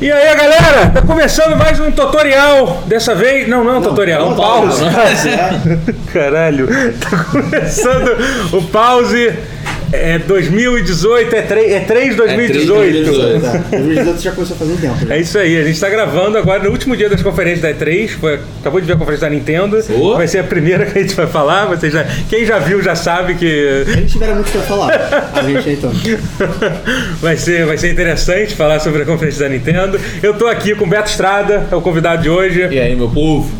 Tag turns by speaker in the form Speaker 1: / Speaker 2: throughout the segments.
Speaker 1: E aí, galera? Tá começando mais um tutorial. Dessa vez, não, não, tutorial, um pause. né? Caralho, tá começando o pause. É 2018, é 3, é 3 2018.
Speaker 2: 2018. Tá. 2018 já começou a fazer um tempo. Já.
Speaker 1: É isso aí, a gente tá gravando agora no último dia das conferências da E3. Foi- acabou de ver a conferência da Nintendo.
Speaker 3: Boa.
Speaker 1: Vai ser a primeira que a gente vai falar. Vocês já, quem já viu já sabe que
Speaker 2: A gente tiveram muito pra falar. A gente aí então.
Speaker 1: Vai ser, vai ser interessante falar sobre a conferência da Nintendo. Eu tô aqui com o Beto Estrada, é o convidado de hoje.
Speaker 3: E aí, meu povo?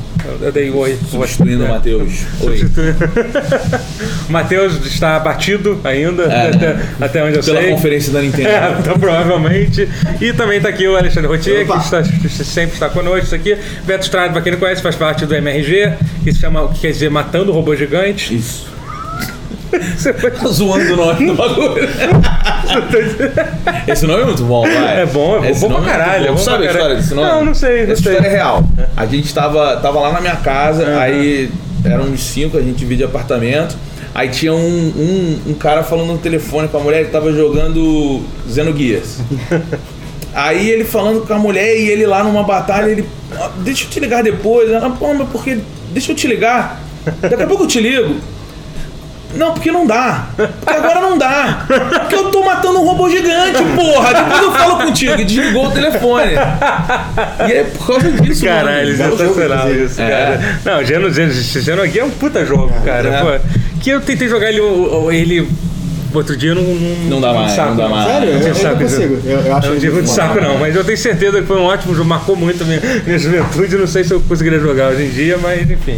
Speaker 1: Eu dei um oi.
Speaker 3: Substituindo o Matheus. Oi. É
Speaker 1: O Matheus está abatido ainda,
Speaker 3: É,
Speaker 1: até,
Speaker 3: né?
Speaker 1: até onde eu
Speaker 3: Pela
Speaker 1: sei.
Speaker 3: conferência da Nintendo.
Speaker 1: É, então, provavelmente. E também tá aqui o Alexandre Rotier, que
Speaker 2: Opa.
Speaker 1: está- que sempre está conosco isso aqui. Beto Estrada, pra quem não conhece, faz parte do MRG, que se chama, que quer dizer, Matando o Robô Gigante.
Speaker 3: Isso. Tá zoando o nome do bagulho. Esse nome é muito bom, vai.
Speaker 1: É bom, é bom
Speaker 3: Esse
Speaker 1: pra
Speaker 3: nome muito
Speaker 1: caralho, é bom
Speaker 3: Sabe
Speaker 1: pra
Speaker 3: a
Speaker 1: caralho.
Speaker 3: história desse nome?
Speaker 1: Não, não sei, não
Speaker 3: Essa
Speaker 1: sei.
Speaker 3: história é real. A gente tava, tava lá na minha casa, aí eram uns cinco, a gente dividia apartamento. Aí tinha um, um, um cara falando no telefone com a mulher, ele tava jogando Xenogears. Aí ele falando com a mulher e ele lá numa batalha, ele. "Ah, Deixa eu te ligar depois. Ela, pô, mas por que. Deixa eu te ligar. Daqui a pouco eu te ligo. Não, porque não dá. Porque agora não dá. Porque eu tô matando um robô gigante, porra. Depois eu falo contigo. E desligou o telefone. E é por causa disso,
Speaker 1: Caralho, é
Speaker 3: mano.
Speaker 2: belo jogo,
Speaker 1: sensacional
Speaker 2: inclusive.
Speaker 1: isso,
Speaker 3: É.
Speaker 1: cara. Não, Geno, Geno, Geno aqui é um puta jogo, cara.
Speaker 3: É.
Speaker 1: pô. que eu tentei jogar ele, o- o- ele outro dia, não.
Speaker 3: Não dá mais, não dá mais.
Speaker 2: Sério? Eu,
Speaker 1: Você
Speaker 2: eu
Speaker 1: sabe,
Speaker 2: não consigo. Eu, eu acho
Speaker 1: Não digo de saco, não, mas eu tenho certeza que foi um ótimo jogo, marcou muito a minha, minha juventude. Não sei se eu conseguiria jogar hoje em dia, mas enfim.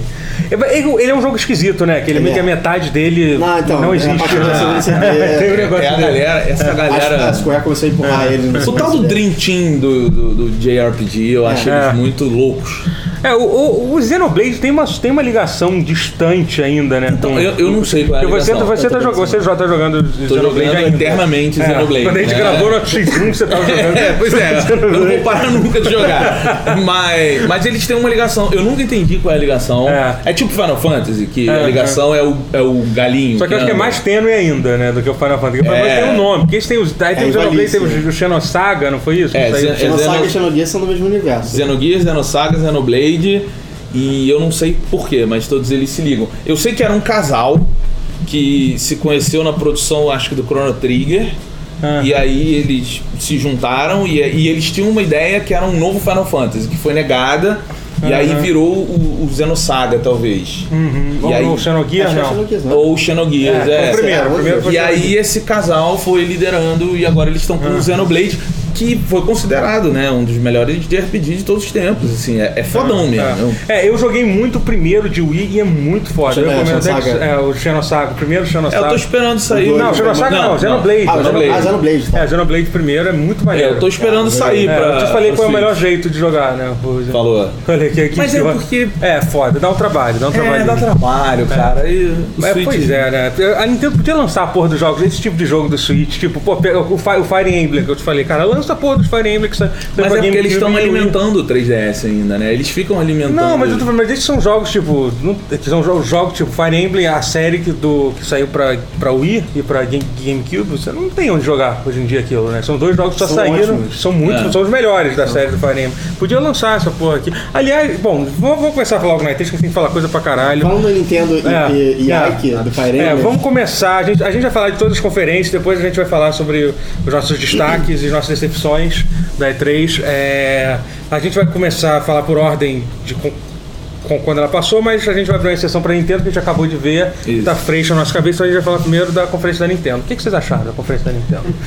Speaker 1: Ele ele é um jogo esquisito, né? Que ele
Speaker 2: Ele
Speaker 1: meio que a
Speaker 2: é.
Speaker 1: metade dele não,
Speaker 2: Não, então.
Speaker 1: existe.
Speaker 2: É, a partir
Speaker 1: né?
Speaker 2: dessa vez, é,
Speaker 1: Tem É. um negócio
Speaker 3: É a
Speaker 1: dele.
Speaker 3: galera, essa
Speaker 2: acho que a
Speaker 3: galera.
Speaker 2: Square começou a empurrar ele. no
Speaker 3: O tal do
Speaker 2: começo dele.
Speaker 3: Dream Team do, do, do JRPG, eu acho
Speaker 1: É.
Speaker 3: eles muito loucos.
Speaker 1: É, o, o, o Xenoblade tem uma, tem uma ligação distante ainda, né?
Speaker 3: Então,
Speaker 1: com-
Speaker 3: eu, eu não sei qual é a
Speaker 1: Porque você,
Speaker 3: ligação.
Speaker 1: você,
Speaker 3: Eu tô
Speaker 1: tá jogando,
Speaker 3: pensando.
Speaker 1: você já tá jogando É.
Speaker 3: Tô jogando eternamente Xenoblade.
Speaker 1: Quando a gente
Speaker 3: né?
Speaker 1: gravou no X1, você tava jogando.
Speaker 3: É, pois é, eu não vou parar nunca de jogar. Mas, mas eles têm uma ligação. Eu nunca entendi qual é a ligação.
Speaker 1: É.
Speaker 3: É, tipo Final Fantasy, que
Speaker 1: É,
Speaker 3: a ligação é. o, é o galinho.
Speaker 1: Só que eu acho que é
Speaker 3: anda.
Speaker 1: mais tênue ainda, né? Do que o Final Fantasy. Porque o Final
Speaker 3: É.
Speaker 1: Fantasy tem um nome. Porque eles têm os. Aí tem
Speaker 2: É
Speaker 1: o Xenoblage, tem
Speaker 2: igualíssimo.
Speaker 1: o Xenosaga, não foi isso?
Speaker 3: É,
Speaker 1: Não sei.
Speaker 3: Xen-
Speaker 2: Xenosaga
Speaker 3: Xeno-
Speaker 2: e Xenogears são do mesmo universo.
Speaker 3: Xenogears, Xenosaga, Xenoblade. E eu não sei porquê, mas todos eles se ligam. Eu sei que era um casal que se conheceu na produção, acho que do Chrono Trigger.
Speaker 1: Ah.
Speaker 3: E aí eles se juntaram e, e eles tinham uma ideia que era um novo Final Fantasy, que foi negada. E aí virou o, o Xenosaga, talvez.
Speaker 1: Uhum.
Speaker 3: E aí,
Speaker 1: Ou o Xenogears,
Speaker 2: Acho que é
Speaker 1: não.
Speaker 2: Xenogears, não.
Speaker 3: Ou o Xenogears,
Speaker 1: É,
Speaker 3: é.
Speaker 1: foi o primeiro,
Speaker 2: Será?
Speaker 1: o primeiro foi
Speaker 3: E
Speaker 1: o
Speaker 3: aí esse casal foi liderando e agora eles estão com
Speaker 1: Ah.
Speaker 3: o Xenoblade, que foi considerado, né, um dos melhores JRPG de todos os tempos, assim, é, é fodão mesmo.
Speaker 1: É, eu joguei muito o primeiro de Wii e é muito foda. Eu
Speaker 2: Xeno- é,
Speaker 1: recomendo até que-
Speaker 2: Xenosaga.
Speaker 1: é, o Xenosaga, o primeiro
Speaker 3: É, Eu
Speaker 1: Xenosaga.
Speaker 3: tô esperando sair.
Speaker 2: Não,
Speaker 1: Não, Xenosaga não, Xenoblade.
Speaker 2: Ah, o Xenoblade. Ah,
Speaker 3: Xenoblade.
Speaker 2: Xenoblade,
Speaker 1: É,
Speaker 2: tá.
Speaker 1: Xenoblade primeiro é muito
Speaker 3: É,
Speaker 1: maneiro.
Speaker 3: eu tô esperando sair
Speaker 1: É,
Speaker 3: pra.
Speaker 1: eu te falei qual
Speaker 3: pro
Speaker 1: é o
Speaker 3: Switch.
Speaker 1: melhor jeito de jogar, né? o-
Speaker 3: Falou.
Speaker 1: Olha aqui, aqui
Speaker 3: Mas é
Speaker 1: pior.
Speaker 3: porque-
Speaker 1: É, foda, dá um trabalho, dá um trabalho.
Speaker 3: É, dá trabalho, cara. E o
Speaker 1: É,
Speaker 3: Switch-
Speaker 1: pois é, né? A Nintendo podia lançar a porra dos jogos, esse tipo de jogo do Switch, tipo, pô, pega o Fi- o Fire Emblem que eu te falei, cara, lança a porra dos Fire Emblem que sai sai
Speaker 3: Mas
Speaker 1: pra
Speaker 3: é porque
Speaker 1: GameCube
Speaker 3: eles estão
Speaker 1: e Wii.
Speaker 3: alimentando o 3DS ainda, né? Eles ficam alimentando.
Speaker 1: Não, mas, eu tô falando, mas esses são jogos tipo. não- que são jogos, jogos tipo Fire Emblem, a série que, do, que saiu pra, pra Wii e pra Game- GameCube, você não tem onde jogar hoje em dia aquilo, né? São dois jogos que só
Speaker 2: São
Speaker 1: saíram,
Speaker 2: ótimos.
Speaker 1: são muito,
Speaker 3: É.
Speaker 1: são os melhores da série do Fire Emblem. Podia lançar essa porra aqui. Aliás, bom, vamos, vamos começar a falar logo na E3, que a gente tem que falar coisa pra caralho.
Speaker 2: Falando da Nintendo e-
Speaker 1: É,
Speaker 2: e, e
Speaker 1: é.
Speaker 2: Ike, do Fire Emblem.
Speaker 1: É, vamos começar. A gente, a gente vai falar de todas as conferências, depois a gente vai falar sobre os nossos destaques e as nossas decepções da E3. É, a gente vai começar a falar por ordem de com- com quando ela passou, mas a gente vai abrir uma exceção para Nintendo que a gente acabou de ver,
Speaker 3: Isso.
Speaker 1: tá fresca na nossa cabeça, então a gente vai falar primeiro da conferência da Nintendo. O que, que vocês acharam da conferência da Nintendo?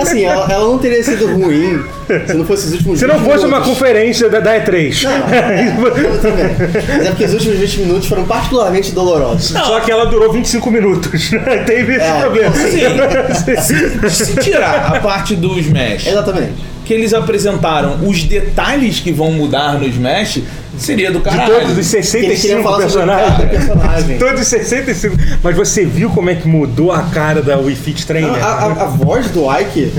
Speaker 2: Assim, ela, ela não teria sido ruim se não fosse os últimos
Speaker 1: Se não
Speaker 2: 20
Speaker 1: fosse uma
Speaker 2: minutos.
Speaker 1: conferência da, da E3,
Speaker 2: Eu também. Mas é porque os últimos 20 minutos foram particularmente dolorosos.
Speaker 1: só que ela durou 25 minutos, né? teve esse
Speaker 2: É,
Speaker 1: problema.
Speaker 3: Se tirar a parte do Smash,
Speaker 2: Exatamente.
Speaker 3: que eles apresentaram os detalhes que vão mudar no Smash, seria do
Speaker 1: De
Speaker 3: caralho.
Speaker 1: todos os
Speaker 2: Que eles
Speaker 1: 65
Speaker 2: queriam falar sobre
Speaker 1: personagens.
Speaker 2: cada personagem.
Speaker 1: Todos 65. Mas você viu como é que mudou a cara da Wii Fit
Speaker 2: Não,
Speaker 1: Trainer?
Speaker 2: Então, a, a- a voz do Ike,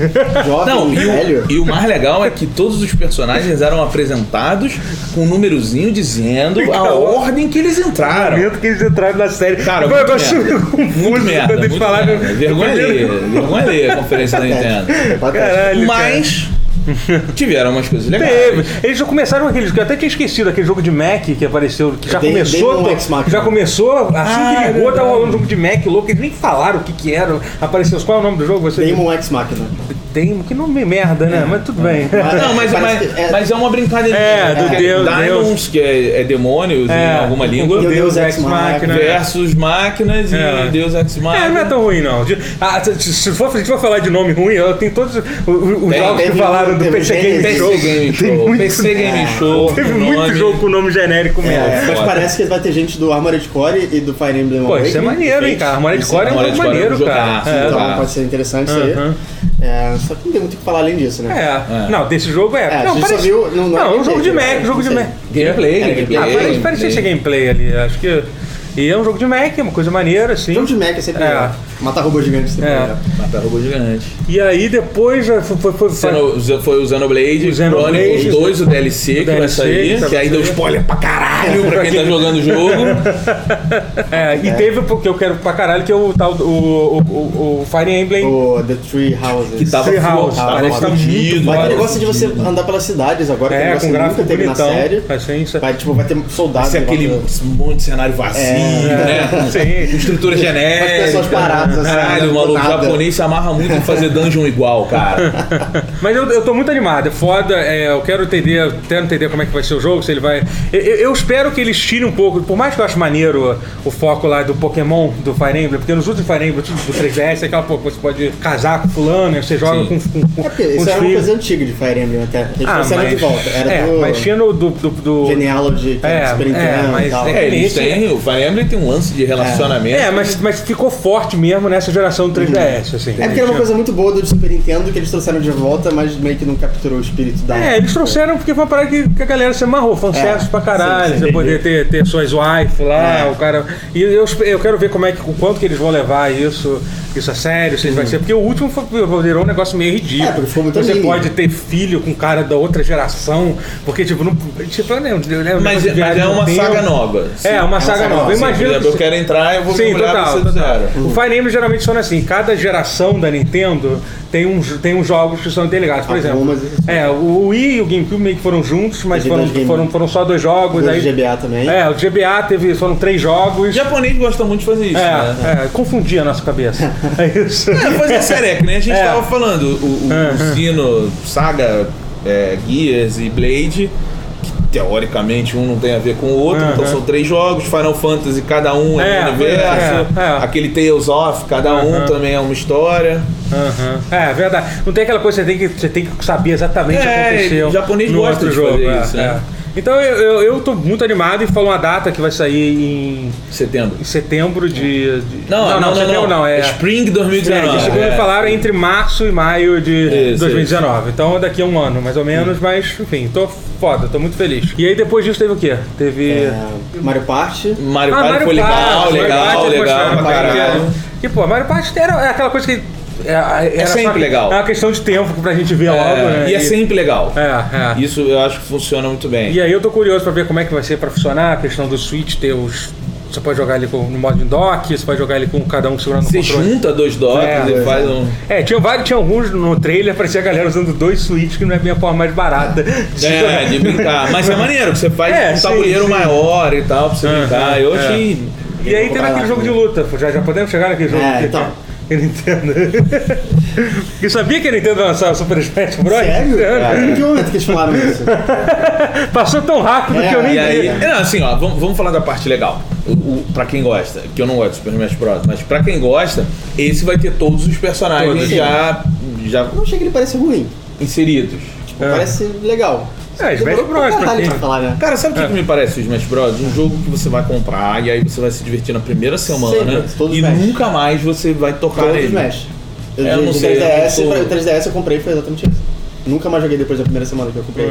Speaker 2: jovem
Speaker 3: Não,
Speaker 2: e
Speaker 3: e
Speaker 2: velho.
Speaker 3: o, e o mais legal é que todos os personagens eram apresentados com um númerozinho dizendo a
Speaker 1: Cara,
Speaker 3: ordem que eles
Speaker 1: No
Speaker 3: entraram.
Speaker 1: momento que eles entraram na série.
Speaker 3: Cara,
Speaker 1: eu, eu
Speaker 3: muito
Speaker 1: acho
Speaker 3: merda.
Speaker 1: meio confuso
Speaker 3: Muito merda,
Speaker 1: quando eles
Speaker 3: muito
Speaker 1: falaram.
Speaker 3: merda. Vergonha alheia, vergonha alheia a conferência da Nintendo.
Speaker 2: Patético.
Speaker 1: Caralho, cara.
Speaker 3: Mas Tiveram umas coisas legais.
Speaker 1: Teve. É, Eles já começaram aquele jogo, eu até tinha esquecido aquele jogo de Mac que apareceu, que já
Speaker 2: Dei-
Speaker 1: começou.
Speaker 2: Dei no Ex Machina.
Speaker 1: já começou, assim
Speaker 3: Ah,
Speaker 1: que
Speaker 3: é
Speaker 1: ligou, tava
Speaker 3: verdade.
Speaker 1: rolando um jogo de Mac louco, eles nem falaram o que que era. Apareceu, qual é o nome do jogo? Você
Speaker 2: Demon X Machina.
Speaker 1: Tem, que nome merda, né? Mas tudo bem.
Speaker 3: Não, mas,
Speaker 2: Parece
Speaker 3: mas,
Speaker 2: que é-
Speaker 3: mas é uma brincadeira.
Speaker 1: É, do Deus-
Speaker 3: Diamonds, que é, é demônios
Speaker 1: É.
Speaker 3: em alguma língua.
Speaker 1: Meu né? é.
Speaker 2: Deus
Speaker 1: Ex
Speaker 2: Ex Machina.
Speaker 3: Versus máquinas
Speaker 1: É.
Speaker 3: e Deus Ex Machina.
Speaker 1: É, não é tão ruim, não. De- ah, se, se- se for, se a gente for falar de nome ruim, eu tenho todos os, os
Speaker 3: Tem-
Speaker 1: jogos que
Speaker 2: teve-
Speaker 1: falaram do
Speaker 2: teve-
Speaker 1: PC
Speaker 2: teve-
Speaker 1: Game
Speaker 2: teve-
Speaker 1: Show.
Speaker 3: PC Game Show.
Speaker 1: muito-
Speaker 3: PC Game Show.
Speaker 1: Teve
Speaker 3: o
Speaker 1: muito
Speaker 3: nome.
Speaker 1: jogo com nome genérico mesmo.
Speaker 2: É, mas
Speaker 3: foda.
Speaker 2: parece que vai ter gente do Armored Core e do Fire Emblem
Speaker 1: Pô, isso é
Speaker 2: Awakening.
Speaker 1: maneiro, hein, cara. Armored Core é um jogo
Speaker 3: Armored Core é um
Speaker 1: maneiro, cara.
Speaker 3: jogaço,
Speaker 1: É.
Speaker 2: Então
Speaker 3: Tá.
Speaker 2: pode ser interessante isso aí.
Speaker 1: Aham.
Speaker 2: É, só que não tem muito o que falar além disso, né?
Speaker 1: É.
Speaker 3: É.
Speaker 1: Não, desse jogo é.
Speaker 2: É, a
Speaker 1: não,
Speaker 2: gente só
Speaker 1: parece...
Speaker 2: viu-
Speaker 1: não,
Speaker 2: não- não
Speaker 1: é um jogo de
Speaker 2: entendi,
Speaker 1: Mac,
Speaker 2: né?
Speaker 1: jogo de
Speaker 2: Não sei.
Speaker 1: Mac.
Speaker 3: Gameplay,
Speaker 2: Era
Speaker 3: gameplay.
Speaker 1: Ah, parece,
Speaker 3: gameplay.
Speaker 1: parecia ser gameplay ali. Acho que. E é um jogo de Mac, é uma coisa maneira, assim.
Speaker 2: Jogo de Mac é sempre
Speaker 1: É.
Speaker 2: melhor. Matar robô gigante sempre
Speaker 1: É.
Speaker 2: melhor.
Speaker 3: Matar robô gigante.
Speaker 1: E aí depois já foi. foi, foi-
Speaker 3: Zeno- Ze- foi o Xenoblade,
Speaker 1: O Xenoblade,
Speaker 3: Chronicles 2, o DLC que vai
Speaker 1: DLC,
Speaker 3: sair,
Speaker 1: que
Speaker 3: que
Speaker 1: vai
Speaker 3: aí deu
Speaker 1: sair.
Speaker 3: spoiler pra caralho pra quem tá jogando o jogo.
Speaker 1: é, E teve o que eu quero pra caralho, que é o tal. do- O, o, o, o Fire Emblem.
Speaker 2: O The Tree Houses.
Speaker 3: Que tava
Speaker 1: Free House,
Speaker 3: tava
Speaker 1: parece que tá
Speaker 3: fudido,
Speaker 1: muito
Speaker 2: Vai ter
Speaker 1: Olha,
Speaker 2: negócio de você andar pelas cidades agora, que é um
Speaker 1: é,
Speaker 2: negócio
Speaker 1: com
Speaker 2: que
Speaker 1: gráfico
Speaker 2: nunca teve na
Speaker 1: bonitão.
Speaker 2: série.
Speaker 1: Assim, isso é-
Speaker 2: Vai, tipo, vai ter soldados.
Speaker 3: Vai ser é aquele
Speaker 2: vai ter-
Speaker 3: monte de cenário vazio,
Speaker 1: É.
Speaker 3: né?
Speaker 1: Sim.
Speaker 3: Estrutura genérica.
Speaker 2: pessoas paradas, assim,
Speaker 3: Caralho, o
Speaker 2: não
Speaker 3: maluco
Speaker 2: nada.
Speaker 3: japonês se amarra muito em fazer dungeon igual, cara.
Speaker 1: Mas eu, eu tô muito animado, é foda. é, eu quero entender, eu quero entender como é que vai ser o jogo, se ele vai. Eu, eu- eu espero que eles tirem um pouco, por mais que eu ache maneiro o foco lá do Pokémon do Fire Emblem, porque nos últimos Fire Emblem, tudo do 3DS, é aquela pô, você pode casar com fulano, aí você joga com,
Speaker 3: Sim.
Speaker 1: com, com,
Speaker 2: É porque
Speaker 1: com os
Speaker 2: isso era uma
Speaker 1: filhos.
Speaker 2: coisa antiga de Fire Emblem até. Eles
Speaker 1: Ah,
Speaker 2: trouxeram de
Speaker 1: mas-
Speaker 2: volta. Era
Speaker 1: é,
Speaker 2: do
Speaker 1: mas tinha no do, do, do-
Speaker 2: Genealogy, que era
Speaker 1: É,
Speaker 2: do Super
Speaker 1: é,
Speaker 2: Nintendo
Speaker 1: mas
Speaker 2: e tal.
Speaker 1: é-
Speaker 3: É, eles têm, o Fire Emblem tem um lance de relacionamento.
Speaker 1: É, mas, mas ficou forte mesmo nessa geração do 3DS, assim.
Speaker 2: É porque era uma coisa muito boa do Super Nintendo que eles trouxeram de volta, mas meio que não capturou o espírito da.
Speaker 1: É, eles trouxeram porque foi uma parada que, que a galera se amarrou, fanservice
Speaker 2: É,
Speaker 1: pra caralho,
Speaker 2: sim, sim.
Speaker 1: você poder ter, ter suas wife lá, o cara... E eu, espe- eu quero ver como é que, o quanto que eles vão levar isso, isso a sério, se vai ser... Porque o último foi, virou um negócio meio ridículo.
Speaker 2: É, porque foi muito
Speaker 1: você
Speaker 2: meme.
Speaker 1: pode ter filho com cara da outra geração, porque, tipo, não... Tipo, né, né,
Speaker 3: Mas,
Speaker 1: negócio de
Speaker 3: mas é
Speaker 1: viagem no
Speaker 3: uma
Speaker 1: tempo.
Speaker 3: saga nova. Se,
Speaker 1: É, uma saga
Speaker 2: saga
Speaker 1: nova.
Speaker 2: nova,
Speaker 3: por
Speaker 1: Imagina...
Speaker 3: exemplo, eu quero entrar, eu vou
Speaker 1: Sim,
Speaker 3: mergulhar pra
Speaker 1: total,
Speaker 3: você do
Speaker 1: total.
Speaker 3: zero.
Speaker 1: O Fire Emblem geralmente são assim, cada geração da Nintendo tem uns, tem uns jogos que são interligados. Por
Speaker 2: Algumas,
Speaker 1: exemplo,
Speaker 2: assim.
Speaker 1: é, o Wii e o GameCube meio que foram juntos, mas
Speaker 2: Teve
Speaker 1: foram,
Speaker 2: dois Game-
Speaker 1: foram, foram só dois jogos.
Speaker 2: Dois
Speaker 1: aí,
Speaker 2: GBA também.
Speaker 1: É, o GBA teve, foram três
Speaker 3: O
Speaker 1: jogos.
Speaker 3: japonês gosta muito de fazer isso, né?
Speaker 1: é, é, confundia a nossa cabeça. É isso.
Speaker 3: É, fazer Serec, né? A gente
Speaker 1: É.
Speaker 3: tava falando, o, o,
Speaker 1: É, é.
Speaker 3: o Sino, Saga, é, Gears e Blade, que teoricamente um não tem a ver com o outro,
Speaker 1: Aham.
Speaker 3: então são três jogos, Final Fantasy, cada um é,
Speaker 1: É,
Speaker 3: um universo,
Speaker 1: é, é.
Speaker 3: aquele Tales of, cada
Speaker 1: Aham.
Speaker 3: um também é uma história.
Speaker 1: Aham. É, verdade. Não tem aquela coisa que você tem que, você tem que saber exatamente o que
Speaker 3: É,
Speaker 1: aconteceu.
Speaker 3: o japonês
Speaker 1: no
Speaker 3: gosta
Speaker 1: outro
Speaker 3: de
Speaker 1: jogo.
Speaker 3: fazer
Speaker 1: é,
Speaker 3: isso, né?
Speaker 1: é. Então eu, eu, eu tô muito animado e falou uma data que vai sair em
Speaker 3: Setembro.
Speaker 1: Em setembro de. de-
Speaker 3: Não, não, não, não,
Speaker 1: setembro não, é.
Speaker 3: Spring
Speaker 1: É, que
Speaker 3: 2019.
Speaker 1: chegou a falar entre março e maio de
Speaker 3: Isso, Hum.
Speaker 1: 2019. Então daqui a um ano, mais ou menos, mas enfim, tô foda, tô muito feliz. E aí depois disso teve o quê? Teve.
Speaker 2: É, Mario Party.
Speaker 3: Mario
Speaker 1: Ah,
Speaker 3: Party foi legal,
Speaker 1: Party, Mario
Speaker 3: legal,
Speaker 1: Party,
Speaker 3: legal,
Speaker 1: poxa,
Speaker 3: pra
Speaker 1: Mario Party
Speaker 3: caralho.
Speaker 1: era- E pô, Mario Party era aquela coisa que. É, era só-
Speaker 3: sempre legal.
Speaker 1: É uma questão de tempo pra gente ver logo, né?
Speaker 3: É, e é sempre legal.
Speaker 1: É, é.
Speaker 3: Isso eu acho que funciona muito bem.
Speaker 1: E aí eu tô curioso pra ver como é que vai ser pra funcionar a questão do Switch ter os. Você pode jogar ele com, no modo de dock, você pode jogar ele com cada um segurando
Speaker 3: Você
Speaker 1: o controle.
Speaker 3: junta dois dots
Speaker 1: É,
Speaker 3: e
Speaker 1: é.
Speaker 3: faz um.
Speaker 1: É, tinha vários, tinha alguns no trailer, parecia a galera usando dois Switch, que não é a minha forma mais barata. de
Speaker 3: É,
Speaker 1: jogar.
Speaker 3: de brincar. Mas é maneiro, que você faz
Speaker 1: É,
Speaker 3: um
Speaker 1: sim,
Speaker 3: tabuleiro
Speaker 1: sim.
Speaker 3: maior e tal, pra você brincar. Eu
Speaker 1: é.
Speaker 3: achei.
Speaker 1: E aí teve aquele jogo de luta, já, já podemos chegar naquele jogo
Speaker 2: É,
Speaker 1: que-
Speaker 2: então.
Speaker 1: que a Nintendo. Eu sabia que a Nintendo ia lançar o Super Smash Bros.
Speaker 2: Sério? É,
Speaker 1: Sério.
Speaker 2: Em que momento que eles falaram isso?
Speaker 1: Passou tão rápido
Speaker 2: É,
Speaker 1: que eu nem
Speaker 3: E aí,
Speaker 1: vi.
Speaker 2: É.
Speaker 3: não, assim, ó, vamos, vamos falar da parte legal. O, o, pra quem gosta, que eu não gosto de Super Smash Bros. Mas pra quem gosta, esse vai ter todos os personagens
Speaker 1: Todos.
Speaker 3: já, já
Speaker 2: Eu não achei que ele parece ruim.
Speaker 3: inseridos.
Speaker 2: Tipo, parece legal.
Speaker 1: É, Smash
Speaker 2: Demorou pra
Speaker 1: Bros, pra
Speaker 2: caralho
Speaker 1: quem-
Speaker 2: pra falar, né?
Speaker 3: Cara, sabe o
Speaker 1: É.
Speaker 3: que, que me parece o Smash Bros? Um jogo que você vai comprar e aí você vai se divertir na primeira semana
Speaker 2: Sempre, todos
Speaker 3: e
Speaker 2: Smash.
Speaker 3: nunca mais você vai
Speaker 1: Tá
Speaker 3: tocar
Speaker 2: Todos
Speaker 3: nele.
Speaker 2: Smash. Eu,
Speaker 3: É, eu
Speaker 2: de-
Speaker 3: não
Speaker 2: de
Speaker 3: sei, eu
Speaker 2: 3DS,
Speaker 3: não sou-
Speaker 1: Hum.
Speaker 2: pra- o 3DS eu comprei foi exatamente isso. Nunca mais joguei depois da primeira semana que eu comprei.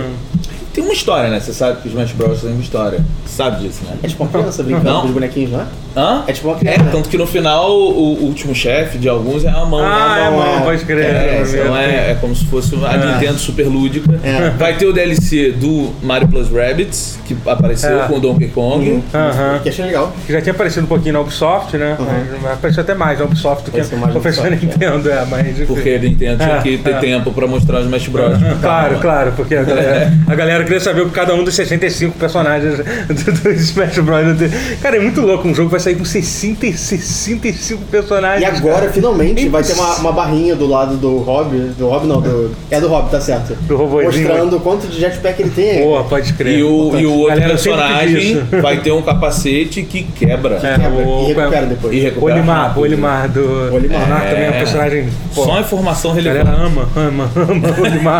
Speaker 3: tem uma história, né? Você sabe que os Smash Bros. tem uma história. Você sabe disso, né?
Speaker 2: É tipo uma criança brincando
Speaker 3: Não.
Speaker 2: com os bonequinhos lá?
Speaker 3: Hã?
Speaker 2: É tipo uma
Speaker 3: É,
Speaker 2: criança.
Speaker 3: tanto que no final o, o último chefe de alguns é a mão.
Speaker 1: Ah,
Speaker 3: né?
Speaker 1: é,
Speaker 3: a mão.
Speaker 1: mano, pode crer.
Speaker 3: É, então é, é como se fosse a Nintendo super lúdica.
Speaker 2: É.
Speaker 3: Vai ter o DLC do Mario Plus Rabbids, que apareceu
Speaker 1: É.
Speaker 3: com o Donkey Kong.
Speaker 1: Aham.
Speaker 2: Que achei legal.
Speaker 1: Que já tinha aparecido um pouquinho na Ubisoft, né? Mas apareceu até mais na Ubisoft do que
Speaker 2: Apareceu mais na
Speaker 1: na oferta da
Speaker 2: Ubisoft,
Speaker 1: Nintendo, é, mas. enfim.
Speaker 3: Porque a Nintendo tinha
Speaker 1: É,
Speaker 3: que ter
Speaker 1: é. Uhum. Tá
Speaker 3: tempo pra mostrar os Smash Bros. com
Speaker 1: Claro,
Speaker 3: calma.
Speaker 1: claro, porque a galera, a galera queria saber por cada um dos 65 personagens do, do Smash Bros. Cara, é muito louco, um jogo vai sair com 60, e 65 personagens.
Speaker 2: E agora,
Speaker 1: cara.
Speaker 2: finalmente, vai ter uma, uma barrinha do lado do Rob. Do Rob não, do. É do Rob, tá certo.
Speaker 1: Do robozinho. né?
Speaker 2: Mostrando quanto de jetpack ele tem.
Speaker 1: Boa, pode crer.
Speaker 3: E o, e o outro
Speaker 1: Galera, eu sempre pedi
Speaker 3: personagem
Speaker 1: isso.
Speaker 3: vai ter um capacete que quebra.
Speaker 1: É,
Speaker 2: Quebra,
Speaker 1: o-
Speaker 2: e recupera depois.
Speaker 3: E
Speaker 1: O
Speaker 3: recupera
Speaker 1: Olimar,
Speaker 3: rápido.
Speaker 1: o Olimar do.
Speaker 2: Olimar.
Speaker 1: Leonardo também é um
Speaker 3: É.
Speaker 1: personagem. pô,
Speaker 3: Só informação
Speaker 1: A galera
Speaker 3: relevante.
Speaker 1: ama, ama, ama o Olimar.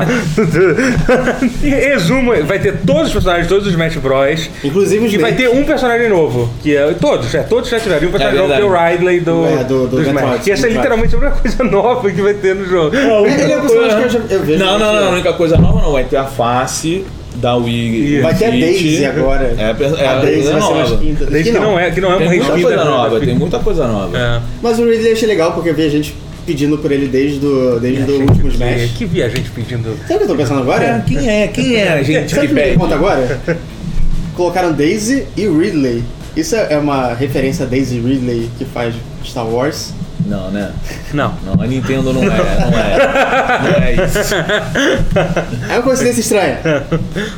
Speaker 1: E, Resumo, vai ter todos os personagens, todos os Smash Bros.
Speaker 2: Inclusive os
Speaker 1: E vai
Speaker 2: dentes.
Speaker 1: ter um personagem novo, que é. Todos, é, todos já tiveram. E um personagem
Speaker 3: É
Speaker 1: novo que é o
Speaker 3: verdade.
Speaker 1: Ridley do,
Speaker 2: É, do- do Metroid,
Speaker 1: Smash. E essa é
Speaker 2: Metroid.
Speaker 1: literalmente a única coisa nova que vai ter no jogo.
Speaker 2: Ele é um personagem que eu já eu vejo.
Speaker 3: Não, não, não. A única coisa nova não. Vai ter a face da Wii.
Speaker 1: Isso.
Speaker 2: Vai ter a Daisy agora.
Speaker 3: É, é
Speaker 2: a
Speaker 3: a
Speaker 2: Daisy vai ser mais
Speaker 3: nova.
Speaker 2: quinta.
Speaker 1: Desde que não é, que não é
Speaker 3: Tem
Speaker 1: uma
Speaker 3: muita
Speaker 1: reskin
Speaker 3: coisa
Speaker 1: da-
Speaker 3: nova.
Speaker 1: da-
Speaker 3: Tem muita coisa nova.
Speaker 1: É.
Speaker 2: Mas o Ridley eu achei legal porque eu vi a gente pedindo por ele desde do,
Speaker 1: É,
Speaker 2: desde do último Smash.
Speaker 1: Que, que vi a gente pedindo.
Speaker 2: Sabe o que eu tô pensando agora?
Speaker 3: É, Quem é? Quem é a gente
Speaker 2: Sabe o que
Speaker 3: que
Speaker 2: me dei
Speaker 3: pede?
Speaker 2: conta agora? Colocaram Daisy e Ridley. Isso é é uma referência a Daisy Ridley que faz Star Wars.
Speaker 3: Não, né?
Speaker 1: Não.
Speaker 3: Não, a Nintendo não é. Não é. Não é isso.
Speaker 2: É uma coincidência estranha.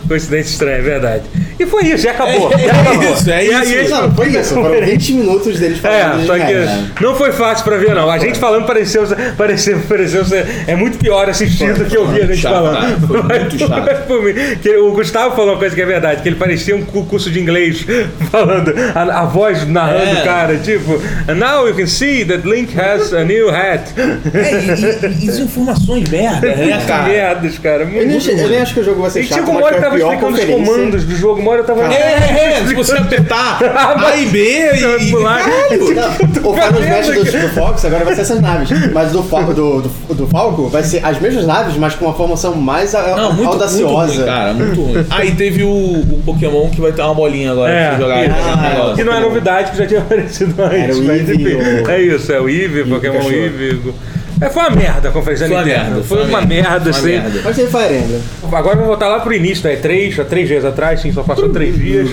Speaker 1: Coincidência estranha, é verdade. E foi isso, já acabou.
Speaker 3: É, é
Speaker 1: já acabou.
Speaker 3: isso, é
Speaker 1: E aí,
Speaker 3: isso.
Speaker 1: esse-
Speaker 2: Não, foi isso. Foram 20 minutos deles falando
Speaker 1: É,
Speaker 2: de
Speaker 1: só
Speaker 2: Smash.
Speaker 1: que não foi fácil pra ver, não. A gente falando pareceu, pareceu, pareceu ser, é muito pior assistir do que eu vi a gente
Speaker 3: Chato, cara.
Speaker 1: falando.
Speaker 3: Foi muito chato.
Speaker 1: Por mim, que o Gustavo falou uma coisa que é verdade, que ele parecia um cu- curso de inglês falando, a, a voz narrando
Speaker 3: É.
Speaker 1: o cara, tipo, "And now you can see that Link has a new hat.
Speaker 3: É, e, e, e informações merda, né,
Speaker 1: Que
Speaker 3: cara?
Speaker 1: merdas, cara.
Speaker 2: Eu nem,
Speaker 1: Muito
Speaker 2: achei- eu nem acho que o jogo vai ser
Speaker 1: E
Speaker 2: chato,
Speaker 1: tipo, uma
Speaker 2: mas
Speaker 1: hora
Speaker 2: foi
Speaker 1: eu
Speaker 2: a
Speaker 1: tava
Speaker 2: pior
Speaker 1: explicando os
Speaker 2: conferência.
Speaker 1: comandos do jogo, uma hora eu tava.
Speaker 3: É, é, é, se você apertar A e B e, e
Speaker 1: Pular.
Speaker 3: caralho.
Speaker 2: Não,
Speaker 1: Tá
Speaker 2: o Final Smash do, do Fox agora vai ser essas naves, mas do, Fal- do, do, do Falco vai ser as mesmas naves, mas com uma formação mais a-
Speaker 3: Não, muito, muito ruim,
Speaker 2: audaciosa.
Speaker 3: cara, muito ruim. Aí teve o, o Pokémon que vai ter uma bolinha agora
Speaker 1: É,
Speaker 3: pra você jogar.
Speaker 1: que-
Speaker 2: Ah,
Speaker 3: esse negócio.
Speaker 1: Que não é novidade, que já tinha aparecido antes.
Speaker 2: Era o
Speaker 1: mas,
Speaker 2: Eevee,
Speaker 1: enfim,
Speaker 2: o-
Speaker 1: É isso, é o Eve, Pokémon
Speaker 2: cachorro.
Speaker 1: Eve. É, foi uma merda a conferência
Speaker 3: Foi
Speaker 1: da
Speaker 3: uma
Speaker 1: Nintendo.
Speaker 3: merda,
Speaker 1: foi uma merda,
Speaker 3: foi uma
Speaker 1: assim.
Speaker 3: merda.
Speaker 2: Mas tem Fire Emblem.
Speaker 1: Agora vamos voltar lá pro início, né? Três, há três dias atrás, sim, só passou três dias.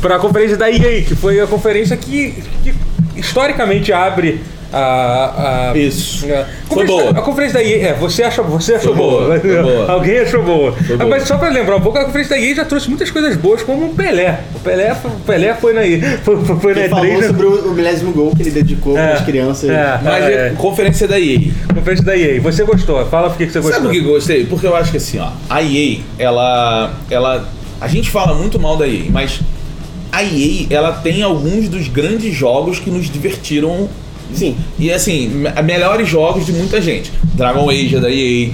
Speaker 1: Pra conferência da EA, que foi a conferência que, que historicamente abre a. a
Speaker 3: Isso.
Speaker 1: a-
Speaker 3: Foi
Speaker 1: conferência-
Speaker 3: boa.
Speaker 1: É. A conferência da EA, é, você achou, você achou
Speaker 3: boa,
Speaker 1: boa.
Speaker 3: foi boa.
Speaker 1: Alguém achou boa. Ah,
Speaker 3: boa.
Speaker 1: Mas só pra lembrar um pouco, a conferência da EA já trouxe muitas coisas boas, como o Pelé. O Pelé, foi- o Pelé foi na EA. Foi, foi- foi na
Speaker 2: Ele
Speaker 1: E3.
Speaker 2: falou sobre o, o milésimo gol que ele dedicou
Speaker 1: É,
Speaker 2: às crianças.
Speaker 1: é.
Speaker 3: Mas é conferência da EA.
Speaker 1: Conferência da EA. Você gostou? Fala por que que você gostou.
Speaker 3: Sabe o que eu gostei? Porque eu acho que assim, ó, a EA, ela. ela a gente fala muito mal da EA, mas a EA, ela tem alguns dos grandes jogos que nos divertiram.
Speaker 2: Sim.
Speaker 3: E assim, me- melhores jogos de muita gente. Dragon Age é da EA,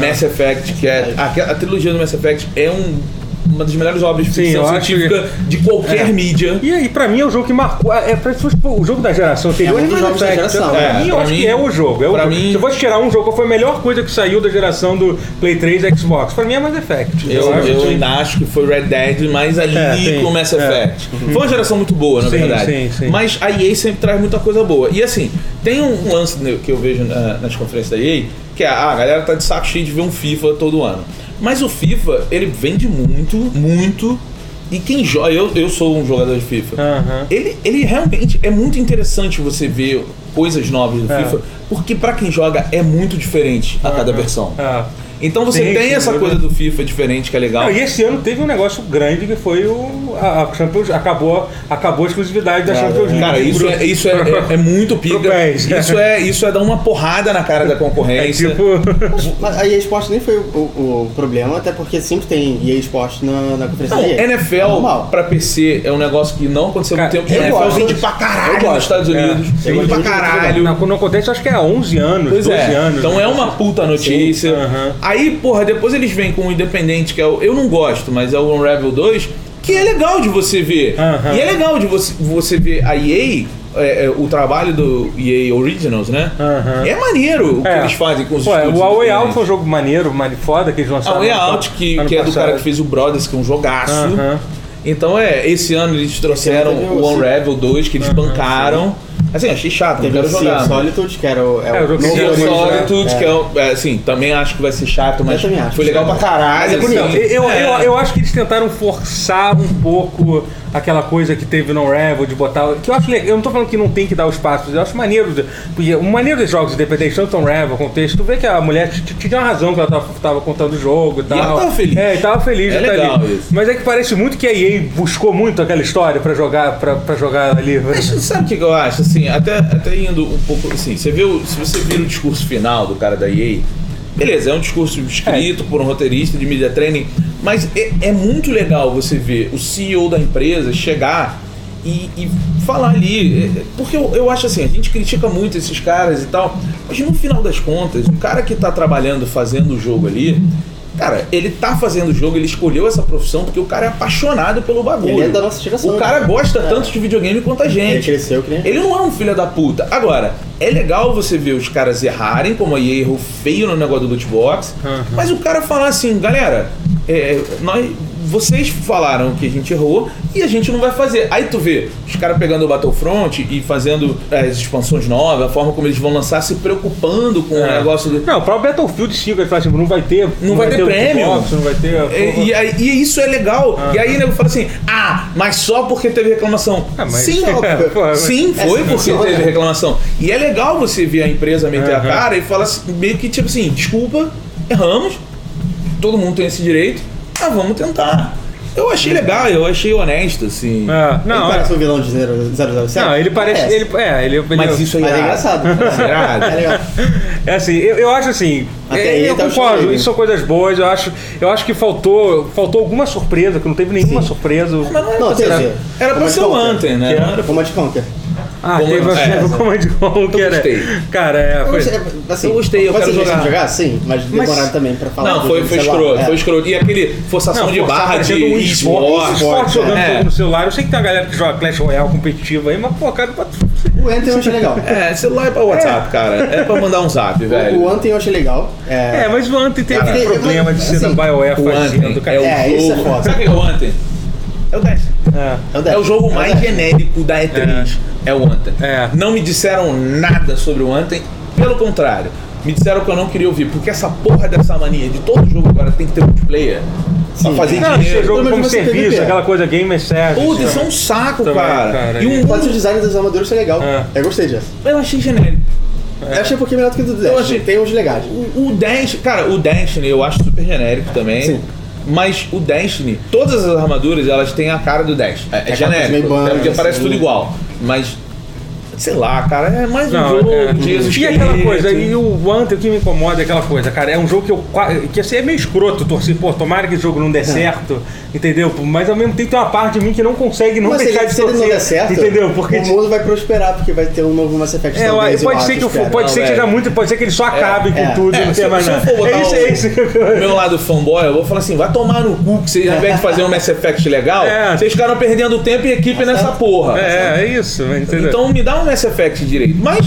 Speaker 3: Mass Effect, que é. A, a trilogia do Mass Effect é um- uma das melhores obras de
Speaker 1: Sim,
Speaker 3: ficção
Speaker 1: eu acho
Speaker 3: científica de qualquer
Speaker 1: É.
Speaker 3: mídia.
Speaker 1: E aí, pra mim, é o jogo que marcou. É, pra, se fosse, pô, o jogo da geração anterior
Speaker 2: É um dos
Speaker 1: ele
Speaker 2: jogos
Speaker 1: não
Speaker 2: da
Speaker 1: tá-
Speaker 2: geração. né?
Speaker 1: Pra
Speaker 3: É,
Speaker 1: mim, eu
Speaker 3: pra
Speaker 1: acho
Speaker 3: mim-
Speaker 1: que é o jogo. É o
Speaker 3: pra
Speaker 1: jogo.
Speaker 3: mim-
Speaker 1: se eu fosse tirar um jogo, qual foi a melhor coisa que saiu da geração do Play 3 e Xbox? Pra mim é Mass Effect.
Speaker 3: Eu,
Speaker 1: acho
Speaker 3: eu
Speaker 1: que-
Speaker 3: ainda acho que foi Red Dead, mas ali
Speaker 1: É, tem,
Speaker 3: com Mass
Speaker 1: é.
Speaker 3: Effect. Foi uma geração muito boa, na
Speaker 1: Sim,
Speaker 3: verdade.
Speaker 1: sim, sim.
Speaker 3: Mas a EA sempre traz muita coisa boa. E assim, tem um lance ne- que eu vejo na- nas conferências da EA, que é ah, a galera tá de saco cheio de ver um FIFA todo ano. Mas o FIFA, ele vende muito, muito. E quem joga. Eu, eu sou um jogador de FIFA.
Speaker 1: Aham.
Speaker 3: Ele, ele realmente é muito interessante você ver coisas novas do
Speaker 1: É.
Speaker 3: FIFA, porque pra quem joga é muito diferente a cada versão.
Speaker 1: Ah.
Speaker 3: Então você
Speaker 1: Sim,
Speaker 3: tem
Speaker 1: sim,
Speaker 3: essa
Speaker 1: eu-
Speaker 3: coisa do FIFA diferente que é legal.
Speaker 1: Não, e esse ano teve um negócio grande que foi o. A, a Champions acabou, acabou a exclusividade da Champions League.
Speaker 3: Cara, isso é, isso é, é- é muito
Speaker 1: Pro
Speaker 3: pica.
Speaker 1: pés.
Speaker 3: Isso é, isso é dar uma porrada na cara da
Speaker 1: É
Speaker 3: concorrência.
Speaker 1: tipo.
Speaker 2: Mas a EA Sports nem foi o, o- o problema, até porque sempre tem EA Sports na, na conferência
Speaker 3: Não,
Speaker 2: da EA. É
Speaker 3: NFL
Speaker 2: normal.
Speaker 3: pra PC é um negócio que não aconteceu há
Speaker 1: Cara,
Speaker 3: muito tempo.
Speaker 2: eu
Speaker 3: NFL
Speaker 2: gosto.
Speaker 3: vende pra
Speaker 2: Eu
Speaker 3: caralho
Speaker 2: gosto.
Speaker 3: nos Estados Unidos.
Speaker 1: É.
Speaker 3: vende pra
Speaker 2: Eu gosto.
Speaker 3: caralho.
Speaker 1: Na, no contexto, acho que é há 11 anos,
Speaker 3: né? Pois
Speaker 1: 12
Speaker 3: é.
Speaker 1: anos. né?
Speaker 3: Então é uma puta notícia.
Speaker 1: Sim, aham.
Speaker 3: Aí, porra, depois eles vêm com o Independente, que é o. Eu não gosto, mas é o Unravel 2, que é legal de você ver.
Speaker 1: Aham.
Speaker 3: E é legal de você, você ver a EA é, é, o trabalho do EA Originals, né?
Speaker 1: Aham.
Speaker 3: É maneiro o que eles fazem com os
Speaker 1: Ué,
Speaker 3: estúdios
Speaker 1: O Away
Speaker 3: independentes.
Speaker 1: Out foi um jogo maneiro, mane- foda que eles lançaram.
Speaker 3: Ah, o Way
Speaker 1: ano-
Speaker 3: Out, que,
Speaker 1: ano
Speaker 3: que é do
Speaker 1: passado.
Speaker 3: cara que fez o Brothers, que é um jogaço.
Speaker 1: Aham.
Speaker 3: Então, é, esse ano eles trouxeram
Speaker 2: Esse ano
Speaker 3: o
Speaker 2: teve o-
Speaker 3: Unravel 2, que eles bancaram. Assim, achei chato, não
Speaker 2: assim? Teve
Speaker 3: quero
Speaker 2: o Sea
Speaker 3: jogar.
Speaker 2: of Solitude, que era o.
Speaker 1: É, o jogo que
Speaker 3: Sea
Speaker 1: Sim,
Speaker 3: of
Speaker 1: original,
Speaker 3: Solitude,
Speaker 2: né?
Speaker 3: que é, o- é, assim, também acho que vai ser chato, mas
Speaker 2: também acho.
Speaker 3: foi legal pra caralho.
Speaker 2: Mas é bonito.
Speaker 1: Não,
Speaker 3: assim.
Speaker 1: eu, eu,
Speaker 3: É.
Speaker 1: eu acho que eles tentaram forçar um pouco aquela coisa que teve no Revel de botar. Que eu acho legal. Eu não tô falando que não tem que dar os passos, eu acho maneiro. de- Porque o maneiro dos jogos independentes, tanto no Revel, contexto, tu vê que a mulher t- t- tinha uma razão que ela tava, tava contando o jogo e tal.
Speaker 3: ela tava feliz.
Speaker 1: É, e tava feliz
Speaker 3: É
Speaker 1: de tá
Speaker 3: legal
Speaker 1: ali.
Speaker 3: isso.
Speaker 1: Mas é que parece muito que a EA buscou muito aquela história pra jogar, pra, pra jogar ali.
Speaker 3: Mas sabe o que que eu acho? Assim, até, até indo um pouco assim, você vê o- se você vir o discurso final do cara da EA, beleza, é um discurso escrito por um roteirista de media training, mas é, é muito legal você ver o CEO da empresa chegar e, e falar ali. é, é, Porque eu, eu acho assim, a gente critica muito esses caras e tal, mas no final das contas, o cara que tá trabalhando, fazendo o jogo ali. Cara, ele tá fazendo o jogo, ele escolheu essa profissão porque o cara é apaixonado pelo bagulho.
Speaker 2: Ele é da nossa geração,
Speaker 3: O cara
Speaker 2: né?
Speaker 3: gosta
Speaker 2: É.
Speaker 3: tanto de videogame quanto a gente.
Speaker 2: Ele cresceu que nem a gente.
Speaker 3: Ele não é um filho da puta. Agora, é legal você ver os caras errarem, como a EA errou feio no negócio do loot box, mas o cara falar assim, galera, é, nós, vocês falaram que a gente errou e a gente não vai fazer. Aí tu vê os caras pegando o Battlefront e fazendo é, as expansões novas, a forma como eles vão lançar, se preocupando com o
Speaker 1: É.
Speaker 3: um negócio do...
Speaker 1: Não, o próprio Battlefield 5 ele fala assim, não vai ter. Não,
Speaker 3: vai ter
Speaker 1: o
Speaker 3: prêmio.
Speaker 1: Xbox, não vai ter. a
Speaker 3: É,
Speaker 1: porra.
Speaker 3: E, aí- e isso é legal. E aí o nego fala assim: ah, mas só porque teve reclamação.
Speaker 1: Ah, mas-
Speaker 3: Sim,
Speaker 1: É, pô, mas-
Speaker 3: sim, foi
Speaker 2: Essa
Speaker 3: porque
Speaker 2: funciona.
Speaker 3: teve reclamação. E é legal você ver a empresa meter a
Speaker 1: Aham.
Speaker 3: cara e falar assim, meio que tipo assim: desculpa, erramos, todo mundo tem esse direito, ah, vamos tentar. Eu achei legal, eu achei honesto, assim.
Speaker 1: Ah,
Speaker 2: Ele
Speaker 1: não, Uhum. é.
Speaker 2: parece um vilão de 007.
Speaker 1: não, ele parece. Ele, é, ele, ele
Speaker 3: Mas isso aí
Speaker 2: Mas é engraçado. É
Speaker 3: irado.
Speaker 2: legal.
Speaker 1: É assim, eu, eu acho assim.
Speaker 2: Até
Speaker 1: é,
Speaker 2: aí
Speaker 1: eu
Speaker 2: tá o
Speaker 1: concordo,
Speaker 2: Schwarzenegger.
Speaker 1: isso são coisas boas, eu acho. Eu acho que faltou, faltou alguma surpresa, que não teve nenhuma surpresa.
Speaker 3: Mas não era
Speaker 2: Não,
Speaker 3: pra ser.
Speaker 2: teve.
Speaker 3: Era pra
Speaker 2: Mas
Speaker 3: ser o
Speaker 2: conta.
Speaker 3: Anthem,
Speaker 1: Que
Speaker 3: né? Não era pra-
Speaker 2: Como a de Conker.
Speaker 1: Ah,
Speaker 3: Bom,
Speaker 1: teve
Speaker 3: é,
Speaker 1: teve o Command Conquer. é.
Speaker 3: gostei.
Speaker 1: Cara, é. Foi,
Speaker 2: Assim,
Speaker 3: Eu gostei, eu
Speaker 2: pode
Speaker 3: quero
Speaker 2: ser difícil
Speaker 3: jogar.
Speaker 2: de jogar, sim, mas demoraram
Speaker 1: Mas-
Speaker 2: também pra falar.
Speaker 3: Não,
Speaker 2: do
Speaker 3: foi,
Speaker 2: jogo,
Speaker 3: foi
Speaker 2: sei lá.
Speaker 3: escroto,
Speaker 2: É.
Speaker 3: foi escroto. E aquele forçação de
Speaker 1: pô, tá
Speaker 3: barra de
Speaker 1: parecendo um esporte,
Speaker 3: esporte.
Speaker 1: esporte jogando
Speaker 3: é.
Speaker 1: jogo no celular. Eu sei que tem uma galera que joga Clash Royale competitiva aí, mas, pô, cara,
Speaker 2: O Anthem eu achei legal.
Speaker 3: É, celular é pra WhatsApp, cara. É pra mandar um zap, velho.
Speaker 2: O Anthem eu achei legal.
Speaker 1: é, mas o Anthem teve
Speaker 2: Cara,
Speaker 1: problema de ser
Speaker 2: assim,
Speaker 1: da BioWare
Speaker 3: O
Speaker 1: fazendo,
Speaker 3: Anthem
Speaker 1: cara.
Speaker 3: é o
Speaker 2: É, isso
Speaker 3: jogo...
Speaker 2: é foda.
Speaker 3: Sabe o que é o Anthem? É o Destiny.
Speaker 1: É.
Speaker 2: Destiny.
Speaker 3: É o jogo mais
Speaker 2: Destiny.
Speaker 3: genérico da E3. É, o Anthem.
Speaker 1: É.
Speaker 3: Não me disseram nada sobre o Anthem. Pelo contrário, me disseram que eu não queria ouvir. Porque essa porra dessa mania de todo jogo agora tem que ter multiplayer. Pra
Speaker 2: Sim.
Speaker 3: fazer
Speaker 1: Não, esse
Speaker 3: dinheiro.
Speaker 1: jogo
Speaker 2: mas
Speaker 1: como
Speaker 2: você teve
Speaker 1: serviço,
Speaker 2: que-
Speaker 1: aquela coisa game service.
Speaker 3: Puta, isso é um saco,
Speaker 1: Também,
Speaker 3: cara.
Speaker 1: cara,
Speaker 3: E um...
Speaker 2: Mas o design das armaduras foi legal.
Speaker 1: É.
Speaker 2: Eu gostei disso.
Speaker 3: Eu achei genérico.
Speaker 2: Eu achei um pouquinho melhor do que o do Destiny.
Speaker 3: achei-
Speaker 2: Tem uns legais.
Speaker 3: O, o Destiny, cara, o Destiny eu acho super genérico também.
Speaker 2: Sim.
Speaker 3: Mas o Destiny, todas as armaduras, elas têm a cara do Destiny. É, é
Speaker 2: aquela coisa
Speaker 3: genérico.
Speaker 2: meio banda,
Speaker 3: é porque parece
Speaker 2: assim.
Speaker 3: tudo igual. Mas, sei lá, cara, é mais um
Speaker 1: Não,
Speaker 3: jogo
Speaker 1: é.
Speaker 3: de assim. Jesus
Speaker 1: E aquela
Speaker 3: Cristo.
Speaker 1: coisa, e o Anthem, o que me incomoda é aquela coisa, cara, é um jogo que eu qua- que assim, é meio escroto torcer, pô, tomara que esse jogo não dê certo, entendeu? Mas ao mesmo tempo tem uma parte de mim que não consegue não
Speaker 2: Mas se
Speaker 1: deixar
Speaker 2: ele,
Speaker 1: de
Speaker 2: se ele
Speaker 1: torcer.
Speaker 2: não der certo,
Speaker 1: entendeu? Porque
Speaker 2: o mundo vai prosperar, porque vai ter um novo Mass Effect
Speaker 1: é, eu-
Speaker 2: talvez, eu
Speaker 1: pode
Speaker 2: acho,
Speaker 1: ser que o
Speaker 2: espero.
Speaker 1: pode
Speaker 3: Não,
Speaker 1: ser que seja
Speaker 3: velho.
Speaker 1: muito, pode ser que eles só acabem com
Speaker 2: é.
Speaker 1: tudo e
Speaker 3: É,
Speaker 1: não
Speaker 3: se,
Speaker 1: tenha mais
Speaker 3: se eu
Speaker 1: nada.
Speaker 3: for botar
Speaker 1: É isso, é isso.
Speaker 3: o meu lado fanboy, eu vou falar assim, vai tomar no cu que vocês, ao invés de fazer um Mass Effect legal,
Speaker 1: É.
Speaker 3: vocês ficaram perdendo tempo e equipe
Speaker 2: Tá.
Speaker 3: nessa porra.
Speaker 1: É, é isso, entendeu?
Speaker 3: Então me dá um Mass Effect direito. Mas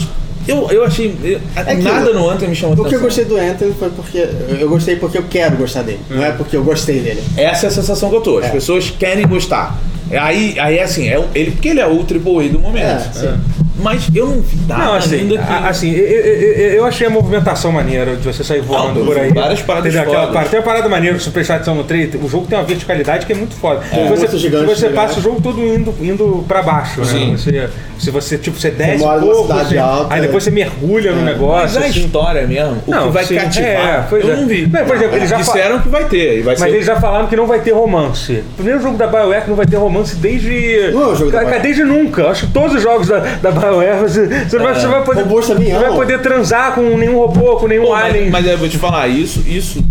Speaker 3: eu, eu achei... eu-
Speaker 2: aquilo.
Speaker 3: nada no Anthem me
Speaker 2: É
Speaker 3: chamou
Speaker 2: O que eu
Speaker 3: atenção.
Speaker 2: gostei do Anthem foi porque... Eu gostei porque eu quero gostar dele. Não é porque eu gostei dele.
Speaker 3: Essa é a sensação que eu tô. As
Speaker 2: É.
Speaker 3: pessoas querem gostar. Aí, aí é assim, é, o- ele, porque ele é o AAA do momento.
Speaker 2: É, sim.
Speaker 3: Mas eu não vi nada
Speaker 1: Não,
Speaker 3: ainda
Speaker 1: assim,
Speaker 3: que...
Speaker 1: a- assim eu, eu- eu- eu achei a movimentação maneira de você sair voando
Speaker 3: Ah,
Speaker 1: por aí.
Speaker 3: várias paradas
Speaker 1: Entendeu? Aquela
Speaker 3: fodas.
Speaker 1: parte. Tem uma parada maneira do Super Saiyan no 3, o jogo tem uma verticalidade que é muito foda.
Speaker 2: um
Speaker 1: você
Speaker 2: monstro gigante
Speaker 1: você
Speaker 2: gigante.
Speaker 1: passa o jogo todo indo, indo pra baixo,
Speaker 3: Sim.
Speaker 1: né? Você, se você, tipo, você desce
Speaker 2: mora
Speaker 1: um
Speaker 2: numa
Speaker 1: pouco,
Speaker 2: cidade
Speaker 1: assim,
Speaker 2: alta,
Speaker 1: aí depois você mergulha no
Speaker 3: Mas
Speaker 1: negócio.
Speaker 3: a
Speaker 1: assim.
Speaker 3: história mesmo, o que vai
Speaker 1: sim,
Speaker 3: cativar,
Speaker 1: é, pois
Speaker 3: eu
Speaker 1: é.
Speaker 3: não vi.
Speaker 1: Não, por exemplo, eles já fa-
Speaker 3: disseram que vai ter, e vai
Speaker 1: Mas
Speaker 3: ser...
Speaker 1: eles já falaram que não vai ter romance. O primeiro jogo da BioWare que não vai ter romance desde.
Speaker 2: Não é o jogo da
Speaker 1: Ca-
Speaker 2: BioWare.
Speaker 1: Desde nunca. Acho que todos os jogos da, da BioWare você, você não vai, você vai poder.
Speaker 2: Robôs também
Speaker 1: você vai
Speaker 2: não.
Speaker 1: poder transar com nenhum robô, com nenhum
Speaker 3: Pô, mas,
Speaker 1: alien.
Speaker 3: mas eu vou te falar, isso, isso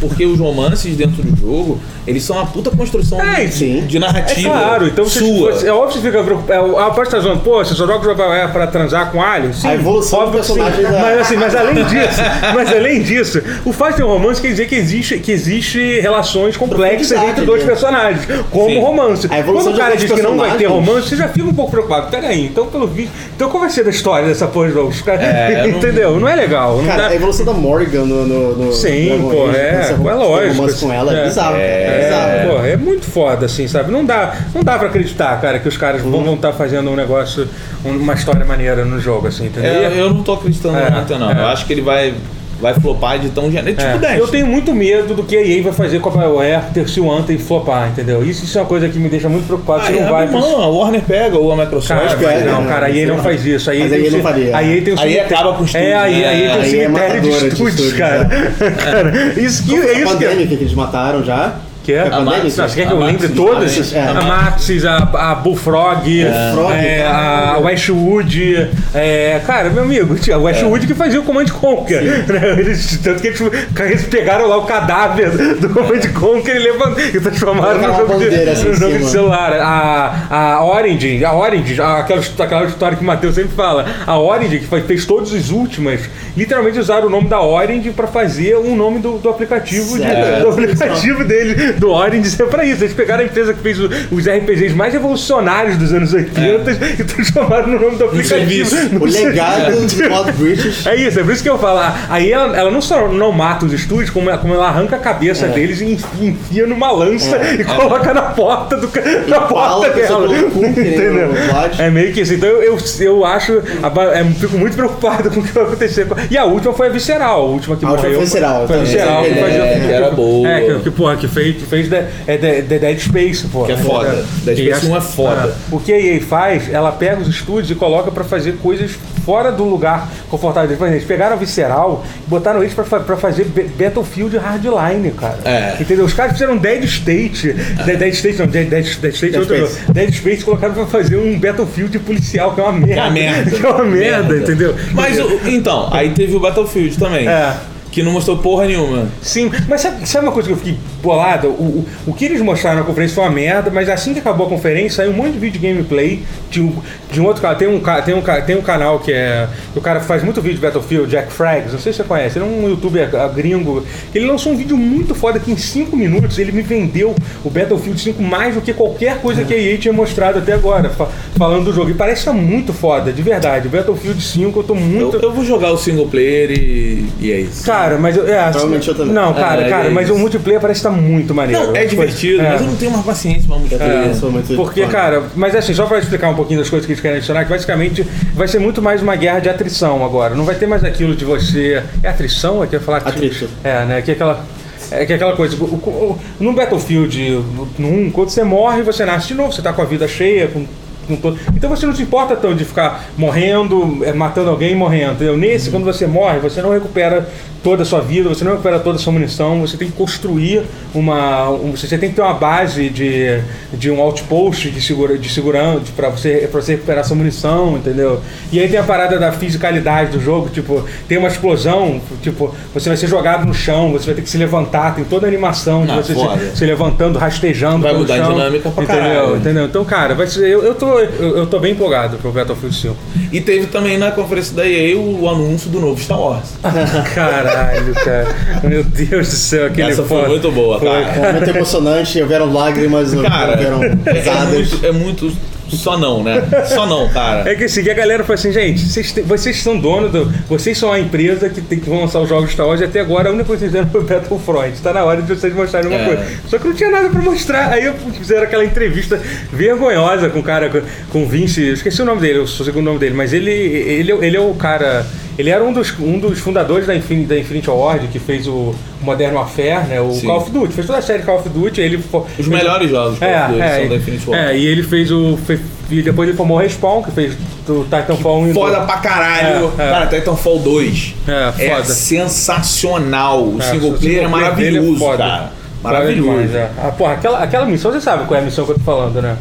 Speaker 3: porque os romances dentro do jogo, eles são uma puta construção
Speaker 1: É,
Speaker 3: de,
Speaker 2: sim.
Speaker 3: de narrativa
Speaker 1: Claro, então você,
Speaker 3: sua.
Speaker 1: você- é óbvio que você fica preocupado. É, a parte tá zoando, pô, você só joga pra, pra transar com alien? Sim,
Speaker 2: A evolução do
Speaker 1: óbvio que sim.
Speaker 2: personagem da-
Speaker 1: Mas assim, mas além disso, mas além disso, o fato de ter um romance quer dizer que existe, que existe relações complexas
Speaker 2: Profundidade,
Speaker 1: entre dois
Speaker 2: né?
Speaker 1: personagens, como
Speaker 3: Sim.
Speaker 1: romance.
Speaker 2: A evolução
Speaker 1: Quando o
Speaker 2: de
Speaker 1: cara
Speaker 2: alguns
Speaker 1: diz que não vai ter
Speaker 2: personagens-
Speaker 1: romance, você já fica um pouco preocupado. Pera aí, então pelo visto. Então qual vai ser da história dessa porra de novo? Os caras-
Speaker 3: É, eu não-
Speaker 1: Entendeu? Não... é legal. Não
Speaker 2: Cara,
Speaker 1: dá...
Speaker 2: a evolução da Morgan no. no, no
Speaker 1: Sim,
Speaker 2: Dragon
Speaker 1: pô,
Speaker 2: Age,
Speaker 1: é,
Speaker 2: quando você
Speaker 1: pô, é
Speaker 2: tem
Speaker 1: lógico.
Speaker 2: romance com ela,
Speaker 1: É.
Speaker 2: é bizarro, cara. É, bizarro.
Speaker 1: É, pô, é muito foda, assim, sabe? Não dá, não dá pra acreditar, cara, que os caras vão estar fazendo um negócio, um- uma história maneira no jogo, assim, entendeu?
Speaker 3: É, eu não tô acreditando
Speaker 1: É,
Speaker 3: muito, não.
Speaker 1: é.
Speaker 3: Eu acho que ele vai, vai flopar de tão genérico.
Speaker 1: É.
Speaker 3: Tipo 10.
Speaker 1: Eu tenho muito medo do que a EA vai fazer com a BioWare ter se o Anthem flopar, entendeu? Isso, isso é uma coisa que me deixa muito preocupado.
Speaker 3: Ah,
Speaker 1: se
Speaker 3: é, Ah,
Speaker 1: não vai
Speaker 3: não, a Warner pega ou a
Speaker 1: Cara,
Speaker 3: Microsoft
Speaker 2: que é,
Speaker 1: mas
Speaker 3: pega.
Speaker 2: né?
Speaker 1: não, cara, a EA não faz isso. A EA
Speaker 2: Mas
Speaker 1: tem
Speaker 2: a EA não
Speaker 1: um-
Speaker 2: faria.
Speaker 1: A EA tem um
Speaker 3: Aí
Speaker 1: cemitério-
Speaker 3: acaba com os
Speaker 1: É, a EA, a EA tem um
Speaker 2: A EA
Speaker 3: estúdios, né?
Speaker 2: é
Speaker 1: cemitério de
Speaker 2: matadora de
Speaker 1: estúdios,
Speaker 2: estúdios,
Speaker 1: cara. Cara, Isso que é
Speaker 2: A
Speaker 1: isso que é.
Speaker 2: pandemia que eles mataram já.
Speaker 1: Que é?
Speaker 2: A Maxis.
Speaker 1: Nossa, quer que
Speaker 3: A
Speaker 1: eu lembre
Speaker 3: Maxis,
Speaker 1: todas?
Speaker 2: a Maxis,
Speaker 1: A
Speaker 2: é.
Speaker 1: Maxis, a, a Bullfrog,
Speaker 2: Bullfrog,
Speaker 1: é,
Speaker 2: cara.
Speaker 1: a Westwood. é, cara, meu amigo, tinha a
Speaker 2: É.
Speaker 1: Westwood que fazia o Command Conquer. né? Eles- tanto que eles, cara, eles pegaram lá o cadáver do Command Conquer e, levant- e transformaram no
Speaker 2: Colocaram
Speaker 1: jogo,
Speaker 2: uma
Speaker 1: de,
Speaker 2: bandeira assim
Speaker 1: no
Speaker 2: em
Speaker 1: jogo de
Speaker 2: cima.
Speaker 1: celular. A, a Orange, a Orange, a- aquela, aquela história que o Matheus sempre fala. A Orange, que faz- fez todos os últimos, literalmente usaram o nome da Orange pra fazer o nome do, do aplicativo. de-
Speaker 2: Sério?
Speaker 1: do aplicativo dele, do Orange, é pra isso. Eles pegaram a empresa que fez o- os RPGs mais revolucionários dos anos 80 e transformaram no nome do aplicativo.
Speaker 3: serviço.
Speaker 2: O
Speaker 1: No serviço.
Speaker 2: legado de Mod British.
Speaker 1: É isso, é por isso que eu falo. Aí ela, ela não só não mata os estúdios, como ela, como ela arranca a cabeça deles e enfia, enfia numa lança e coloca na porta do ca- na
Speaker 2: fala
Speaker 1: porta
Speaker 2: a pessoa
Speaker 1: dela.
Speaker 2: pelo cu, que nem
Speaker 1: Entendeu?
Speaker 2: o Vlad.
Speaker 1: É meio que isso. Então eu, eu, eu acho. a ba- é, fico muito preocupado com o que vai acontecer. com- E a última foi a visceral, a última que
Speaker 2: A última
Speaker 1: morreu.
Speaker 2: foi a Visceral,
Speaker 1: Foi a
Speaker 2: também.
Speaker 1: visceral que
Speaker 2: É,
Speaker 1: fazia-
Speaker 2: é,
Speaker 1: que-
Speaker 3: que era boa.
Speaker 1: É, que, que, porra, que fez, que fez de, é de, de Dead Space, porra.
Speaker 3: Que é foda. Dead
Speaker 1: E Ah,
Speaker 3: Space 1 é foda.
Speaker 1: o que a EA faz, ela pega os estúdios e coloca pra fazer coisas fora do lugar confortável deles. Por exemplo, eles pegaram a Visceral e botaram eles pra, fa- pra fazer Be- Battlefield Hardline, cara.
Speaker 3: É.
Speaker 1: Entendeu? Os caras fizeram Dead State. De- Dead State não, Dead, Dead, Dead State é
Speaker 2: Dead
Speaker 1: outro
Speaker 2: Space.
Speaker 1: jogo. Dead Space e colocaram pra fazer um Battlefield policial, que é uma merda.
Speaker 3: É uma merda.
Speaker 1: que é uma merda, entendeu?
Speaker 3: Mas, o- então, aí teve o Battlefield também.
Speaker 1: É.
Speaker 3: Que não mostrou porra nenhuma.
Speaker 1: Sim, mas sabe, sabe uma coisa que eu fiquei bolado? O, o, o que eles mostraram na conferência foi uma merda, mas assim que acabou a conferência, saiu um monte de vídeo gameplay de um, de um outro cara. Tem um, ca- tem, um, ca- tem um canal que é. que O cara faz muito vídeo de Battlefield, Jack Frags, não sei se você conhece, ele é um youtuber ah, gringo. Ele lançou um vídeo muito foda que em 5 minutos ele me vendeu o Battlefield 5 mais do que qualquer coisa que a EA tinha mostrado até agora, fa- falando do jogo. E parece que tá muito foda, de verdade. O Battlefield 5, eu tô
Speaker 3: Eu,
Speaker 1: muito.
Speaker 3: eu vou jogar o single player e, e é isso.
Speaker 1: Cara, mas eu. É, assim-
Speaker 2: Provavelmente eu também.
Speaker 1: Não, cara,
Speaker 3: É,
Speaker 1: cara,
Speaker 3: é
Speaker 1: mas
Speaker 3: isso.
Speaker 1: o multiplayer parece estar muito maneiro.
Speaker 3: não, é divertido,
Speaker 1: É.
Speaker 3: mas eu não tenho mais paciência pra multiplayer.
Speaker 2: Eu sou muito
Speaker 1: Porque,
Speaker 2: fã.
Speaker 1: cara, mas assim, só pra explicar um pouquinho das coisas que eles querem adicionar, que basicamente vai ser muito mais uma guerra de atrição agora. Não vai ter mais aquilo de você. É atrição? É que eu ia falar que-
Speaker 2: Atrito.
Speaker 1: É, né? Que é aquela. É que é aquela coisa, o- o- o- no Battlefield no 1, quando você morre, você nasce de novo, você tá com a vida cheia, com, com todo. Então você não se importa tanto de ficar morrendo, é, matando alguém e morrendo, entendeu? Nesse,
Speaker 2: Uhum.
Speaker 1: quando você morre, você não recupera toda a sua vida, você não recupera toda a sua munição, você tem que construir uma. um- você tem que ter uma base de, de um outpost de, segura, de segurança pra você, pra você recuperar sua munição, entendeu? E aí tem a parada da fisicalidade do jogo, tipo, tem uma explosão, tipo, você vai ser jogado no chão, você vai ter que se levantar, tem toda a animação de
Speaker 3: Ah,
Speaker 1: você
Speaker 3: foda.
Speaker 1: se, se levantando, rastejando.
Speaker 3: Vai
Speaker 1: pelo
Speaker 3: mudar a
Speaker 1: chão,
Speaker 3: dinâmica pra
Speaker 1: entendeu?
Speaker 3: caralho.
Speaker 1: Entendeu? Então, cara, vai ser, eu, eu, tô, eu, eu tô bem empolgado pro Battlefield 5.
Speaker 3: E teve também na conferência da EA o anúncio do novo Star Wars.
Speaker 1: Caralho, cara. Meu Deus do céu, aquele
Speaker 3: Essa foi
Speaker 1: foda.
Speaker 3: muito boa,
Speaker 1: Foi,
Speaker 3: cara.
Speaker 2: Um momento emocionante, houveram lágrimas,
Speaker 3: Cara,
Speaker 2: houveram
Speaker 3: É, é
Speaker 2: risadas.
Speaker 3: muito, é muito- Só não, né? Só não, cara.
Speaker 1: É que assim, que a galera fala assim, gente, vocês, te- vocês são dono do. Vocês são a empresa que, tem, que vão lançar os jogos de Star Wars e até agora a única coisa que vocês fizeram foi Battlefront. Tá na hora de vocês mostrarem uma
Speaker 3: É.
Speaker 1: coisa. Só que não tinha nada pra mostrar. Aí eu- fizeram aquela entrevista vergonhosa com o cara, com, com o Vince. Eu esqueci o nome dele, o segundo nome dele, mas ele, ele, ele é o cara. Ele era um dos, um dos fundadores da Infinity, da Infinity Award, que fez o Modern Warfare, né? O
Speaker 3: Sim.
Speaker 1: Call of Duty. Fez toda a série Call of Duty. Ele fo-
Speaker 3: Os melhores jogos
Speaker 1: é,
Speaker 3: Call of Duty,
Speaker 1: é,
Speaker 3: são da Infinity War.
Speaker 1: é, e ele fez o. fe- e depois ele formou o Respawn, que fez do Titanfall 1 e
Speaker 3: Foda
Speaker 1: do-
Speaker 3: pra caralho.
Speaker 1: É, é.
Speaker 3: Cara, Titanfall 2
Speaker 1: É, foda.
Speaker 3: sensacional. O
Speaker 1: É,
Speaker 3: single
Speaker 1: o
Speaker 3: player é
Speaker 1: single player dele é
Speaker 3: maravilhoso,
Speaker 1: foda.
Speaker 3: cara.
Speaker 1: Foda
Speaker 3: Maravilhoso.
Speaker 1: demais, é. Ah, porra, aquela, aquela missão, você sabe qual é a missão que eu tô falando, né?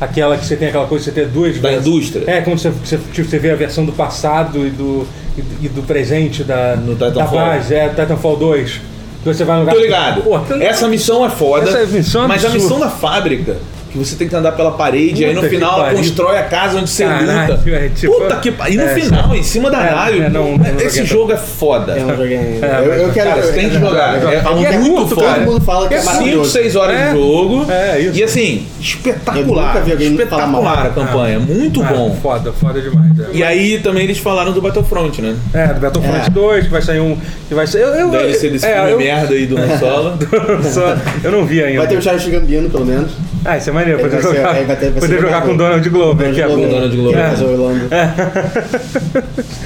Speaker 1: Aquela que você tem aquela coisa de você ter duas
Speaker 3: Da
Speaker 1: vers-
Speaker 3: indústria?
Speaker 1: É, quando você, você, tipo, você vê a versão do passado e do, e, do- e do presente da,
Speaker 3: No
Speaker 1: da
Speaker 3: Titanfall.
Speaker 1: base, é, Titanfall 2. Você vai no lugar.
Speaker 3: Tô ligado.
Speaker 1: Pô, tu-
Speaker 3: Essa missão é foda.
Speaker 1: Essa missão é
Speaker 3: mas a
Speaker 1: absurda.
Speaker 3: missão da fábrica, que você tem que andar pela parede, e aí no
Speaker 1: Puta que
Speaker 3: final ela
Speaker 1: pariu.
Speaker 3: constrói a casa onde você
Speaker 1: Caralho,
Speaker 3: luta.
Speaker 1: é, tipo-
Speaker 3: Puta que pariu. E no
Speaker 1: É,
Speaker 3: final, em cima da
Speaker 1: é,
Speaker 3: nave,
Speaker 1: é, não- não joguei
Speaker 3: esse
Speaker 1: tanto.
Speaker 3: jogo é foda.
Speaker 2: Eu não joguei ainda.
Speaker 1: É,
Speaker 2: um eu,
Speaker 1: mas-
Speaker 2: eu quero.
Speaker 3: Cara, você tem que
Speaker 2: eu-
Speaker 3: jogar.
Speaker 2: eu-
Speaker 3: É, é
Speaker 2: eu-
Speaker 1: E é
Speaker 3: muito
Speaker 1: curto,
Speaker 3: foda.
Speaker 1: todo
Speaker 2: mundo fala que é maravilhoso.
Speaker 3: 5, 6 horas
Speaker 1: É.
Speaker 3: de jogo.
Speaker 1: É, isso.
Speaker 3: E assim,
Speaker 2: Eu
Speaker 3: espetacular.
Speaker 2: nunca vi alguém falar mal.
Speaker 3: espetacular a campanha. é Muito
Speaker 1: Ah,
Speaker 3: bom.
Speaker 1: Foda, foda demais. é.
Speaker 3: E aí também eles falaram do Battlefront, né?
Speaker 1: É, do Battlefront
Speaker 2: É.
Speaker 1: 2, que vai sair um. Que vai sair. Eu, eu,
Speaker 3: DLC desse
Speaker 1: é,
Speaker 3: filme
Speaker 1: eu,
Speaker 3: merda aí do Han Solo.
Speaker 1: só- eu não vi ainda.
Speaker 2: Vai ter o Charles Gambino, pelo menos.
Speaker 1: Ah, isso é maneiro,
Speaker 2: Ele
Speaker 1: poder
Speaker 2: vai ser-
Speaker 1: jogar,
Speaker 2: ele vai ter- vai ser
Speaker 1: poder jogar
Speaker 2: jogador.
Speaker 1: com o Donald Glover, que é
Speaker 2: Glover.
Speaker 1: bom.
Speaker 3: Donald Glover.
Speaker 2: Ele vai fazer o Orlando.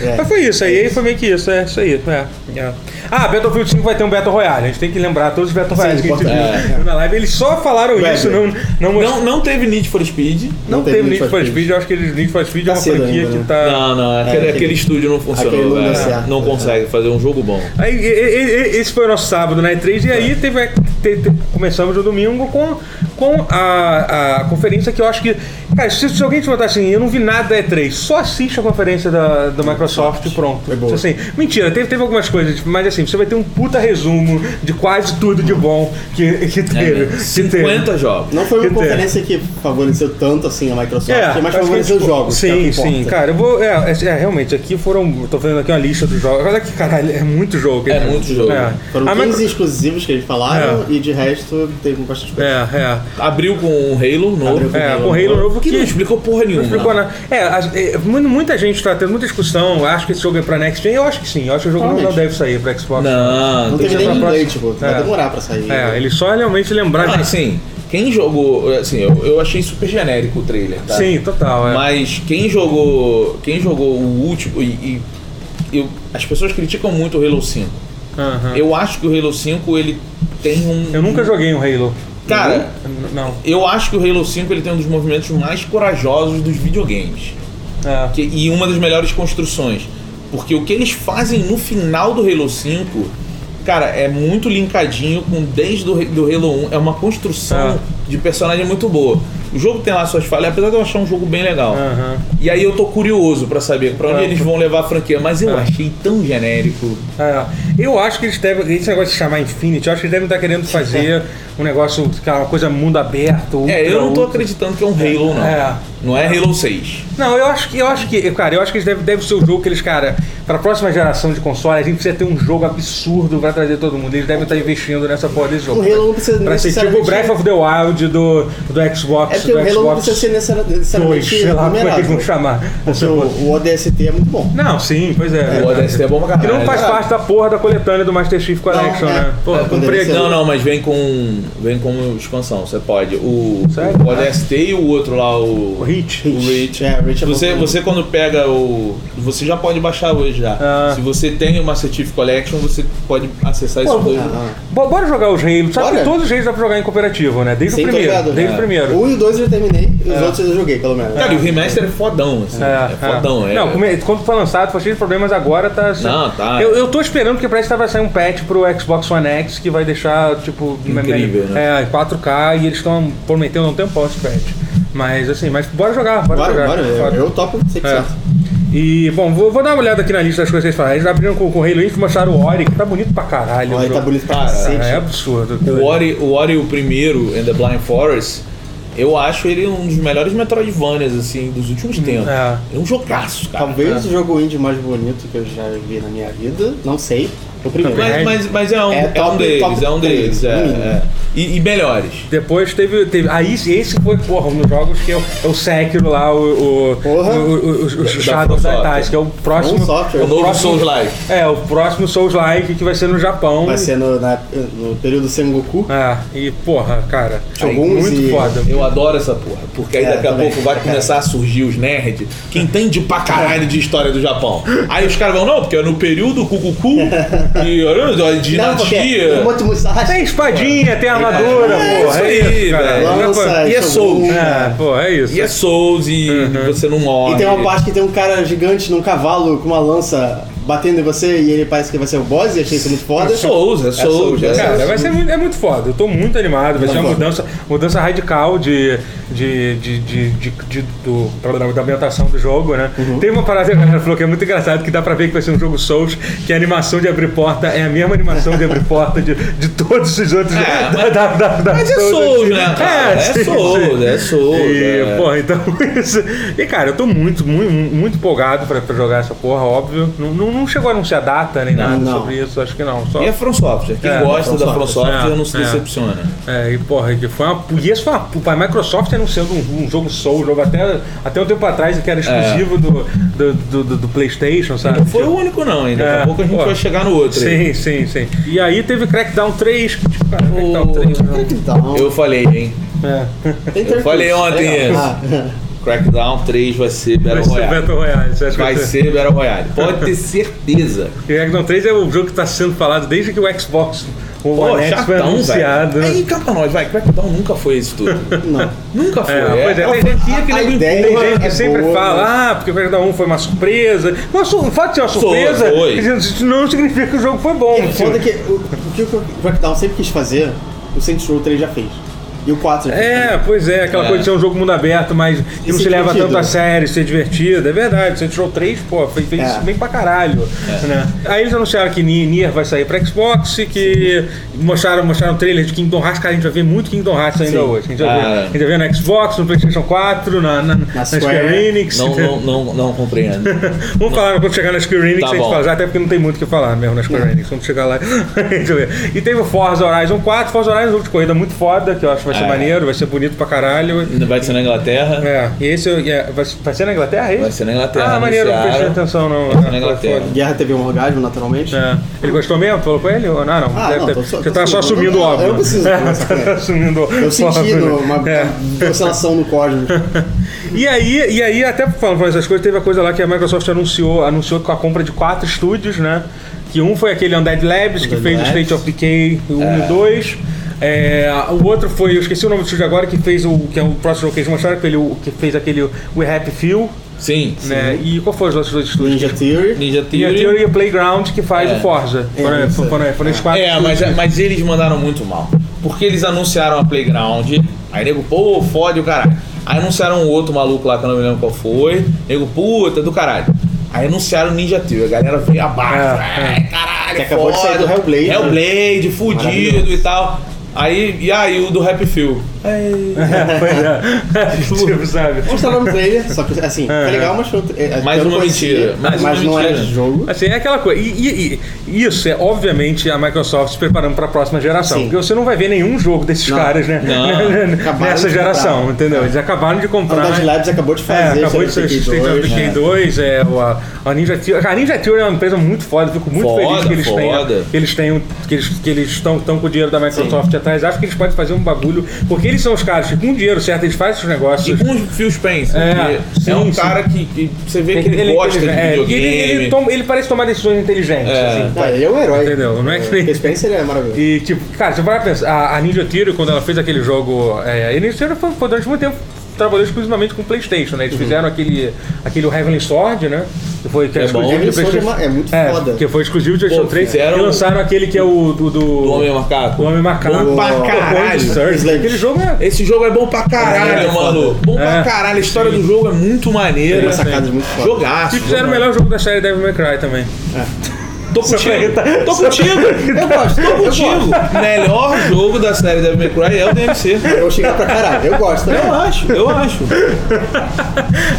Speaker 2: É.
Speaker 1: Mas foi isso, aí foi meio que isso, é isso aí. É, é. Ah, Battlefield 5 vai ter um Battle Royale, a gente tem que lembrar todos os Battle Royales que a gente
Speaker 2: importante. É,
Speaker 1: viu na live. Eles só falaram
Speaker 2: Web.
Speaker 1: isso, não, não, mostram-
Speaker 3: Não, não teve Need for Speed.
Speaker 1: não, teve Need for Speed, eu acho que eles- Need for Speed é
Speaker 2: Tá
Speaker 1: uma
Speaker 2: cedo
Speaker 1: franquia
Speaker 2: ainda,
Speaker 1: que
Speaker 2: né?
Speaker 1: tá.
Speaker 3: Não, não, aquele,
Speaker 2: aquele-
Speaker 3: aquele estúdio não
Speaker 2: aquele
Speaker 3: funcionou,
Speaker 2: não
Speaker 3: velho.
Speaker 2: deu certo.
Speaker 3: Não consegue fazer um jogo bom.
Speaker 1: Aí, e- e- e- esse foi o nosso sábado na E3, e
Speaker 2: É.
Speaker 1: aí teve, te- te- começamos no domingo com, com a, a conferência que eu acho que. Cara, se, se alguém te perguntar assim, eu não vi nada da E3, só assiste a conferência da, da Microsoft e pronto.
Speaker 2: Foi É, boa.
Speaker 1: Assim, mentira, teve, teve algumas coisas, tipo, mas assim, você vai ter um puta resumo de quase tudo de bom que,
Speaker 2: É,
Speaker 1: que teve.
Speaker 2: né?
Speaker 1: que teve.
Speaker 3: 50 É, né? jogos.
Speaker 2: Não foi uma
Speaker 1: Que tem.
Speaker 2: conferência que favoreceu tanto assim a Microsoft, mas
Speaker 1: acho que
Speaker 2: favoreceu os
Speaker 1: tipo,
Speaker 2: jogos. que é o
Speaker 1: É, Sim,
Speaker 2: que
Speaker 1: sim.
Speaker 2: importa.
Speaker 1: Cara, eu vou. É, é, é, realmente, aqui foram. eu Tô fazendo aqui uma lista dos jogos. Olha que caralho, é muito jogo.
Speaker 3: É muito jogo.
Speaker 2: Foram
Speaker 1: A
Speaker 2: 15
Speaker 1: Micro-
Speaker 2: exclusivos que eles falaram e de resto teve um bastante coisa.
Speaker 1: É,
Speaker 3: Abriu com um Halo novo.
Speaker 1: é. É,
Speaker 2: Halo
Speaker 1: com Halo novo
Speaker 3: Que
Speaker 1: que
Speaker 3: não explicou porra nenhuma.
Speaker 1: não explicou nada. É, as- é, mu- muita gente está tendo muita discussão. Acho que esse jogo é pra Next Gen. Eu acho que sim. Eu acho que o jogo não, não
Speaker 2: Realmente.
Speaker 1: deve sair pra Xbox.
Speaker 2: Não
Speaker 3: Não, tem-
Speaker 2: teve
Speaker 1: que ser
Speaker 2: nem
Speaker 1: É, pra
Speaker 2: delay,
Speaker 1: próxima.
Speaker 2: tipo, vai
Speaker 1: É.
Speaker 2: demorar pra sair.
Speaker 1: É, ele só realmente lembrar.
Speaker 3: Ah,
Speaker 1: de-
Speaker 3: assim, quem jogou. Assim, eu, eu achei super genérico o trailer, tá?
Speaker 1: Sim, total. É.
Speaker 3: Mas quem jogou. Quem jogou o último. E, e- eu- as pessoas criticam muito o Halo 5.
Speaker 1: Aham. eu,
Speaker 3: Eu acho que o Halo 5 ele tem um.
Speaker 1: nunca joguei um Halo.
Speaker 3: Cara,
Speaker 1: N- Não.
Speaker 3: eu acho que o Halo 5 ele tem um dos movimentos mais corajosos dos videogames.
Speaker 1: É.
Speaker 3: Que- e uma das melhores construções. Porque o que eles fazem no final do Halo 5, cara, é muito linkadinho com desde o Re- do Halo 1. É uma
Speaker 1: Ah.
Speaker 3: construção de personagem muito boa. O jogo tem lá suas falhas, apesar de eu achar um jogo bem legal.
Speaker 1: Aham.
Speaker 3: E aí eu tô curioso pra saber pra onde
Speaker 1: Ah.
Speaker 3: eles vão levar a franquia, mas eu achei tão genérico.
Speaker 1: É, eu acho que eles devem. Esse negócio de chamar Infinity, eu acho que eles devem estar querendo fazer um negócio, cara, uma coisa mundo aberto.
Speaker 3: É, eu
Speaker 1: ultra,
Speaker 3: não tô
Speaker 1: ultra.
Speaker 3: acreditando que é um Halo, não.
Speaker 1: É.
Speaker 3: Não é Halo 6.
Speaker 1: Não, eu acho que, eu acho que, cara, eu acho que eles devem, deve ser o jogo que eles, cara, pra próxima geração de console, a gente precisa ter um jogo absurdo pra trazer todo mundo. Eles devem estar investindo nessa porra desse jogo.
Speaker 2: O Halo não precisa
Speaker 1: Pra ser tipo o
Speaker 2: necessariamente-
Speaker 1: Breath of the Wild do, do Xbox.
Speaker 2: É porque o
Speaker 1: do
Speaker 2: Halo não
Speaker 1: Xbox
Speaker 2: precisa ser necessari-
Speaker 1: 2,
Speaker 2: necessariamente
Speaker 1: sei lá como é que eles
Speaker 2: numerado. né?
Speaker 1: vão chamar.
Speaker 2: Porque o, o ODST é muito bom.
Speaker 1: Não, sim, pois é.
Speaker 3: O ODST é bom pra
Speaker 1: Que
Speaker 3: caralho.
Speaker 1: não faz parte da porra da coletânea do Master Chief Collection,
Speaker 2: Não, é.
Speaker 1: né? Porra,
Speaker 2: É,
Speaker 1: comprei
Speaker 2: poderia
Speaker 1: aqui.
Speaker 2: ser.
Speaker 3: Não, não, mas vem com. Vem como expansão, você pode. O,
Speaker 1: Sério?
Speaker 3: o ODST e o outro lá, o.
Speaker 1: O Hit.
Speaker 3: O Reach.
Speaker 2: É, o Reach é
Speaker 3: você,
Speaker 2: bom.
Speaker 3: você quando pega o. Você já pode baixar hoje já.
Speaker 1: Ah.
Speaker 3: Se você tem o Master Chief Collection, você pode acessar esses
Speaker 1: Pô,
Speaker 3: dois.
Speaker 2: Ah,
Speaker 1: Bo- Bora jogar os Halo. Sabe
Speaker 2: Bora.
Speaker 1: que todos os Halo dá pra jogar em cooperativo, né? Desde o
Speaker 2: Sim, tô
Speaker 1: primeiro.
Speaker 2: ligado.
Speaker 1: desde o
Speaker 3: É.
Speaker 1: primeiro.
Speaker 2: Um e dois eu já terminei, e os outros eu joguei, pelo menos.
Speaker 3: Cara, e o remaster é fodão, assim. É, fodão, é.
Speaker 1: Não, come- quando foi lançado, foi cheio de problemas, agora tá. assim-
Speaker 3: Não, tá.
Speaker 1: Eu, eu tô esperando, porque parece que vai sair um patch pro Xbox One X que vai deixar, tipo.
Speaker 3: Incrível, né?
Speaker 1: É, em 4K e eles estão prometendo há um tempão esse patch. Mas assim, mas bora jogar, bora,
Speaker 2: Bora,
Speaker 1: jogar.
Speaker 2: bora, eu, eu topo 100%.
Speaker 1: É. E, bom, vou, vou dar uma olhada aqui na lista das coisas que eles falaram. Eles abriram com, com o Halo Infinite, mostraram o Ori, que tá bonito pra caralho. o
Speaker 2: Olha, tá
Speaker 1: jogo.
Speaker 2: bonito pra
Speaker 3: Cara,
Speaker 2: cacete.
Speaker 1: É absurdo.
Speaker 3: O Ori, o Ori, o primeiro, and the Blind Forest, eu acho ele um dos melhores Metroidvanias, assim, dos últimos tempos.
Speaker 1: é.
Speaker 3: É um jogaço, cara.
Speaker 2: Hum, Talvez o jogo indie mais bonito que eu já vi na minha vida, não sei. O primeiro.
Speaker 3: Mas, mas, mas é um,
Speaker 2: É
Speaker 3: é, um
Speaker 2: top-
Speaker 3: deles,
Speaker 2: top
Speaker 3: é um
Speaker 2: três,
Speaker 3: deles, é,
Speaker 2: no mínimo.
Speaker 3: é. E, e melhores.
Speaker 1: Depois teve. teve aí esse- esse foi, porra, um dos jogos que é o, é o Sekiro lá, o. o,
Speaker 2: Porra.
Speaker 1: o, o, o, o, o Shadow
Speaker 3: From
Speaker 1: Fantastic, que é o próximo.
Speaker 2: From Software.
Speaker 3: O novo
Speaker 1: próximo-
Speaker 3: Souls Live.
Speaker 1: É, o próximo Souls Like que vai ser no Japão.
Speaker 2: Vai ser no, na- no período Sengoku.
Speaker 1: É, e porra, cara. é
Speaker 2: Shoguns
Speaker 1: muito
Speaker 2: e-
Speaker 1: foda.
Speaker 3: Eu adoro essa porra, porque aí
Speaker 2: É,
Speaker 3: daqui a
Speaker 2: também.
Speaker 3: pouco vai começar a surgir os nerds que entende pra caralho de história do Japão. Aí os caras vão, não, porque é no período Kukuku e olha, de
Speaker 2: Não, porque
Speaker 3: dinastia.
Speaker 2: o Monte Musashi
Speaker 1: Tem espadinha, tem armadura,
Speaker 3: É,
Speaker 1: porra.
Speaker 3: isso aí,
Speaker 1: cara.
Speaker 3: velho.
Speaker 2: lança
Speaker 3: e é
Speaker 2: Shogun,
Speaker 3: Souls.
Speaker 1: É, pô, é isso.
Speaker 3: E é Souls e
Speaker 1: Uhum.
Speaker 3: você não morre.
Speaker 2: E tem uma parte que tem um cara gigante num cavalo com uma lança batendo em você e ele parece que vai ser o boss e achei isso muito foda.
Speaker 3: É Souls, é Souls.
Speaker 2: Souls,
Speaker 3: é
Speaker 2: é.
Speaker 1: Cara, vai ser muito, é muito foda. Eu tô muito animado. Vai ser uma
Speaker 2: Vamos lá.
Speaker 1: mudança, mudança radical de, de, de, de, de, de- do, da ambientação do jogo, né? Tem uma parada que a galera falou que é muito engraçado, que dá pra ver que vai ser um jogo Souls, que a animação de abrir porta é a mesma animação de abrir porta de, de todos os outros.
Speaker 3: É,
Speaker 1: da, da, da, da assim.
Speaker 3: Mas é Souls, né, cara? É
Speaker 1: sim,
Speaker 3: Souls,
Speaker 1: sim.
Speaker 3: é Souls,
Speaker 1: E,
Speaker 3: é.
Speaker 1: porra, então isso. E, cara, eu tô muito, muito, muito empolgado pra, pra jogar essa porra, óbvio. Não, não, não chegou a anunciar data nem nada
Speaker 2: não.
Speaker 1: sobre isso, acho que não. Só...
Speaker 3: E é From Software. Quem
Speaker 1: É,
Speaker 3: gosta
Speaker 2: From
Speaker 3: da From
Speaker 1: Software.
Speaker 3: Software não se
Speaker 1: É, é.
Speaker 3: decepciona.
Speaker 1: É, e porra, que foi uma. E isso foi uma. pupa. A Microsoft anunciando um, um jogo Soul, jogo até, até um tempo atrás que era exclusivo do, do, do, do- do PlayStation, sabe?
Speaker 3: Não É. foi o único, não, ainda. Daqui
Speaker 1: É,
Speaker 3: a pouco a gente
Speaker 1: pô.
Speaker 3: vai chegar no outro. aí.
Speaker 1: Sim, sim, sim. E aí teve Crackdown 3. que, Tipo, cara, Crackdown
Speaker 3: O-
Speaker 1: 3. né?
Speaker 2: Então,
Speaker 3: Eu falei, hein?
Speaker 1: É.
Speaker 2: tem
Speaker 3: eu falei ontem isso.
Speaker 2: Ah,
Speaker 3: Crackdown 3 vai ser
Speaker 1: né?
Speaker 3: Battle
Speaker 1: Vai ser
Speaker 3: Royale.
Speaker 1: Battle Royale. você acha que
Speaker 3: Vai ser Battle Royale. Pode ter certeza.
Speaker 1: E Crackdown 3 é o jogo que tá sendo falado desde que o Xbox o
Speaker 3: Pô,
Speaker 1: One X foi
Speaker 3: chatão,
Speaker 1: anunciado.
Speaker 3: velho.
Speaker 1: né?
Speaker 3: Aí, canta nós, vai. Crackdown nunca foi isso tudo.
Speaker 2: não.
Speaker 3: nunca foi.
Speaker 1: É, pois é,
Speaker 3: Ela
Speaker 1: tem-
Speaker 3: foi aqui, aquele
Speaker 2: a
Speaker 3: nego
Speaker 2: ideia-
Speaker 1: Tem
Speaker 2: Porra,
Speaker 1: gente que
Speaker 2: é
Speaker 1: sempre
Speaker 2: boa,
Speaker 1: fala, ah, porque o Crackdown 1 foi uma surpresa. Mas o fato de ser uma surpresa
Speaker 3: né?
Speaker 1: é
Speaker 3: foi.
Speaker 1: isso não significa que o jogo foi bom.
Speaker 2: O foda é que o, o que o Crackdown sempre quis fazer, o Saints Row 3 já fez. E o 4 já fez.
Speaker 1: É, pois é, aquela
Speaker 3: É.
Speaker 1: coisa de ser um jogo mundo aberto, mas que
Speaker 2: E
Speaker 1: não
Speaker 2: ser
Speaker 1: se leva
Speaker 2: é divertido.
Speaker 1: tanto a sério, ser divertido, é verdade. Saints Row 3, pô, fez, fez
Speaker 2: É.
Speaker 1: isso bem pra caralho.
Speaker 3: É.
Speaker 1: Né? Aí eles anunciaram que Ni- Nier vai sair pra Xbox, que mostraram, mostraram trailer de Kingdom Hearts, cara, a gente vai ver muito Kingdom Hearts ainda
Speaker 2: Sim.
Speaker 1: hoje. A gente, vai
Speaker 3: Ah.
Speaker 1: ver, a gente vai ver no Xbox, no Playstation 4, na, na, na Square.
Speaker 2: Square.
Speaker 1: Enix.
Speaker 3: Não, não, não, não compreendo.
Speaker 1: Vamos falar quando chegar na Square Enix,
Speaker 3: Tá
Speaker 1: a gente
Speaker 3: bom. Hum.
Speaker 1: fala já, até porque não tem muito o que falar mesmo na Square Enix. Vamos chegar lá. Deixa eu ver. e teve o Forza Horizon 4, Forza Horizon é um jogo de corrida muito foda, que eu acho que vai ser
Speaker 3: É.
Speaker 1: maneiro, vai ser bonito pra caralho.
Speaker 3: Ainda Vai ser na Inglaterra.
Speaker 1: É, e esse eu- é, vai, vai ser na Inglaterra? é isso?
Speaker 3: Vai ser na Inglaterra,
Speaker 1: Ah, maneiro, não prestei
Speaker 3: anunciaram.
Speaker 1: atenção não. Ah, tá
Speaker 3: Vai ser na Inglaterra.
Speaker 2: Guerra teve um orgasmo, naturalmente.
Speaker 1: É. Ele gostou mesmo? Falou com ele? Ou não, não.
Speaker 2: Ah,
Speaker 1: deve
Speaker 2: não,
Speaker 1: ter-
Speaker 2: tô só-
Speaker 1: Você
Speaker 2: tô
Speaker 1: tá só assumindo
Speaker 2: assumindo.
Speaker 1: o
Speaker 2: Eu- eu
Speaker 1: óbvio.
Speaker 2: preciso
Speaker 1: É,
Speaker 2: dessa
Speaker 1: você tá
Speaker 2: coisa.
Speaker 1: assumindo
Speaker 2: Eu senti
Speaker 1: óbvio.
Speaker 2: no- uma
Speaker 1: É.
Speaker 2: uma oscilação no código.
Speaker 1: E aí, e aí até falando essas coisas, teve a coisa lá que a Microsoft anunciou, anunciou com a compra de quatro estúdios, né? Que um foi aquele Undead Labs, que
Speaker 2: Undead
Speaker 1: fez o
Speaker 2: Labs.
Speaker 1: State of Decay 1 e 2. É, o outro foi, eu esqueci o nome do estúdio agora, que fez o. que é o próximo jogo que eles mostraram, aquele, o- que fez aquele We Happy Few,
Speaker 3: Sim.
Speaker 1: né? E qual foi os outros dois estúdios?
Speaker 2: Ninja Theory.
Speaker 3: Ninja
Speaker 1: E a
Speaker 3: Theory.
Speaker 1: Theory e Playground que faz
Speaker 3: É.
Speaker 1: o Forza.
Speaker 2: É,
Speaker 1: Foram,
Speaker 2: isso.
Speaker 1: foram, foram os quatro.
Speaker 3: É, mas, mas eles mandaram muito mal. Porque eles anunciaram a Playground, aí nego, pô, fode o caralho. Aí anunciaram um outro maluco lá que eu não me lembro qual foi. Nego, puta do caralho. Aí anunciaram Ninja Theory, a galera veio abaixo.
Speaker 1: É,
Speaker 3: Ai, caralho,
Speaker 2: Que acabou de
Speaker 3: foda.
Speaker 2: sair do Hellblade, né?
Speaker 3: Hellblade, fudido e tal. Aí, e aí o do É, Happy Few.
Speaker 1: É. Pois é. tipo, sabe?
Speaker 2: Mostraram no trailer, só que assim,
Speaker 1: É.
Speaker 2: foi legal, mas foi um tra- é,
Speaker 3: Mais
Speaker 2: eu não
Speaker 3: uma
Speaker 2: conhecia,
Speaker 3: mentira, mais
Speaker 2: Mas,
Speaker 3: uma
Speaker 2: não era
Speaker 3: mentira.
Speaker 2: jogo.
Speaker 1: Assim, é aquela coisa. E, e- e isso é, obviamente, a Microsoft se preparando para a próxima geração.
Speaker 2: Sim.
Speaker 1: Porque você não vai ver nenhum jogo desses
Speaker 2: Não.
Speaker 1: caras, né?
Speaker 2: Acabaram
Speaker 1: Nessa
Speaker 2: de
Speaker 1: geração,
Speaker 2: comprar.
Speaker 1: entendeu? Eles acabaram de
Speaker 2: A
Speaker 1: comprar.
Speaker 2: Undead Labs acabou de
Speaker 1: É,
Speaker 2: fazer,
Speaker 1: acabou de
Speaker 2: Shadow
Speaker 1: ser
Speaker 2: Tech
Speaker 1: State of
Speaker 2: 2,
Speaker 1: Decay
Speaker 2: né?
Speaker 1: 2, é, o- a, a Ninja Theory. A Ninja Theory é uma empresa muito foda, eu fico muito
Speaker 3: Foda,
Speaker 1: feliz que eles
Speaker 3: foda.
Speaker 1: tenham. Que eles tenham. Que eles que eles estão tão com o dinheiro da Microsoft atrás. Acho que eles podem fazer um bagulho. Porque eles são os caras que com o dinheiro certo, eles fazem os
Speaker 3: E
Speaker 1: negócios.
Speaker 3: com os tipo um Phil Spencer.
Speaker 1: É,
Speaker 3: que
Speaker 1: sim,
Speaker 3: é um
Speaker 1: sim.
Speaker 3: cara que, que você vê que ele,
Speaker 1: é
Speaker 3: gosta de
Speaker 1: inteligente. É,
Speaker 3: videogame.
Speaker 1: ele, ele toma- ele parece tomar decisões inteligentes.
Speaker 3: É.
Speaker 1: assim.
Speaker 2: Ah, ele é um herói.
Speaker 1: Entendeu? Não é que-
Speaker 2: O Spencer é maravilhoso.
Speaker 1: E, tipo, cara, você vai pensar, a, a Ninja Theory, quando ela fez aquele jogo. É, a Ninja Theory foi, foi durante muito tempo trabalhou exclusivamente com PlayStation, né? Eles
Speaker 3: Uhum.
Speaker 1: fizeram aquele, aquele Heavenly Sword, né? Que foi que
Speaker 3: É bom.
Speaker 1: exclusivo de
Speaker 2: Heavenly Sword é
Speaker 1: PlayStation-
Speaker 2: ma- é muito foda.
Speaker 1: Que foi exclusivo de PlayStation 3.
Speaker 3: fizeram um
Speaker 1: E lançaram aquele que é o do. Do,
Speaker 3: Do Homem Macaco.
Speaker 1: do Homem Macaco.
Speaker 3: Bom pra
Speaker 1: Pô,
Speaker 3: caralho.
Speaker 1: Surge. Aquele jogo é.
Speaker 3: Esse jogo é bom pra caralho,
Speaker 2: É,
Speaker 3: mano.
Speaker 2: foda.
Speaker 3: Bom pra
Speaker 1: É.
Speaker 3: caralho. A história do jogo é muito
Speaker 2: Tem
Speaker 3: maneira.
Speaker 2: umas sacadas é muito fodas.
Speaker 3: Jogaço.
Speaker 1: E fizeram o melhor jogo da série Devil May Cry também.
Speaker 3: Tô contigo.
Speaker 2: tá-
Speaker 3: Tô contigo. Eu gosto. Tô contigo. Melhor jogo da série Devil May Cry é o DMC.
Speaker 2: Eu cheguei pra caralho, eu gosto. né? também.
Speaker 3: Eu acho, eu acho.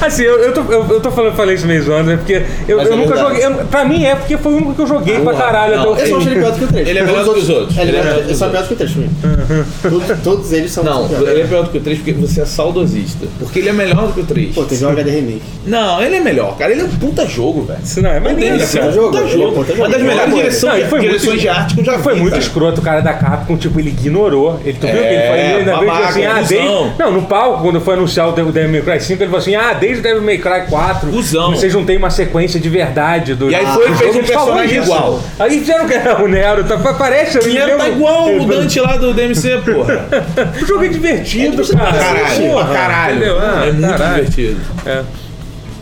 Speaker 1: Assim, eu, eu, tô, eu, eu tô falando, falei isso meio zoando, né? Porque eu,
Speaker 3: Mas
Speaker 1: eu
Speaker 3: é
Speaker 1: nunca
Speaker 3: verdade.
Speaker 1: joguei. eu- pra mim é porque foi o único que eu joguei pra caralho
Speaker 3: não,
Speaker 1: até
Speaker 2: Eu
Speaker 1: o fim.
Speaker 2: só achei ele pior do que o 3.
Speaker 3: Ele é melhor do que os outros.
Speaker 2: Ele é melhor
Speaker 3: do que
Speaker 2: ele
Speaker 3: os
Speaker 2: só é pior do que o 3 pra mim.
Speaker 1: Uhum.
Speaker 2: Todos- Todos eles são
Speaker 3: Não,
Speaker 2: são piores.
Speaker 3: ele é pior do que o 3 porque você é saudosista. Porque ele é melhor do que o 3.
Speaker 2: Pô, teve um HD Remake.
Speaker 3: Não, ele é melhor, cara. Ele é um puta jogo, velho.
Speaker 1: Isso não é maneiro,
Speaker 3: Ele é um
Speaker 1: cara.
Speaker 3: puta
Speaker 2: Jogo, ele é um
Speaker 3: jogo.
Speaker 2: puta
Speaker 3: Uma
Speaker 2: jogo.
Speaker 3: das melhores
Speaker 2: Não,
Speaker 3: direções,
Speaker 1: e foi muito-
Speaker 3: direções de arte que eu já vi.
Speaker 1: Foi muito
Speaker 3: cara.
Speaker 1: escroto o cara da Capcom, tipo, ele ignorou. Ele, tu viu que ele
Speaker 3: É,
Speaker 1: foi ele ainda veio e
Speaker 3: babaca,
Speaker 1: disse assim, ah,
Speaker 3: cuzão.
Speaker 1: desde... Não, no palco, quando foi anunciar o Devil May Cry 5, ele falou assim, ah, desde o Devil May Cry 4,
Speaker 3: Cuzão.
Speaker 1: vocês não têm uma sequência de verdade do Ah, então
Speaker 3: E aí
Speaker 1: do
Speaker 3: foi e
Speaker 1: jogo,
Speaker 3: fez um
Speaker 1: eles falam
Speaker 3: personagem
Speaker 1: isso.
Speaker 3: igual.
Speaker 1: Aí fizeram que era o Nero, tá, parece... eu
Speaker 3: O Nero tá
Speaker 1: lembro-
Speaker 3: igual o Dante lá do DMC, porra.
Speaker 1: O jogo é divertido, cara.
Speaker 3: tá Caralho,
Speaker 1: Porra,
Speaker 3: caralho.
Speaker 1: entendeu? Ah,
Speaker 3: é muito
Speaker 1: caralho.
Speaker 3: divertido.
Speaker 1: É.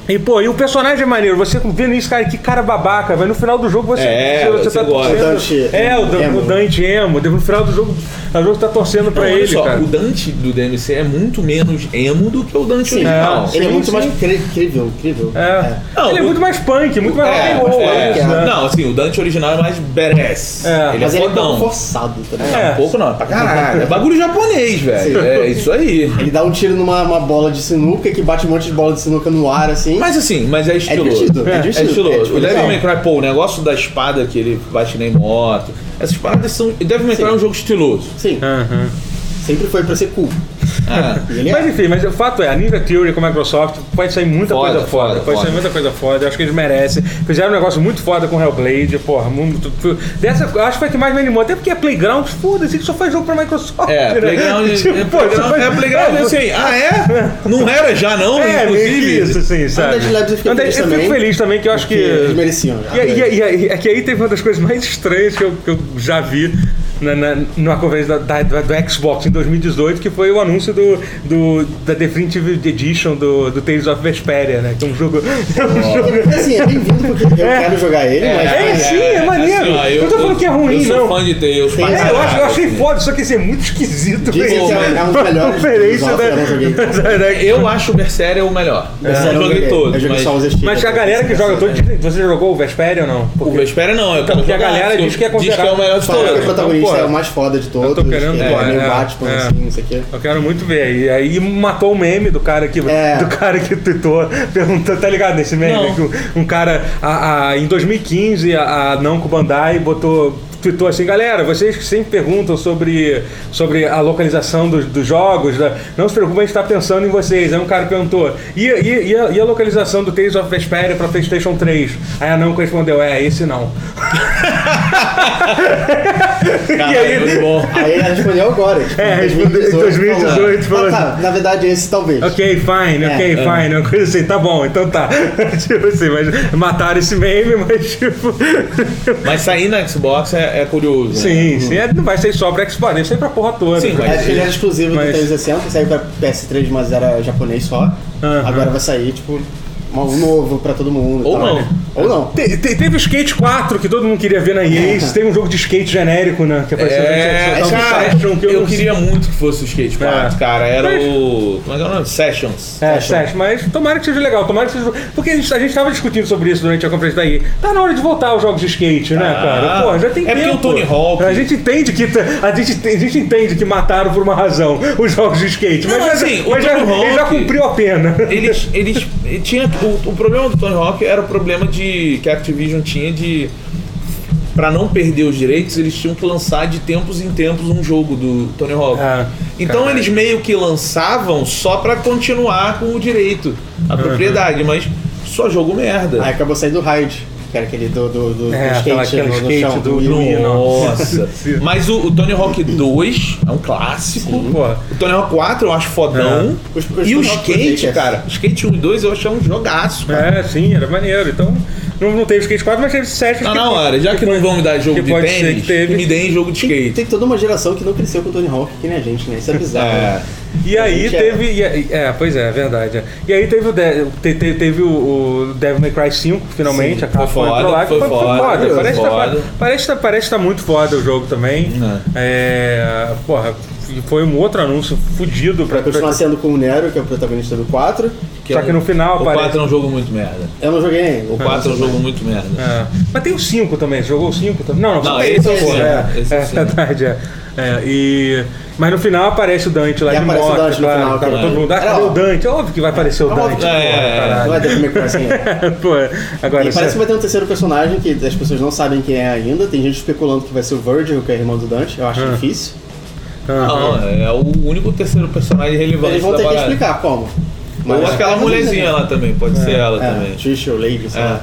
Speaker 1: E, pô, e o personagem é maneiro. Você vendo isso, cara, que cara babaca, velho. No final do jogo você,
Speaker 3: É,
Speaker 1: você, tá
Speaker 3: você gosta.
Speaker 2: O Dante
Speaker 1: É, o, Dan-
Speaker 2: Emo.
Speaker 1: o Dante Emo. No final do jogo, o jogo tá torcendo pra
Speaker 3: Não, olha
Speaker 1: ele,
Speaker 3: só,
Speaker 1: cara.
Speaker 3: o Dante do DMC é muito menos emo do que o Dante
Speaker 2: Sim,
Speaker 3: original.
Speaker 1: é.
Speaker 2: ele é
Speaker 1: sim,
Speaker 2: muito
Speaker 1: sim.
Speaker 2: mais cri- incrível, incrível.
Speaker 1: É.
Speaker 3: Não,
Speaker 1: ele é
Speaker 3: o-
Speaker 1: muito mais punk, muito mais
Speaker 3: É,
Speaker 1: rock and roll,
Speaker 3: é.
Speaker 1: né?
Speaker 3: Não, assim, o Dante original é mais badass.
Speaker 1: É.
Speaker 3: Ele
Speaker 2: Mas
Speaker 3: é
Speaker 2: ele é um pouco
Speaker 3: fodão.
Speaker 2: forçado, tá ligado?
Speaker 1: É.
Speaker 3: Um pouco não, é pra caralho. É bagulho japonês, velho. É isso aí.
Speaker 2: Ele dá um tiro numa uma bola de sinuca que bate um monte de bola de sinuca no ar, assim.
Speaker 3: Mas assim, mas é estiloso.
Speaker 2: divertido, é
Speaker 3: É
Speaker 2: divertido. É,
Speaker 3: estiloso.
Speaker 2: tipo,
Speaker 3: o Devil
Speaker 2: legal.
Speaker 3: May Cry, pô, o negócio da espada que ele bate nem moto. Essas paradas são. e Devil May Cry
Speaker 2: Sim.
Speaker 3: é um jogo estiloso.
Speaker 2: Sim,
Speaker 1: Aham.
Speaker 2: sempre foi pra ser cool.
Speaker 3: Ah,
Speaker 2: E ele é.
Speaker 1: Mas enfim, mas o fato é, a Ninja Theory com a Microsoft pode sair muita
Speaker 3: Foda,
Speaker 1: coisa foda.
Speaker 3: foda,
Speaker 1: pode
Speaker 3: foda.
Speaker 1: sair muita coisa foda, eu acho que eles merecem. Fizeram um negócio muito foda com Hellblade, porra, muito. Dessa, eu acho que foi a que mais me animou, até porque a Playground, foda-se, ele só faz jogo pra Microsoft.
Speaker 3: é,
Speaker 1: né?
Speaker 3: Playground.
Speaker 1: Tipo,
Speaker 3: é,
Speaker 1: pô,
Speaker 3: Playground-
Speaker 1: só faz-
Speaker 3: é, Playground
Speaker 1: é,
Speaker 3: assim. Ah, é? Não era já, não,
Speaker 1: É, meio que
Speaker 3: inclusive.
Speaker 1: isso, assim, sabe?
Speaker 2: Undead Labs eu fiquei
Speaker 1: Undead-
Speaker 2: feliz
Speaker 1: eu fico
Speaker 2: também,
Speaker 1: feliz também, que eu acho que...
Speaker 2: eles mereciam.
Speaker 1: E, aí- e, aí- e aí- é que aí teve uma das coisas mais estranhas que eu, que eu já vi na, na, numa conferência da, da- do Xbox em 2018, que foi o anúncio do, do, da Definitive Edition do, do Tales of Vesperia, né? Que é um jogo... É, um jogo-
Speaker 2: Assim, é bem-vindo porque eu
Speaker 1: É.
Speaker 2: quero jogar ele, mas.
Speaker 1: É, sim, é maneiro. Eu tô falando que é ruim,
Speaker 3: assim, eu sou
Speaker 1: não.
Speaker 3: fã de Tails. pra
Speaker 2: É,
Speaker 1: é, eu, acho, eu
Speaker 3: caralho,
Speaker 1: achei
Speaker 3: assim.
Speaker 1: foda, só que isso é muito esquisito.
Speaker 2: Dizem
Speaker 1: velho.
Speaker 2: que é um- é um
Speaker 1: Uma
Speaker 2: dos
Speaker 1: conferência
Speaker 2: melhores jogos,
Speaker 1: da-
Speaker 2: eu não joguei.
Speaker 1: da-
Speaker 3: Eu acho o Berseria o melhor.
Speaker 2: Berseria
Speaker 3: eu
Speaker 2: É, eu
Speaker 3: joguei
Speaker 2: joguei.
Speaker 3: É, todos.
Speaker 2: Eu joguei
Speaker 3: mas
Speaker 2: só os assim, estilos.
Speaker 1: Mas a galera que joga todo dia, você jogou o Vesperia ou não?
Speaker 3: O Vesperia não, é
Speaker 1: porque a galera diz que é
Speaker 3: Diz que é o melhor de
Speaker 2: Fala que o
Speaker 1: Então,
Speaker 3: todos.
Speaker 2: protagonista
Speaker 1: pô,
Speaker 2: é o mais foda de todos.
Speaker 1: tô querendo,
Speaker 2: que é,
Speaker 1: pô,
Speaker 2: meio
Speaker 1: é,
Speaker 2: Batman,
Speaker 1: é.
Speaker 2: assim, não sei o quê.
Speaker 1: Eu quero muito ver. E aí matou o meme do cara que
Speaker 2: É.
Speaker 1: do cara que tweetou, perguntando, tá ligado nesse meme?
Speaker 3: Não.
Speaker 1: Que um, um cara a, a- em 2015, a, a Namco Bandai botou tweetou assim, galera, vocês que sempre perguntam sobre, sobre a localização dos, dos jogos, da- não se preocupem, a gente tá pensando em vocês. Aí um cara perguntou, e, e- e a, e a localização do Tales of Vesperia pra Playstation 3? Aí a Namco respondeu, é, esse não. e aí-
Speaker 3: Caralho, muito bom.
Speaker 2: Aí ele respondeu agora. Tipo,
Speaker 1: É, respondeu em 2018
Speaker 2: falando,
Speaker 1: falando.
Speaker 2: Ah, tá, na verdade, esse talvez.
Speaker 1: Ok, fine, ok,
Speaker 2: É.
Speaker 1: fine. Uma coisa assim, tá bom, então tá. tipo assim, mas mataram esse meme, mas tipo.
Speaker 3: Mas sair na Xbox é, é curioso. né?
Speaker 1: sim, sim. é- não vai ser só pra Xbox, deve ser pra porra toda.
Speaker 3: Sim,
Speaker 1: né?
Speaker 2: É porque ele era exclusivo
Speaker 1: Mas-
Speaker 2: do 360, saiu pra PS3, mas era japonês só.
Speaker 1: Aham.
Speaker 2: Agora vai sair, tipo, um novo pra todo mundo. e
Speaker 3: Ou
Speaker 2: tal. né?
Speaker 3: não.
Speaker 2: Ou não.
Speaker 1: Te- te- teve o Skate 4 que todo mundo queria ver na EA. Teve um jogo de skate genérico, né? Que apareceu
Speaker 3: É,
Speaker 1: no
Speaker 3: cara,
Speaker 1: Session, que eu,
Speaker 3: eu
Speaker 1: não-
Speaker 3: queria muito que fosse o Skate 4,
Speaker 1: É.
Speaker 3: cara. Era
Speaker 1: Mas-
Speaker 3: o. Como é que é o nome? Sessions.
Speaker 1: É, Session, mas tomara que seja legal, tomara que seja. Porque a gente, a gente tava discutindo sobre isso durante a conferência daí. Tá na hora de voltar aos jogos de skate, né,
Speaker 3: Ah,
Speaker 1: cara? Porra, já tem
Speaker 3: é porque
Speaker 1: tempo.
Speaker 3: o Tony Hawk-
Speaker 1: A gente entende que. tá- A gente, a gente entende que mataram por uma razão os jogos de skate. Mas,
Speaker 3: Não,
Speaker 1: já-
Speaker 3: assim, o
Speaker 1: mas já,
Speaker 3: Tony
Speaker 1: ele já
Speaker 3: Hawk-
Speaker 1: cumpriu a pena.
Speaker 3: Eles. eles tinha, o, o problema do Tony Hawk era o problema de, que a Activision tinha de. Pra não perder os direitos, eles tinham que lançar de tempos em tempos um jogo do Tony Hawk.
Speaker 1: Ah,
Speaker 3: então
Speaker 1: caralho.
Speaker 3: eles meio que lançavam só pra continuar com o direito, a
Speaker 1: Uhum.
Speaker 3: propriedade, mas só jogo merda.
Speaker 2: Aí acabou saindo o Raid, que era aquele do, do, do,
Speaker 1: É,
Speaker 2: do skate, né,
Speaker 1: aquela- aquele
Speaker 2: no, no
Speaker 1: skate
Speaker 2: chão,
Speaker 1: do-
Speaker 2: Wii U.
Speaker 1: no-
Speaker 3: Nossa.
Speaker 1: Sim.
Speaker 3: Mas o, o Tony Hawk 2 é um clássico.
Speaker 1: Pô.
Speaker 3: O Tony Hawk 4 eu acho fodão.
Speaker 2: É. Os- os
Speaker 3: e o
Speaker 2: Tony Hawk é
Speaker 3: skate,
Speaker 2: Pro Skater.
Speaker 3: cara. O skate 1 e 2 eu acho um jogaço, cara.
Speaker 1: É, sim, era maneiro. Então, não, não teve skate 4, mas teve Session.
Speaker 3: Tá
Speaker 1: que-
Speaker 3: na hora, já que, não vão me dar jogo
Speaker 1: que
Speaker 3: de
Speaker 1: pode ser
Speaker 3: tênis,
Speaker 1: que teve.
Speaker 3: me deem jogo de skate.
Speaker 2: Tem toda uma geração que não cresceu com o Tony Hawk, que nem a gente, né? Isso é bizarro.
Speaker 3: É.
Speaker 2: né?
Speaker 1: E
Speaker 2: A
Speaker 1: aí
Speaker 2: gente é-
Speaker 1: teve. e aí- é, pois é, é verdade. é. E aí teve o, de, te- te- teve o, o Devil May Cry 5, finalmente,
Speaker 3: Sim,
Speaker 1: a capa
Speaker 3: foi foda,
Speaker 1: entrou lá, que
Speaker 3: foi foda, foi
Speaker 1: Parece, que
Speaker 3: foda.
Speaker 1: Tá, parece, tá- parece tá muito foda o jogo também. É, porra, e foi um outro anúncio fudido pra.
Speaker 2: Vai continuar
Speaker 1: pra
Speaker 2: sendo com o Nero, que é o protagonista do 4.
Speaker 1: só
Speaker 3: é
Speaker 1: que
Speaker 3: um-
Speaker 1: no final
Speaker 3: O
Speaker 1: aparece-
Speaker 3: 4 é um jogo muito merda.
Speaker 2: Eu não joguei ainda.
Speaker 3: O 4 é um jogo muito merda.
Speaker 1: é. Mas tem o 5 também, você jogou o 5 também? Não, não,
Speaker 3: Não,
Speaker 1: só tem
Speaker 3: esse é o
Speaker 1: porra,
Speaker 3: cinco,
Speaker 1: é,
Speaker 3: esse é o
Speaker 1: é,
Speaker 3: cinco.
Speaker 1: verdade, é. É, e, mas no final aparece o Dante lá
Speaker 2: E
Speaker 1: de
Speaker 2: aparece o
Speaker 1: moto,
Speaker 2: Dante no
Speaker 1: claro,
Speaker 2: final,
Speaker 1: tava
Speaker 2: cara.
Speaker 1: todo mundo, ah,
Speaker 2: Era
Speaker 1: cadê o
Speaker 2: óbvio.
Speaker 1: Dante? É óbvio que vai aparecer o
Speaker 2: Era
Speaker 1: Dante,
Speaker 2: óbvio.
Speaker 1: porra,
Speaker 3: É.
Speaker 1: caralho.
Speaker 2: Não vai ter como é que vai assim, né?
Speaker 1: Pô, agora
Speaker 2: E parece
Speaker 1: você-
Speaker 2: que vai ter um terceiro personagem que as pessoas não sabem quem é ainda. Tem gente especulando que vai ser o Virgil, que é irmão do Dante. Eu acho difícil.
Speaker 1: Aham.
Speaker 3: Não, é o único terceiro personagem relevante
Speaker 2: Eles vão
Speaker 3: da
Speaker 2: ter que
Speaker 3: parada.
Speaker 2: explicar é como.
Speaker 3: Ou aquela mulherzinha lá também, pode ser ela
Speaker 2: É,
Speaker 3: também.
Speaker 1: Tipo,
Speaker 2: Trish ou né? Lady, sei
Speaker 3: É.
Speaker 2: lá.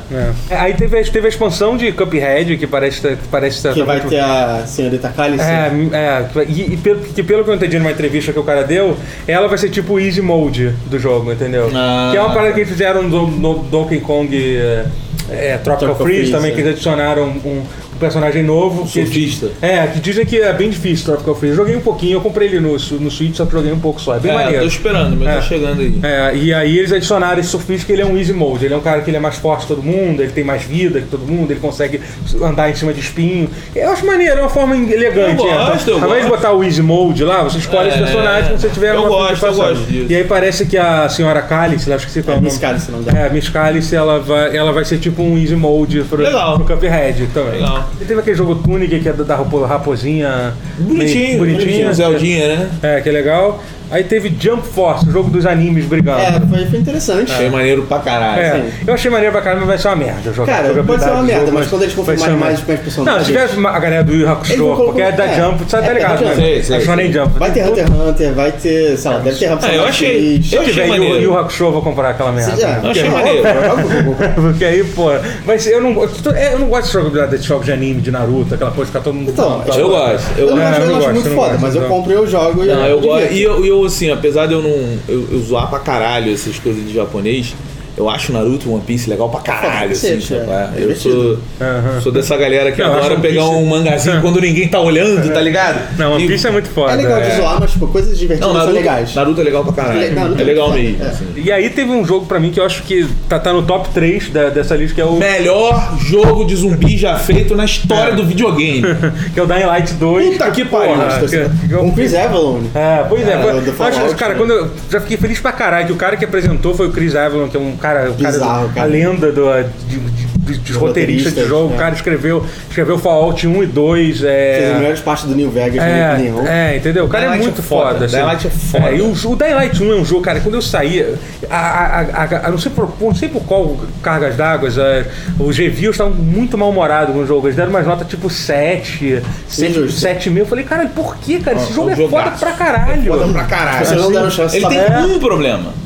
Speaker 1: É, Aí teve, a- teve a expansão de Cuphead, que parece tá- parece tá-
Speaker 2: Que
Speaker 1: tá
Speaker 2: vai
Speaker 1: muito-
Speaker 2: ter a senhorita Cálice.
Speaker 1: É, é, que vai- e, e pelo, que pelo que eu entendi numa entrevista que o cara deu, ela vai ser tipo o easy mode do jogo, entendeu?
Speaker 3: Ah.
Speaker 1: Que é uma parada que eles fizeram no, no Donkey Kong eh, é, Tropical,
Speaker 2: Tropical
Speaker 1: Freeze
Speaker 2: Freeze,
Speaker 1: também,
Speaker 2: é.
Speaker 1: que eles adicionaram um, um personagem novo. que-
Speaker 3: surfista.
Speaker 1: É, que dizem que é bem difícil Tropical Freeze. Joguei um pouquinho, eu comprei ele no, no Switch, só que joguei um pouco só. É bem
Speaker 3: É,
Speaker 1: maneiro.
Speaker 3: tô esperando, mas
Speaker 1: É.
Speaker 3: tá chegando aí.
Speaker 1: É, e aí eles adicionaram esse surfista que ele é um easy mode. Ele é um cara que ele é mais forte que todo mundo, ele tem mais vida que todo mundo, ele consegue andar em cima de espinho. Eu acho maneiro, é uma forma elegante.
Speaker 3: Eu
Speaker 1: é.
Speaker 3: gosto, eu
Speaker 1: Ao invés de
Speaker 3: gosto.
Speaker 1: botar o easy mode lá, você escolhe os
Speaker 3: É,
Speaker 1: personagens quando você tiver
Speaker 3: eu
Speaker 1: uma
Speaker 3: gosto, eu
Speaker 1: participação.
Speaker 3: gosto disso.
Speaker 1: E aí parece que a senhora Cálice, lá, acho que você
Speaker 2: É,
Speaker 1: falou.
Speaker 2: Miss Cálice, não dá.
Speaker 1: É, a Miss Cálice, ela vai, ela vai ser tipo um easy mode pro,
Speaker 3: Legal.
Speaker 1: pro Cuphead também.
Speaker 3: Legal.
Speaker 1: E teve aquele jogo Tunic que é da rapo- raposinha. meio
Speaker 3: Bonitinho,
Speaker 1: bonitinha.
Speaker 3: bonitinho. Zeldinha, né?
Speaker 1: É, que é legal. Aí teve Jump Force, o jogo dos animes brigando.
Speaker 2: É, foi, foi interessante.
Speaker 3: Achei maneiro pra caralho.
Speaker 1: É,
Speaker 2: Sim.
Speaker 1: eu achei maneiro pra caramba, mas vai ser uma merda jogar.
Speaker 2: Cara, pode ser uma merda, mas quando eles confirmarem mais com as pessoas,
Speaker 1: Não, se
Speaker 2: talvez.
Speaker 1: tivesse uma- a galera do Yu Yu
Speaker 2: Eles
Speaker 1: Hakusho,
Speaker 2: vão
Speaker 1: porque é da
Speaker 2: colocar-
Speaker 1: Jump, você
Speaker 2: é,
Speaker 1: tá
Speaker 2: é
Speaker 1: ligado,
Speaker 2: da
Speaker 1: né?
Speaker 2: Jump.
Speaker 3: Sei, sei,
Speaker 1: A Shonen
Speaker 3: sei.
Speaker 1: Jump.
Speaker 2: Vai ter Hunter x Hunter, vai ter, sei lá, deve ter Rapsão
Speaker 3: É, eu achei.
Speaker 1: Se
Speaker 3: Eu achei
Speaker 1: tiver Yu
Speaker 3: maneiro.
Speaker 1: Yu Hakusho, eu vou comprar aquela merda.
Speaker 3: Eu achei
Speaker 2: é, Porque-
Speaker 3: maneiro.
Speaker 1: Porque aí, pô. Mas eu não, gosto- é, eu não gosto de jogo, de jogo de anime, de Naruto, aquela coisa que tá todo mundo.
Speaker 2: Então,
Speaker 1: falando, tá
Speaker 3: Eu
Speaker 1: bom.
Speaker 3: gosto.
Speaker 2: Eu
Speaker 3: Eu
Speaker 2: não
Speaker 1: É,
Speaker 2: acho,
Speaker 1: eu
Speaker 2: eu
Speaker 1: não
Speaker 2: acho
Speaker 1: gosto,
Speaker 2: muito
Speaker 1: eu não
Speaker 2: foda,
Speaker 1: gosto,
Speaker 2: mas eu
Speaker 1: não.
Speaker 2: compro, eu jogo e
Speaker 3: Não, eu gosto.
Speaker 2: divirto.
Speaker 3: E eu, e eu, assim, apesar de eu não. Eu, eu zoar pra caralho essas coisas de japonês, eu acho Naruto One Piece legal pra caralho, assim,
Speaker 2: Cacete, é.
Speaker 3: rapaz.
Speaker 2: É
Speaker 3: Eu sou,
Speaker 2: divertido.
Speaker 1: Aham.
Speaker 3: sou dessa galera que
Speaker 1: Não, eu acho
Speaker 3: adora
Speaker 1: One
Speaker 3: pegar
Speaker 1: Piece- é.
Speaker 3: um mangazinho quando ninguém tá olhando, tá ligado?
Speaker 1: Não, One
Speaker 3: E-
Speaker 1: Piece é muito foda.
Speaker 2: É legal de zoar, mas tipo, coisas divertidas
Speaker 3: Não,
Speaker 2: são
Speaker 3: Naruto,
Speaker 2: legais.
Speaker 3: Naruto é legal pra
Speaker 2: Le-
Speaker 3: caralho.
Speaker 2: Naruto
Speaker 3: é
Speaker 2: é
Speaker 3: legal
Speaker 2: muito
Speaker 3: mesmo.
Speaker 2: foda, é.
Speaker 3: assim.
Speaker 1: E aí teve um jogo pra mim que eu acho que tá, tá no top 3 da- dessa lista, que é o.
Speaker 3: Melhor jogo de zumbi já feito na história do videogame.
Speaker 1: que é o Dying Light 2.
Speaker 3: Puta que pariu,
Speaker 2: tá
Speaker 1: Porra,
Speaker 3: Augusto,
Speaker 1: que- que-
Speaker 2: Com Chris Avalon.
Speaker 1: É, pois é.
Speaker 2: Cara,
Speaker 1: Cara,
Speaker 2: do Fallout,
Speaker 1: cara,
Speaker 2: né?
Speaker 1: quando eu já fiquei feliz pra caralho que o cara que apresentou foi o Chris Avalon, que é um cara, o cara, do-
Speaker 2: Bizarro, cara.
Speaker 1: a lenda do, de, de- de- dos roteiristas de
Speaker 2: roteiristas,
Speaker 1: jogo. O
Speaker 2: né?
Speaker 1: cara escreveu, escreveu Fallout 1 e 2.
Speaker 2: Fez a
Speaker 1: É,
Speaker 2: melhor parte do New Vegas,
Speaker 1: é,
Speaker 2: né? nenhum.
Speaker 1: é, entendeu? O cara é
Speaker 3: Dying Light
Speaker 1: muito
Speaker 3: é foda,
Speaker 1: foda. assim.
Speaker 3: Dying Light é foda.
Speaker 1: e o, o Dying Light 1 é um jogo, cara, quando eu saía, a, a, a- a- não, sei por, por- não sei por qual cargas d'água, é, os reviews estavam muito mal-humorados no jogo. Eles deram umas notas tipo 7, 7,
Speaker 2: Injusto.
Speaker 1: 7 mil. Eu falei, caralho, por que, cara? Esse
Speaker 3: Não,
Speaker 1: jogo
Speaker 3: é
Speaker 1: é
Speaker 3: um
Speaker 1: foda
Speaker 3: jogaço.
Speaker 1: pra caralho.
Speaker 3: Foda pra caralho.
Speaker 2: Vocês não deram chance
Speaker 3: Ele
Speaker 2: de
Speaker 3: tem
Speaker 2: saber.
Speaker 3: um problema.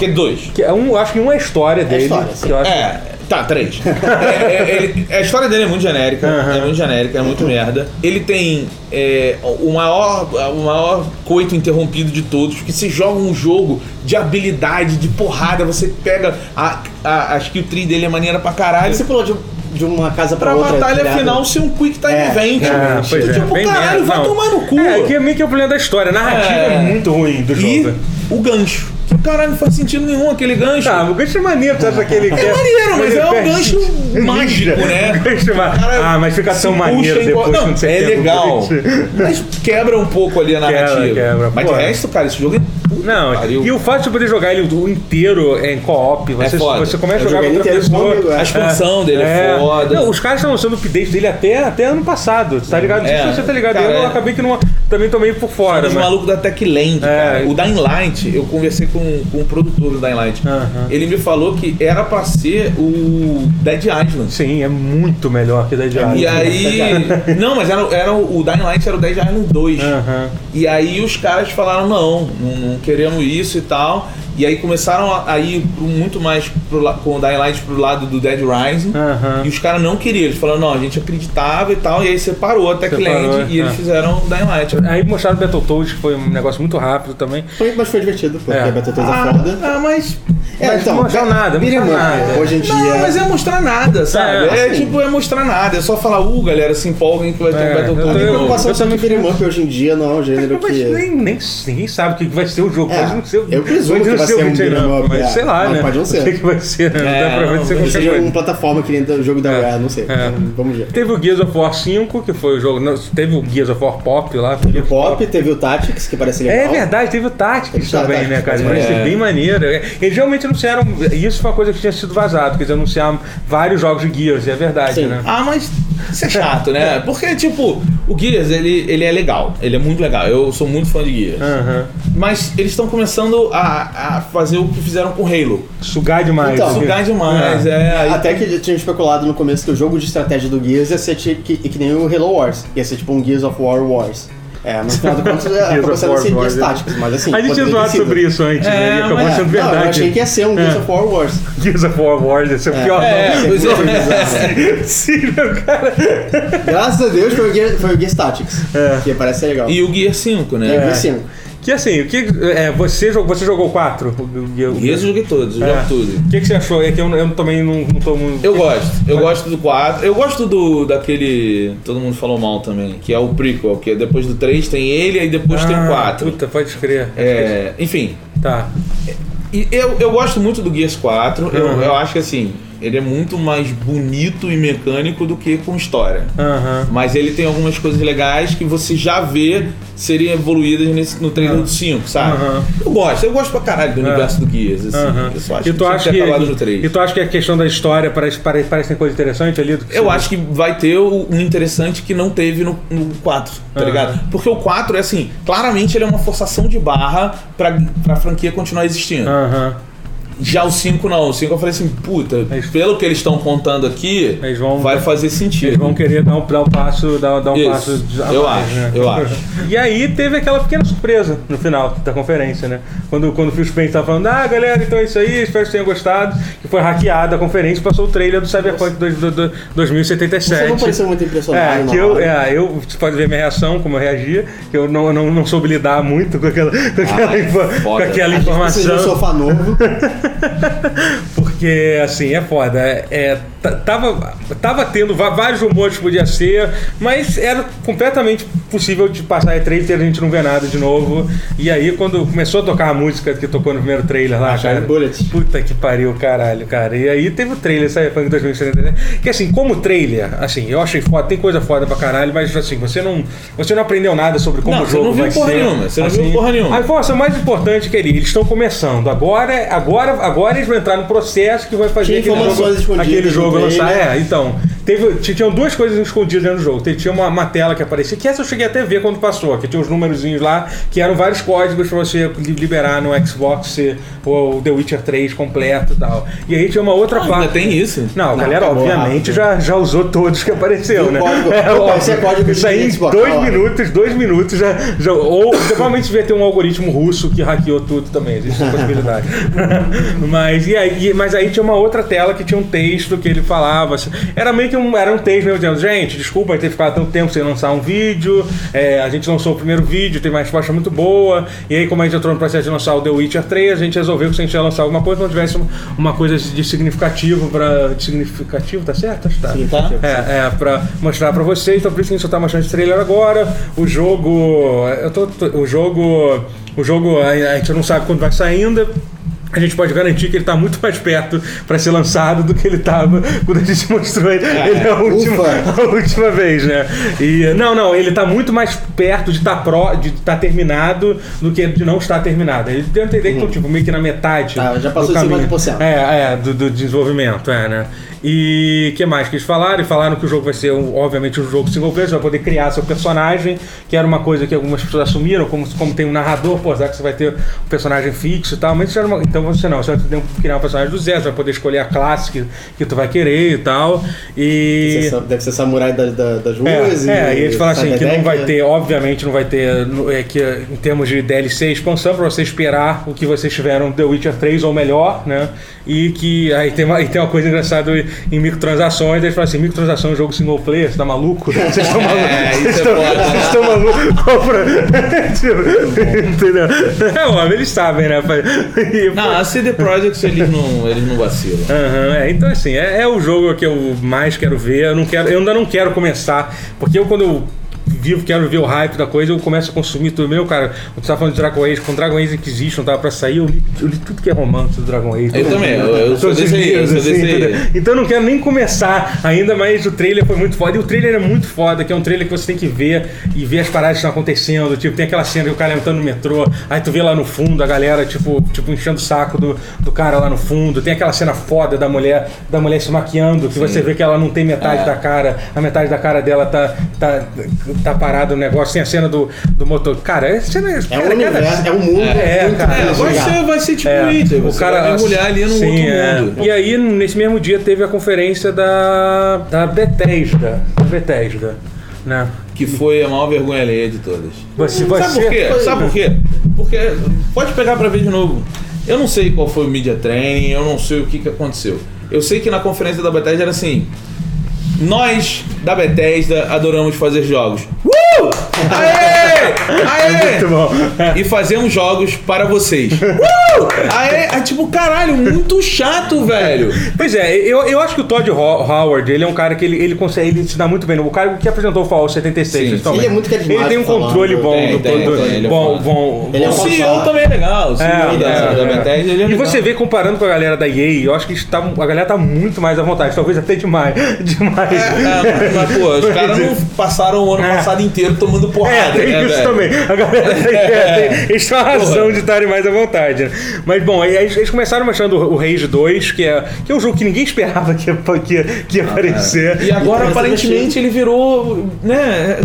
Speaker 3: Que é dois.
Speaker 1: Que é um, eu acho que um é a história dele.
Speaker 2: história, sim.
Speaker 1: que eu acho-
Speaker 3: É, tá, três. É, é, ele- a história dele é muito genérica, é muito genérica, é muito merda. Ele tem é, o, maior, o maior coito interrompido de todos, porque se joga um jogo de habilidade, de porrada, você pega a, a, a skill tree dele é maneira pra
Speaker 2: Aí
Speaker 3: caralho.
Speaker 2: você pulou de, de uma casa pra,
Speaker 3: pra
Speaker 2: outra.
Speaker 3: batalha
Speaker 2: tá ligado?
Speaker 3: final ser um quick time
Speaker 2: É,
Speaker 3: event.
Speaker 1: É,
Speaker 3: mano.
Speaker 1: pois é,
Speaker 3: tipo,
Speaker 1: bem
Speaker 3: caralho,
Speaker 1: merda.
Speaker 3: vai
Speaker 1: Não.
Speaker 3: tomar no cu.
Speaker 1: É, que é meio que é o problema da história. A narrativa é,
Speaker 3: É.
Speaker 1: muito ruim do
Speaker 3: E
Speaker 1: jogo.
Speaker 3: o gancho. Que, Caralho, não faz sentido nenhum aquele gancho.
Speaker 1: Tá, o gancho é maneiro, sabe aquele que
Speaker 3: É maneiro, mas
Speaker 1: ele
Speaker 3: é um
Speaker 1: perde-
Speaker 3: gancho mágico, né?
Speaker 1: Gancho ma-
Speaker 3: cara
Speaker 1: ah, mas fica
Speaker 3: se
Speaker 1: tão
Speaker 3: puxa
Speaker 1: maneiro
Speaker 3: em
Speaker 1: depois
Speaker 3: volta.
Speaker 1: quando
Speaker 3: Não,
Speaker 1: você
Speaker 3: É
Speaker 1: pega o
Speaker 3: legal.
Speaker 1: gancho.
Speaker 3: Mas quebra um pouco ali a narrativa.
Speaker 1: quebra,
Speaker 3: mas de
Speaker 1: porra.
Speaker 3: resto, cara, esse jogo é. puta
Speaker 1: Não,
Speaker 3: que pariu. É
Speaker 1: e o fato de poder jogar ele o inteiro em co-op, você,
Speaker 3: foda.
Speaker 1: você começa a
Speaker 2: Eu
Speaker 1: jogar com
Speaker 2: joguei
Speaker 1: outra
Speaker 2: inteiro com um
Speaker 1: pessoa.
Speaker 2: amigo, é.
Speaker 3: A expansão dele é, foda.
Speaker 1: Não, os caras estão lançando o update dele até, até ano passado, tá ligado? Não sei
Speaker 3: É.
Speaker 1: se você tá ligado,
Speaker 3: Cara,
Speaker 1: eu
Speaker 3: é.
Speaker 1: acabei que não, também tomei por fora.
Speaker 3: os
Speaker 1: mas-
Speaker 3: malucos da Techland, cara.
Speaker 1: É.
Speaker 3: O Dying Light, eu conversei com, com o produtor do Dying Light.
Speaker 1: Aham.
Speaker 3: Ele me falou que era pra ser o Dead Island.
Speaker 1: Sim, é muito melhor que o Dead Island.
Speaker 3: E aí. Não, mas era, era o o Dying Light era o Dead Island 2.
Speaker 1: Aham.
Speaker 3: E aí os caras falaram, não, não, não queremos isso e tal. E aí começaram a, a ir pro- muito mais pro, la- com o Dying Light pro lado do Dead Rising.
Speaker 1: Aham.
Speaker 3: E os caras não queriam, eles falaram, não, a gente acreditava e tal. E aí separou a
Speaker 1: Separou,
Speaker 3: Techland e
Speaker 1: é.
Speaker 3: eles fizeram o Dying Light.
Speaker 1: Aí mostraram o Battletoads, que foi um negócio muito rápido também.
Speaker 2: Foi, mas foi divertido, porque
Speaker 1: É.
Speaker 2: é. Battletoads é foda.
Speaker 3: ah, mas.
Speaker 2: É,
Speaker 1: mas não mostrou nada,
Speaker 2: beat 'em
Speaker 1: mostrou
Speaker 2: up,
Speaker 1: nada.
Speaker 2: Hoje em dia.
Speaker 3: Não, mas é mostrar nada, sabe?
Speaker 1: É,
Speaker 3: É,
Speaker 2: assim.
Speaker 3: tipo, é mostrar nada. É só falar, uh, galera, se empolguem que vai ter
Speaker 1: É,
Speaker 3: um
Speaker 1: eu
Speaker 3: Battletoads.
Speaker 1: tô-
Speaker 3: de novo."
Speaker 2: preocupação
Speaker 1: eu também
Speaker 2: de beat 'em up hoje em dia não é um gênero
Speaker 1: Mas
Speaker 2: que.
Speaker 1: nem, nem, ninguém sabe o que vai ser o jogo.
Speaker 2: É,
Speaker 1: pode não ser,
Speaker 2: eu presumo
Speaker 1: pode não
Speaker 2: que vai ser um
Speaker 1: o beat'em
Speaker 2: beat'em up,
Speaker 1: mas
Speaker 2: é,
Speaker 1: sei lá,
Speaker 2: mas
Speaker 1: né?
Speaker 2: pode não ser.
Speaker 1: O que, que vai ser? Não
Speaker 3: É,
Speaker 1: dá pra ver ser
Speaker 3: não, um não
Speaker 1: qualquer
Speaker 2: Seja
Speaker 1: coisa.
Speaker 2: uma plataforma que nem do jogo da Rare, não sei. Então,
Speaker 1: É.
Speaker 2: Vamos ver.
Speaker 1: Teve o Gears of War 5, que foi o jogo. não, teve o Gears of War Pop lá.
Speaker 2: Teve o Pop, teve o Tactics, que parece legal.
Speaker 1: É verdade, teve o Tactics
Speaker 2: Teve o
Speaker 1: também,
Speaker 2: Tactics,
Speaker 1: né, cara?
Speaker 2: é.
Speaker 1: Parece bem maneiro. É, Eles realmente anunciaram. Isso foi uma coisa que tinha sido vazado, que eles anunciaram vários jogos de Gears, é verdade,
Speaker 2: Sim.
Speaker 1: né?
Speaker 3: Ah, mas isso é chato, né? Porque, tipo, o Gears, ele, ele é legal. Ele é muito legal. Eu sou muito fã de Gears.
Speaker 1: Aham.
Speaker 3: Mas eles estão começando a, a fazer o que fizeram com Halo.
Speaker 1: Sugar demais.
Speaker 2: Então,
Speaker 1: né?
Speaker 3: Sugar demais, é. aí-
Speaker 2: Até que já tinham especulado no começo que o jogo de estratégia do Gears ia ser tipo, que, que nem o Halo Wars. Ia ser tipo um Gears of War Wars. É, no final do contas,
Speaker 1: Gears of
Speaker 2: acabou sendo
Speaker 1: War
Speaker 2: assim, Gears
Speaker 1: Wars, é.
Speaker 2: Tactics, mas assim...
Speaker 1: A gente tinha
Speaker 2: poderia ter
Speaker 1: zoado
Speaker 2: sido.
Speaker 1: sobre isso antes, né?
Speaker 3: É,
Speaker 1: E acabou
Speaker 3: mas-
Speaker 2: É,
Speaker 1: sendo
Speaker 2: Não,
Speaker 1: verdade.
Speaker 2: eu achei que ia ser um Gears
Speaker 1: É.
Speaker 2: of War Wars.
Speaker 1: Gears of War Wars, esse é o pior
Speaker 3: É,
Speaker 1: nome
Speaker 3: pois é.
Speaker 1: é possível, cara. É.
Speaker 2: Graças a Deus foi o Gears, foi o Gears Tactics, que parece ser legal.
Speaker 3: E o Gear 5,
Speaker 2: É,
Speaker 3: né?
Speaker 2: Gears 5.
Speaker 1: Que assim, o que, é, você, jogou, você jogou quatro? O- o- o-
Speaker 3: Gears eu joguei todos, eu
Speaker 1: É.
Speaker 3: jogo tudo.
Speaker 1: O que, que você achou? É que eu, eu também não, não tô muito.
Speaker 3: Eu gosto, eu gosto do 4. Eu gosto do daquele. Todo mundo falou mal também, que é o prequel, que é depois do 3 tem ele, aí depois tem o
Speaker 1: Ah,
Speaker 3: 4.
Speaker 1: Puta, pode crer.
Speaker 3: É, enfim,
Speaker 1: Tá.
Speaker 3: e eu, eu gosto muito do Gears 4. Eu,
Speaker 1: Uhum.
Speaker 3: eu acho que assim, ele é muito mais bonito e mecânico do que com história.
Speaker 1: Aham.
Speaker 3: Mas ele tem algumas coisas legais que você já vê serem evoluídas nesse, no trailer
Speaker 1: Aham.
Speaker 3: do 5, sabe?
Speaker 1: Aham. É.
Speaker 3: Eu gosto, eu gosto pra caralho do universo do Gears, assim.
Speaker 1: Aham.
Speaker 3: Eu só acho
Speaker 1: E
Speaker 3: que
Speaker 1: tu
Speaker 3: tinha
Speaker 1: acha
Speaker 3: ter
Speaker 1: que,
Speaker 3: acabado no 3.
Speaker 1: e tu acha que a questão da história parece, parece, parece que tem coisa interessante ali? do que
Speaker 3: Eu
Speaker 1: você-
Speaker 3: acho que vai ter o- um interessante que não teve no, no 4, tá
Speaker 1: Aham.
Speaker 3: ligado? Porque o 4 é assim, claramente ele é uma forçação de barra pra, pra franquia continuar existindo.
Speaker 1: Aham.
Speaker 3: Já o 5 não, o 5 eu falei assim, puta,
Speaker 1: Eles-
Speaker 3: pelo que eles estão contando aqui,
Speaker 1: Eles vão-
Speaker 3: vai fazer
Speaker 1: Eles
Speaker 3: sentido.
Speaker 1: vão querer dar um, dar um passo, dar, dar um
Speaker 3: Isso.
Speaker 1: passo. de- a
Speaker 3: Eu
Speaker 1: mais, né?
Speaker 3: acho, eu acho.
Speaker 1: E aí teve aquela pequena surpresa no final da conferência, né? Quando, quando o Phil Spencer tava falando, ah, galera, então é isso aí, espero que vocês tenham gostado. Que foi hackeada a conferência, passou o trailer do Cyberpunk dois- do- do-
Speaker 2: Você não
Speaker 1: 2077.
Speaker 2: pareceu muito impressionado, né?
Speaker 1: É,
Speaker 2: não.
Speaker 1: que eu, é, eu, você pode ver minha reação, como eu reagia, que eu não, não, não soube lidar muito com aquela, com aquela, info- com
Speaker 3: Ah, foda.
Speaker 1: aquela
Speaker 2: Você já é
Speaker 1: informação.
Speaker 2: um sofá novo.
Speaker 1: Porque, assim, é foda. É, t- tava, tava tendo va- vários rumores que podia ser, mas era completamente possível de passar a E3 e a gente não ver nada de novo. E aí, quando começou a tocar a música que tocou no primeiro trailer lá, cara.
Speaker 2: Bullet.
Speaker 1: Puta que pariu, caralho, cara. E aí teve o trailer Cyberpunk 2077. Que assim, como trailer, assim, eu achei foda, tem coisa foda pra caralho, mas assim, você não, você não aprendeu nada sobre como
Speaker 3: Não,
Speaker 1: o
Speaker 3: você
Speaker 1: jogo
Speaker 3: não viu
Speaker 1: vai
Speaker 3: porra
Speaker 1: ser. assim,
Speaker 3: nenhuma, você não viu porra nenhuma.
Speaker 1: A informação mais importante que ele, eles estão começando. Agora, agora, agora eles vão entrar no processo que vai fazer
Speaker 2: Tinha
Speaker 1: aquele
Speaker 2: informações
Speaker 1: jogo,
Speaker 2: escondidas
Speaker 1: aquele
Speaker 2: no
Speaker 1: jogo
Speaker 2: trailer.
Speaker 1: lançar. É, então. Teve, t- tinham duas coisas escondidas dentro do jogo. Te- Tinha uma, uma tela que aparecia, que essa eu cheguei até a ver quando passou, que tinha os númerozinhos lá, que eram vários códigos pra você li- liberar no Xbox ou The Witcher 3 completo e tal. E aí tinha uma outra
Speaker 3: Ah,
Speaker 1: placa.
Speaker 3: ainda tem isso?
Speaker 1: Não, a
Speaker 2: Não,
Speaker 1: galera,
Speaker 2: acabou
Speaker 1: obviamente,
Speaker 2: rápido.
Speaker 1: já, já usou todos que apareceu,
Speaker 2: E o
Speaker 1: né?
Speaker 2: código? Opa,
Speaker 1: óbvio.
Speaker 2: esse é código
Speaker 1: Isso aí, em
Speaker 2: de Xbox,
Speaker 1: dois
Speaker 2: olha.
Speaker 1: minutos, dois minutos já. já ou provavelmente devia ter um algoritmo russo que hackeou tudo também, existe essa possibilidade. mas, e aí, e- mas aí tinha uma outra tela que tinha um texto que ele falava. assim, Era meio que um, era um texto mesmo dizendo, gente, desculpa a gente ter ficado tanto tempo sem lançar um vídeo. é, a gente lançou o primeiro vídeo, teve uma resposta muito boa. E aí, como a gente entrou no processo de lançar o The Witcher 3, a gente resolveu que se a gente ia lançar alguma coisa, não tivesse um- uma coisa de significativo para. Significativo, tá certo? Acho que Tá.
Speaker 2: Tá?
Speaker 1: É, é, pra mostrar pra vocês, então por isso que a gente só tá mostrando esse trailer agora. O jogo. Eu tô, tô- o jogo. O jogo, a, a gente não sabe quando vai sair ainda. A gente pode garantir que ele tá muito mais perto pra ser lançado do que ele tava quando a gente mostrou ele, ele é a, última,
Speaker 2: É, ufa.
Speaker 1: a última vez, né? E, não, não, ele tá muito mais perto de tá pró, de tá terminado do que de não estar terminado. Ele deu a entender que estão tipo, meio que na metade.
Speaker 2: Uhum. Tá, já passou
Speaker 1: do
Speaker 2: de
Speaker 1: caminho.
Speaker 2: 50%.
Speaker 1: É, é, do, do desenvolvimento, é, né? E o que mais que eles falaram? E falaram que o jogo vai ser, um- obviamente, um jogo single player, você vai poder criar seu personagem, que era uma coisa que algumas pessoas assumiram, como, como tem um narrador, pô, será que você vai ter um personagem fixo e tal, mas isso era uma, então você não, você vai poder criar um personagem do zero, você vai poder escolher a classe que, que tu vai querer e tal, e...
Speaker 2: Deve ser samurai da, da, das ruas.
Speaker 1: É, é, e eles falaram assim, que não
Speaker 2: Cyberdeck,
Speaker 1: vai
Speaker 2: né?
Speaker 1: ter, obviamente não vai ter, no- é, que, é, em termos de DLC, expansão, pra você esperar o que vocês tiveram The Witcher 3 ou melhor, né? E que aí tem uma, e tem uma coisa engraçada em microtransações, eles falam assim, microtransação é um jogo single player, você tá maluco? Vocês estão malucos?
Speaker 3: É, isso é
Speaker 1: Vocês estão-
Speaker 3: foda.
Speaker 1: vocês estão malucos? Compra. Tipo, Entendeu? É, óbvio, eles sabem, né? E,
Speaker 3: Não, a CD Projekt eles não, eles não vacilam.
Speaker 1: Aham, é, então assim, é, é o jogo que eu mais quero ver. Eu, não quero, eu ainda não quero começar, porque eu quando eu vivo, quero ver o hype da coisa, eu começo a consumir tudo meu, cara. Você tava falando de Dragon Age, quando Dragon Age Inquisition tava pra sair, eu li, eu li tudo que é romance do Dragon Age.
Speaker 3: Eu também, eu- eu sou
Speaker 1: Todos os
Speaker 3: desse aí, eu
Speaker 1: livros,
Speaker 3: sou desse aí.
Speaker 1: entendeu? Então eu não quero nem começar ainda, mas o trailer foi muito foda. E o trailer é muito foda, que é um trailer que você tem que ver e ver as paradas que estão acontecendo. Tipo, tem aquela cena que o cara entrando no metrô, aí tu vê lá no fundo a galera, tipo, tipo enchendo o saco do, do cara lá no fundo. Tem aquela cena foda da mulher, da mulher se maquiando, que você vê que ela não tem metade
Speaker 3: É.
Speaker 1: da cara, a metade da cara dela tá, tá, tá parada no negócio. Tem a cena do, do motor. Cara, essa cena
Speaker 2: É
Speaker 1: cara,
Speaker 2: um
Speaker 1: cada-
Speaker 2: universo, é um mundo.
Speaker 1: É,
Speaker 2: muito
Speaker 1: cara.
Speaker 3: É,
Speaker 2: grande,
Speaker 3: vai
Speaker 2: cara.
Speaker 3: ser, vai ser tipo
Speaker 1: É,
Speaker 3: Witcher,
Speaker 1: o
Speaker 3: você
Speaker 1: cara
Speaker 3: vai mergulhar ali num
Speaker 1: sim,
Speaker 3: outro
Speaker 1: é.
Speaker 3: mundo.
Speaker 1: E aí, nesse mesmo dia, teve a conferência da, da Bethesda. Da Bethesda, né?
Speaker 3: Que foi a maior vergonha alheia de todas.
Speaker 1: Você,
Speaker 3: Sabe por quê?
Speaker 1: você-
Speaker 3: Sabe por quê? Porque. Pode pegar pra ver de novo. Eu não sei qual foi o media training, eu não sei o que, que aconteceu. Eu sei que na conferência da Bethesda era assim. Nós da Bethesda adoramos fazer jogos. Uh! Aê! Aê! Aê!
Speaker 1: Muito bom.
Speaker 3: e fazemos jogos para vocês. Uh! Aí, aí, tipo, caralho, muito chato, velho.
Speaker 1: Pois é, eu, eu acho que o Todd Ho- Howard, ele é um cara que ele, ele consegue, ele se dá muito bem. O cara que apresentou o Fallout 76,
Speaker 3: Sim.
Speaker 1: principalmente.
Speaker 2: Ele é muito carismático
Speaker 1: Ele tem um
Speaker 2: falando.
Speaker 1: controle bom
Speaker 3: Tem,
Speaker 1: do
Speaker 3: tem,
Speaker 1: do-
Speaker 3: tem, ele é
Speaker 1: bom,
Speaker 3: foda.
Speaker 1: bom,
Speaker 2: Ele é
Speaker 1: bom-
Speaker 3: O
Speaker 2: um
Speaker 3: CEO
Speaker 2: console.
Speaker 3: também é legal. O CEO
Speaker 1: É,
Speaker 3: da,
Speaker 1: é,
Speaker 3: da
Speaker 1: é.
Speaker 3: Bethesda, ele é
Speaker 1: E
Speaker 3: legal.
Speaker 1: você vê comparando com a galera da EA, eu acho que está- a galera tá muito mais à vontade, talvez até demais. Demais.
Speaker 3: É, mas, mas, pô, os caras não passaram o ano
Speaker 1: É.
Speaker 3: passado inteiro tomando
Speaker 1: É,
Speaker 3: porrada,
Speaker 1: tem
Speaker 3: né,
Speaker 1: isso
Speaker 3: velho?
Speaker 1: também. A galera tem, é, tem, eles têm uma razão
Speaker 3: Porra.
Speaker 1: de estarem mais à vontade. né? Mas bom, aí eles eles começaram mostrando o o Rage 2, que é, que é um jogo que ninguém esperava que ia, que ia, que ia aparecer.
Speaker 3: Ah, é. E agora,
Speaker 2: Ele começa a
Speaker 3: aparentemente,
Speaker 2: mexer.
Speaker 3: ele virou, né...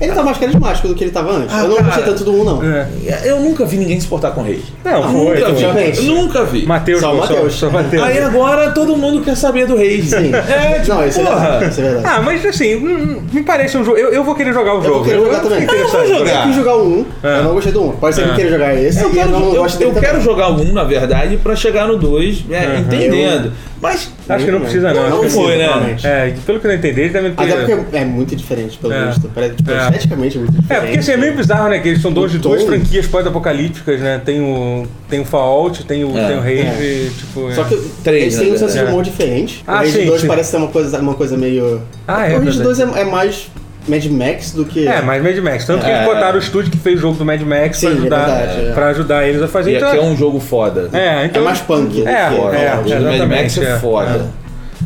Speaker 2: Ele tá mais carismático do que ele tava antes.
Speaker 3: Ah,
Speaker 2: eu não
Speaker 3: cara.
Speaker 2: gostei tanto do 1, não.
Speaker 1: É.
Speaker 3: Eu nunca vi ninguém se portar com rei.
Speaker 1: Não, foi,
Speaker 3: Nunca vi.
Speaker 2: obviamente.
Speaker 3: Nunca vi.
Speaker 1: Mateus,
Speaker 2: Só
Speaker 1: pô,
Speaker 2: Mateus.
Speaker 1: Só, só Mateus.
Speaker 3: Aí agora todo mundo quer saber do rei.
Speaker 2: Sim.
Speaker 3: É, tipo,
Speaker 2: não, isso é
Speaker 3: porra.
Speaker 2: verdade. Isso é verdade.
Speaker 1: Ah, mas assim, hum, me parece um jogo. Eu, eu vou querer jogar o
Speaker 2: eu
Speaker 1: jogo.
Speaker 2: vou querer jogar também.
Speaker 1: fiquei
Speaker 2: Eu
Speaker 1: interessado. É.
Speaker 3: vou
Speaker 2: Eu
Speaker 3: jogar.
Speaker 2: quis jogar o 1, eu não gostei do 1. Pode ser que eu queira jogar esse
Speaker 3: Eu
Speaker 2: e eu
Speaker 3: quero,
Speaker 2: não
Speaker 3: eu,
Speaker 2: gosto dele
Speaker 3: eu
Speaker 2: também.
Speaker 3: quero jogar um, na verdade, pra chegar no dois, é, entendendo. Mas.
Speaker 1: Acho que não precisa, não.
Speaker 2: Não,
Speaker 1: Acho que-
Speaker 3: foi, né?
Speaker 2: realmente.
Speaker 1: É, pelo que eu entendi, eles devem ter.
Speaker 2: Até porque é muito diferente, pelo
Speaker 1: É.
Speaker 2: visto. Parece, tipo,
Speaker 1: É.
Speaker 2: esteticamente é muito
Speaker 1: É,
Speaker 2: diferente.
Speaker 1: porque assim, é meio bizarro, né? Que eles são donos de
Speaker 2: O
Speaker 1: duas
Speaker 2: Tom-
Speaker 1: franquias pós-apocalípticas, né? Tem o, tem o Fallout, tem o,
Speaker 3: É.
Speaker 1: tem o Rave, tipo. é.
Speaker 2: Só que
Speaker 3: Três, né?
Speaker 2: eles
Speaker 3: É. na
Speaker 2: têm um senso de
Speaker 1: verdade.
Speaker 2: humor diferente.
Speaker 1: Ah,
Speaker 2: o Rage
Speaker 1: sim,
Speaker 2: 2
Speaker 1: sim.
Speaker 2: parece ser uma coisa, uma coisa meio.
Speaker 1: Ah, é,
Speaker 2: o Rage
Speaker 1: verdade.
Speaker 2: 2 é, é mais Mad Max do que.
Speaker 1: É, mas Mad Max. Tanto que
Speaker 3: É.
Speaker 1: eles botaram o estúdio que fez o jogo do Mad Max
Speaker 2: Sim,
Speaker 1: pra, ajudar,
Speaker 2: é verdade, é.
Speaker 1: pra ajudar eles a fazer.
Speaker 3: E
Speaker 1: Então,
Speaker 3: aqui é um jogo foda.
Speaker 1: é, então,
Speaker 2: É mais punk.
Speaker 1: É,
Speaker 2: do que,
Speaker 3: Foda.
Speaker 1: é,
Speaker 3: o jogo do Mad Max
Speaker 1: exatamente,
Speaker 3: é
Speaker 1: é.
Speaker 3: foda.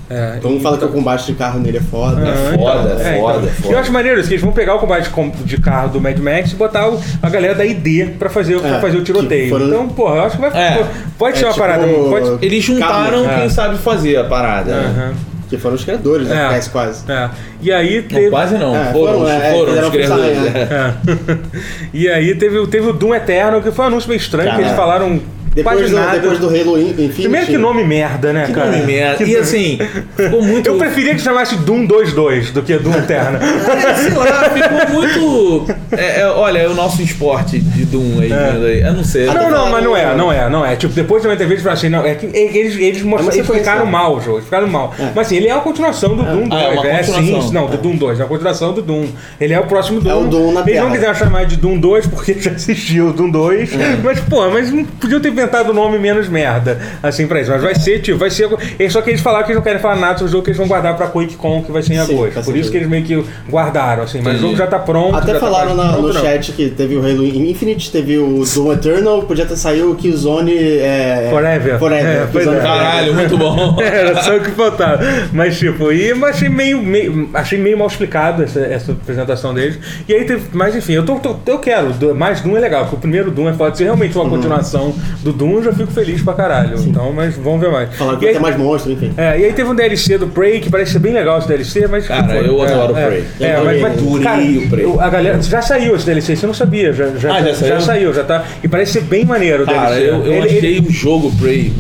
Speaker 1: é,
Speaker 2: Todo mundo fala que o combate de carro nele é foda.
Speaker 1: Ah,
Speaker 3: foda,
Speaker 1: então, é,
Speaker 3: foda,
Speaker 1: então.
Speaker 3: foda.
Speaker 1: Eu acho maneiro isso, que eles vão pegar o combate com- de carro do Mad Max e botar o- a galera da ID pra fazer, o- pra
Speaker 2: É,
Speaker 1: fazer o tiroteio.
Speaker 2: que foram-
Speaker 1: Então, porra, eu acho que vai.
Speaker 3: É.
Speaker 1: pô, Pode
Speaker 2: É
Speaker 1: ser uma
Speaker 2: tipo-
Speaker 1: parada. Pode...
Speaker 3: Eles juntaram
Speaker 1: Calma.
Speaker 3: quem
Speaker 1: É.
Speaker 3: sabe fazer a parada. né?
Speaker 1: Aham.
Speaker 2: Que foram os criadores da
Speaker 1: É.
Speaker 2: PS quase.
Speaker 1: É. E aí
Speaker 3: Não,
Speaker 1: teve.
Speaker 3: quase não.
Speaker 2: É,
Speaker 3: foram
Speaker 2: foram,
Speaker 3: os-
Speaker 2: é,
Speaker 3: foram os
Speaker 2: fizeram
Speaker 3: criadores.
Speaker 2: pensar,
Speaker 3: é.
Speaker 1: É. e aí teve, o- teve o Doom Eternal, que foi um anúncio meio estranho, que eles
Speaker 2: Cara,
Speaker 1: falaram
Speaker 2: Depois
Speaker 1: quase
Speaker 2: do,
Speaker 1: nada.
Speaker 2: depois do Halo Infinite.
Speaker 1: Primeiro que nome merda, né,
Speaker 3: Que
Speaker 1: cara?
Speaker 3: nome merda. E assim, ficou muito.
Speaker 1: Eu preferia que chamasse Doom 2-2 do que Doom Eterna.
Speaker 3: Sei lá, assim, ficou muito. É, é, olha, é o nosso esporte de Doom aí,
Speaker 1: É.
Speaker 3: vindo aí. Eu não sei.
Speaker 2: Tá
Speaker 1: não, não, mas não é, não é, não é. Tipo, depois de uma entrevista eu achei, não, é que eles, eles, mostraram,
Speaker 2: Ah, Mas
Speaker 1: eles
Speaker 2: foi
Speaker 1: ficaram
Speaker 2: isso, né?
Speaker 1: mal o jogo, eles ficaram mal. Mas assim, ele é uma continuação do Doom 2,
Speaker 3: Ah, é uma
Speaker 1: é, sim,
Speaker 3: continuação.
Speaker 1: não, do Doom 2, é uma continuação do Doom. Ele é o próximo Doom.
Speaker 2: É o Doom na
Speaker 1: eles não
Speaker 2: Terra.
Speaker 1: quiseram chamar de Doom 2 porque já existiu o Doom 2,
Speaker 2: É.
Speaker 1: mas pô, mas não podiam ter inventado o nome menos merda, assim, pra isso. Mas vai ser, tipo, vai ser... é Só que eles falaram que eles não querem falar nada sobre o jogo que eles vão guardar pra QuakeCon, que vai ser em
Speaker 2: Sim,
Speaker 1: agosto.
Speaker 2: faz
Speaker 1: Por isso
Speaker 2: sentido.
Speaker 1: que eles meio que guardaram, assim, mas o
Speaker 3: Entendi.
Speaker 1: jogo já tá pronto. já
Speaker 2: Até
Speaker 1: tá
Speaker 2: falaram
Speaker 1: quase
Speaker 2: na- no
Speaker 1: pronto, não.
Speaker 2: chat que teve o Halo Infinite, teve o Doom Eternal, podia ter saído o Killzone é,
Speaker 1: Forever. É,
Speaker 2: Forever.
Speaker 1: pois
Speaker 2: Killzone
Speaker 1: é.
Speaker 3: Caralho, muito bom.
Speaker 1: Era só o que faltava. Mas, tipo, e eu achei meio, meio- achei meio mal explicado essa, essa apresentação deles. E aí teve. Mas enfim, eu, tô, tô- eu quero. do- Mais Doom é legal, porque o primeiro Doom é foda. Se realmente
Speaker 3: Uhum.
Speaker 1: uma continuação do Doom, eu já fico feliz pra caralho. Então, mas vamos ver mais.
Speaker 2: Falaram que
Speaker 1: e
Speaker 2: vai
Speaker 1: aí,
Speaker 2: ter mais monstro, enfim.
Speaker 1: é, e aí teve um DLC do Prey, que parece ser bem legal esse DLC, mas...
Speaker 3: Cara,
Speaker 1: pô,
Speaker 3: eu
Speaker 1: é,
Speaker 3: adoro
Speaker 1: é,
Speaker 3: Prey.
Speaker 1: É,
Speaker 2: Eu
Speaker 1: mas,
Speaker 2: adorei.
Speaker 1: mas
Speaker 3: Adorei
Speaker 1: cara,
Speaker 3: o Prey.
Speaker 1: eu- a galera... Já saiu esse DLC, você não sabia. Já, já,
Speaker 3: Ah, já saiu?
Speaker 1: já tá... E parece ser bem maneiro o
Speaker 3: Cara,
Speaker 1: DLC.
Speaker 3: eu, eu
Speaker 1: Ele- ele-
Speaker 3: achei o jogo Prey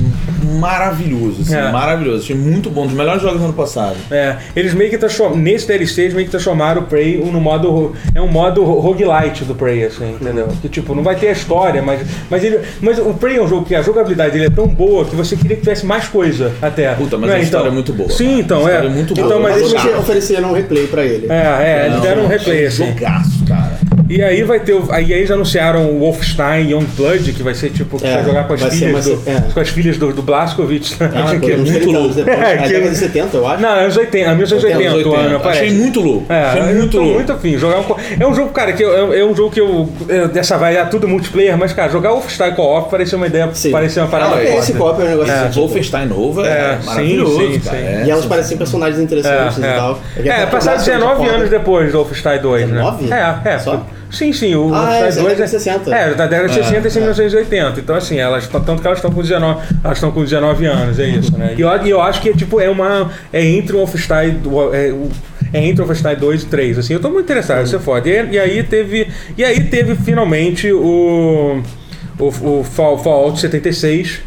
Speaker 3: maravilhoso, assim,
Speaker 1: É.
Speaker 3: maravilhoso. Achei muito bom, um dos melhores jogos do ano passado.
Speaker 1: É, eles meio que transformaram. Nesse DLC, eles meio que transformaram o Prey no modo. ro- É um modo ro- roguelite do Prey, assim, entendeu? Que tipo, não vai ter a história, mas. Mas, ele, mas o Prey é um jogo que a jogabilidade dele é tão boa que você queria que tivesse mais coisa até.
Speaker 3: Puta, mas
Speaker 1: Não
Speaker 3: a história é muito boa,
Speaker 1: Sim,
Speaker 3: cara.
Speaker 1: então,
Speaker 3: A
Speaker 1: é.
Speaker 3: história é muito
Speaker 1: então,
Speaker 3: boa.
Speaker 1: mas
Speaker 2: Mas
Speaker 1: eles.
Speaker 2: eles ofereceram um replay pra ele.
Speaker 1: É, é, eles
Speaker 3: Não,
Speaker 1: deram um replay,
Speaker 3: achei
Speaker 1: assim.
Speaker 3: Jogaço, cara.
Speaker 1: E aí vai ter. o- Aí eles anunciaram o Wolfenstein Youngblood, que vai ser tipo. Que
Speaker 2: É,
Speaker 1: vai jogar com as
Speaker 2: vai ser
Speaker 1: filhas,
Speaker 2: mais-
Speaker 1: do,
Speaker 2: é.
Speaker 1: com as filhas do, do Blaskovich. né?
Speaker 2: Ah,
Speaker 1: Que-
Speaker 2: foi uns 30 anos depois.
Speaker 1: É,
Speaker 2: É,
Speaker 1: que-
Speaker 2: década de 70, eu acho.
Speaker 1: Não, anos 80, anos
Speaker 3: Anos
Speaker 1: 80, o
Speaker 3: 80.
Speaker 1: ano, aparece.
Speaker 3: Achei muito louco.
Speaker 1: É,
Speaker 3: achei
Speaker 1: eu
Speaker 3: muito
Speaker 1: tô
Speaker 3: louco.
Speaker 1: muito afim. Jogar um co- É um jogo, cara, que eu- é, é um jogo que eu. é, dessa vai é tudo multiplayer, mas, cara, jogar Wolfenstein Co-op parecia uma ideia,
Speaker 2: Sim.
Speaker 1: parecia uma parada
Speaker 3: Ah,
Speaker 1: foda.
Speaker 2: é, esse copo é um negócio
Speaker 3: Esse
Speaker 2: assim, tipo,
Speaker 3: Wolfenstein novo
Speaker 1: É,
Speaker 3: é,
Speaker 1: sim,
Speaker 3: maravilhoso,
Speaker 1: sim,
Speaker 3: cara.
Speaker 1: sim.
Speaker 3: É.
Speaker 2: E elas parecem personagens interessantes e tal.
Speaker 1: É, é. é passaram 19 anos depois do Wolfenstein 2, né?
Speaker 2: 19?
Speaker 1: É, é.
Speaker 2: Só?
Speaker 1: Sim, sim, o
Speaker 2: Ah, é, isso
Speaker 1: Wolfenstein
Speaker 2: é
Speaker 1: 2
Speaker 2: década de 60.
Speaker 1: É, da década de 60 e
Speaker 2: é.
Speaker 1: 1980. Então, assim, elas tão- tanto que elas estão com 19, elas estão com 19 anos, é isso, né? E eu, e eu acho que é tipo é uma é entre o Wolfenstein do- é, o- é entre o Wolfenstein 2 e 3, assim. Eu tô muito interessado, isso é foda. E, e aí teve e aí teve finalmente o o, o Fall- Fallout 76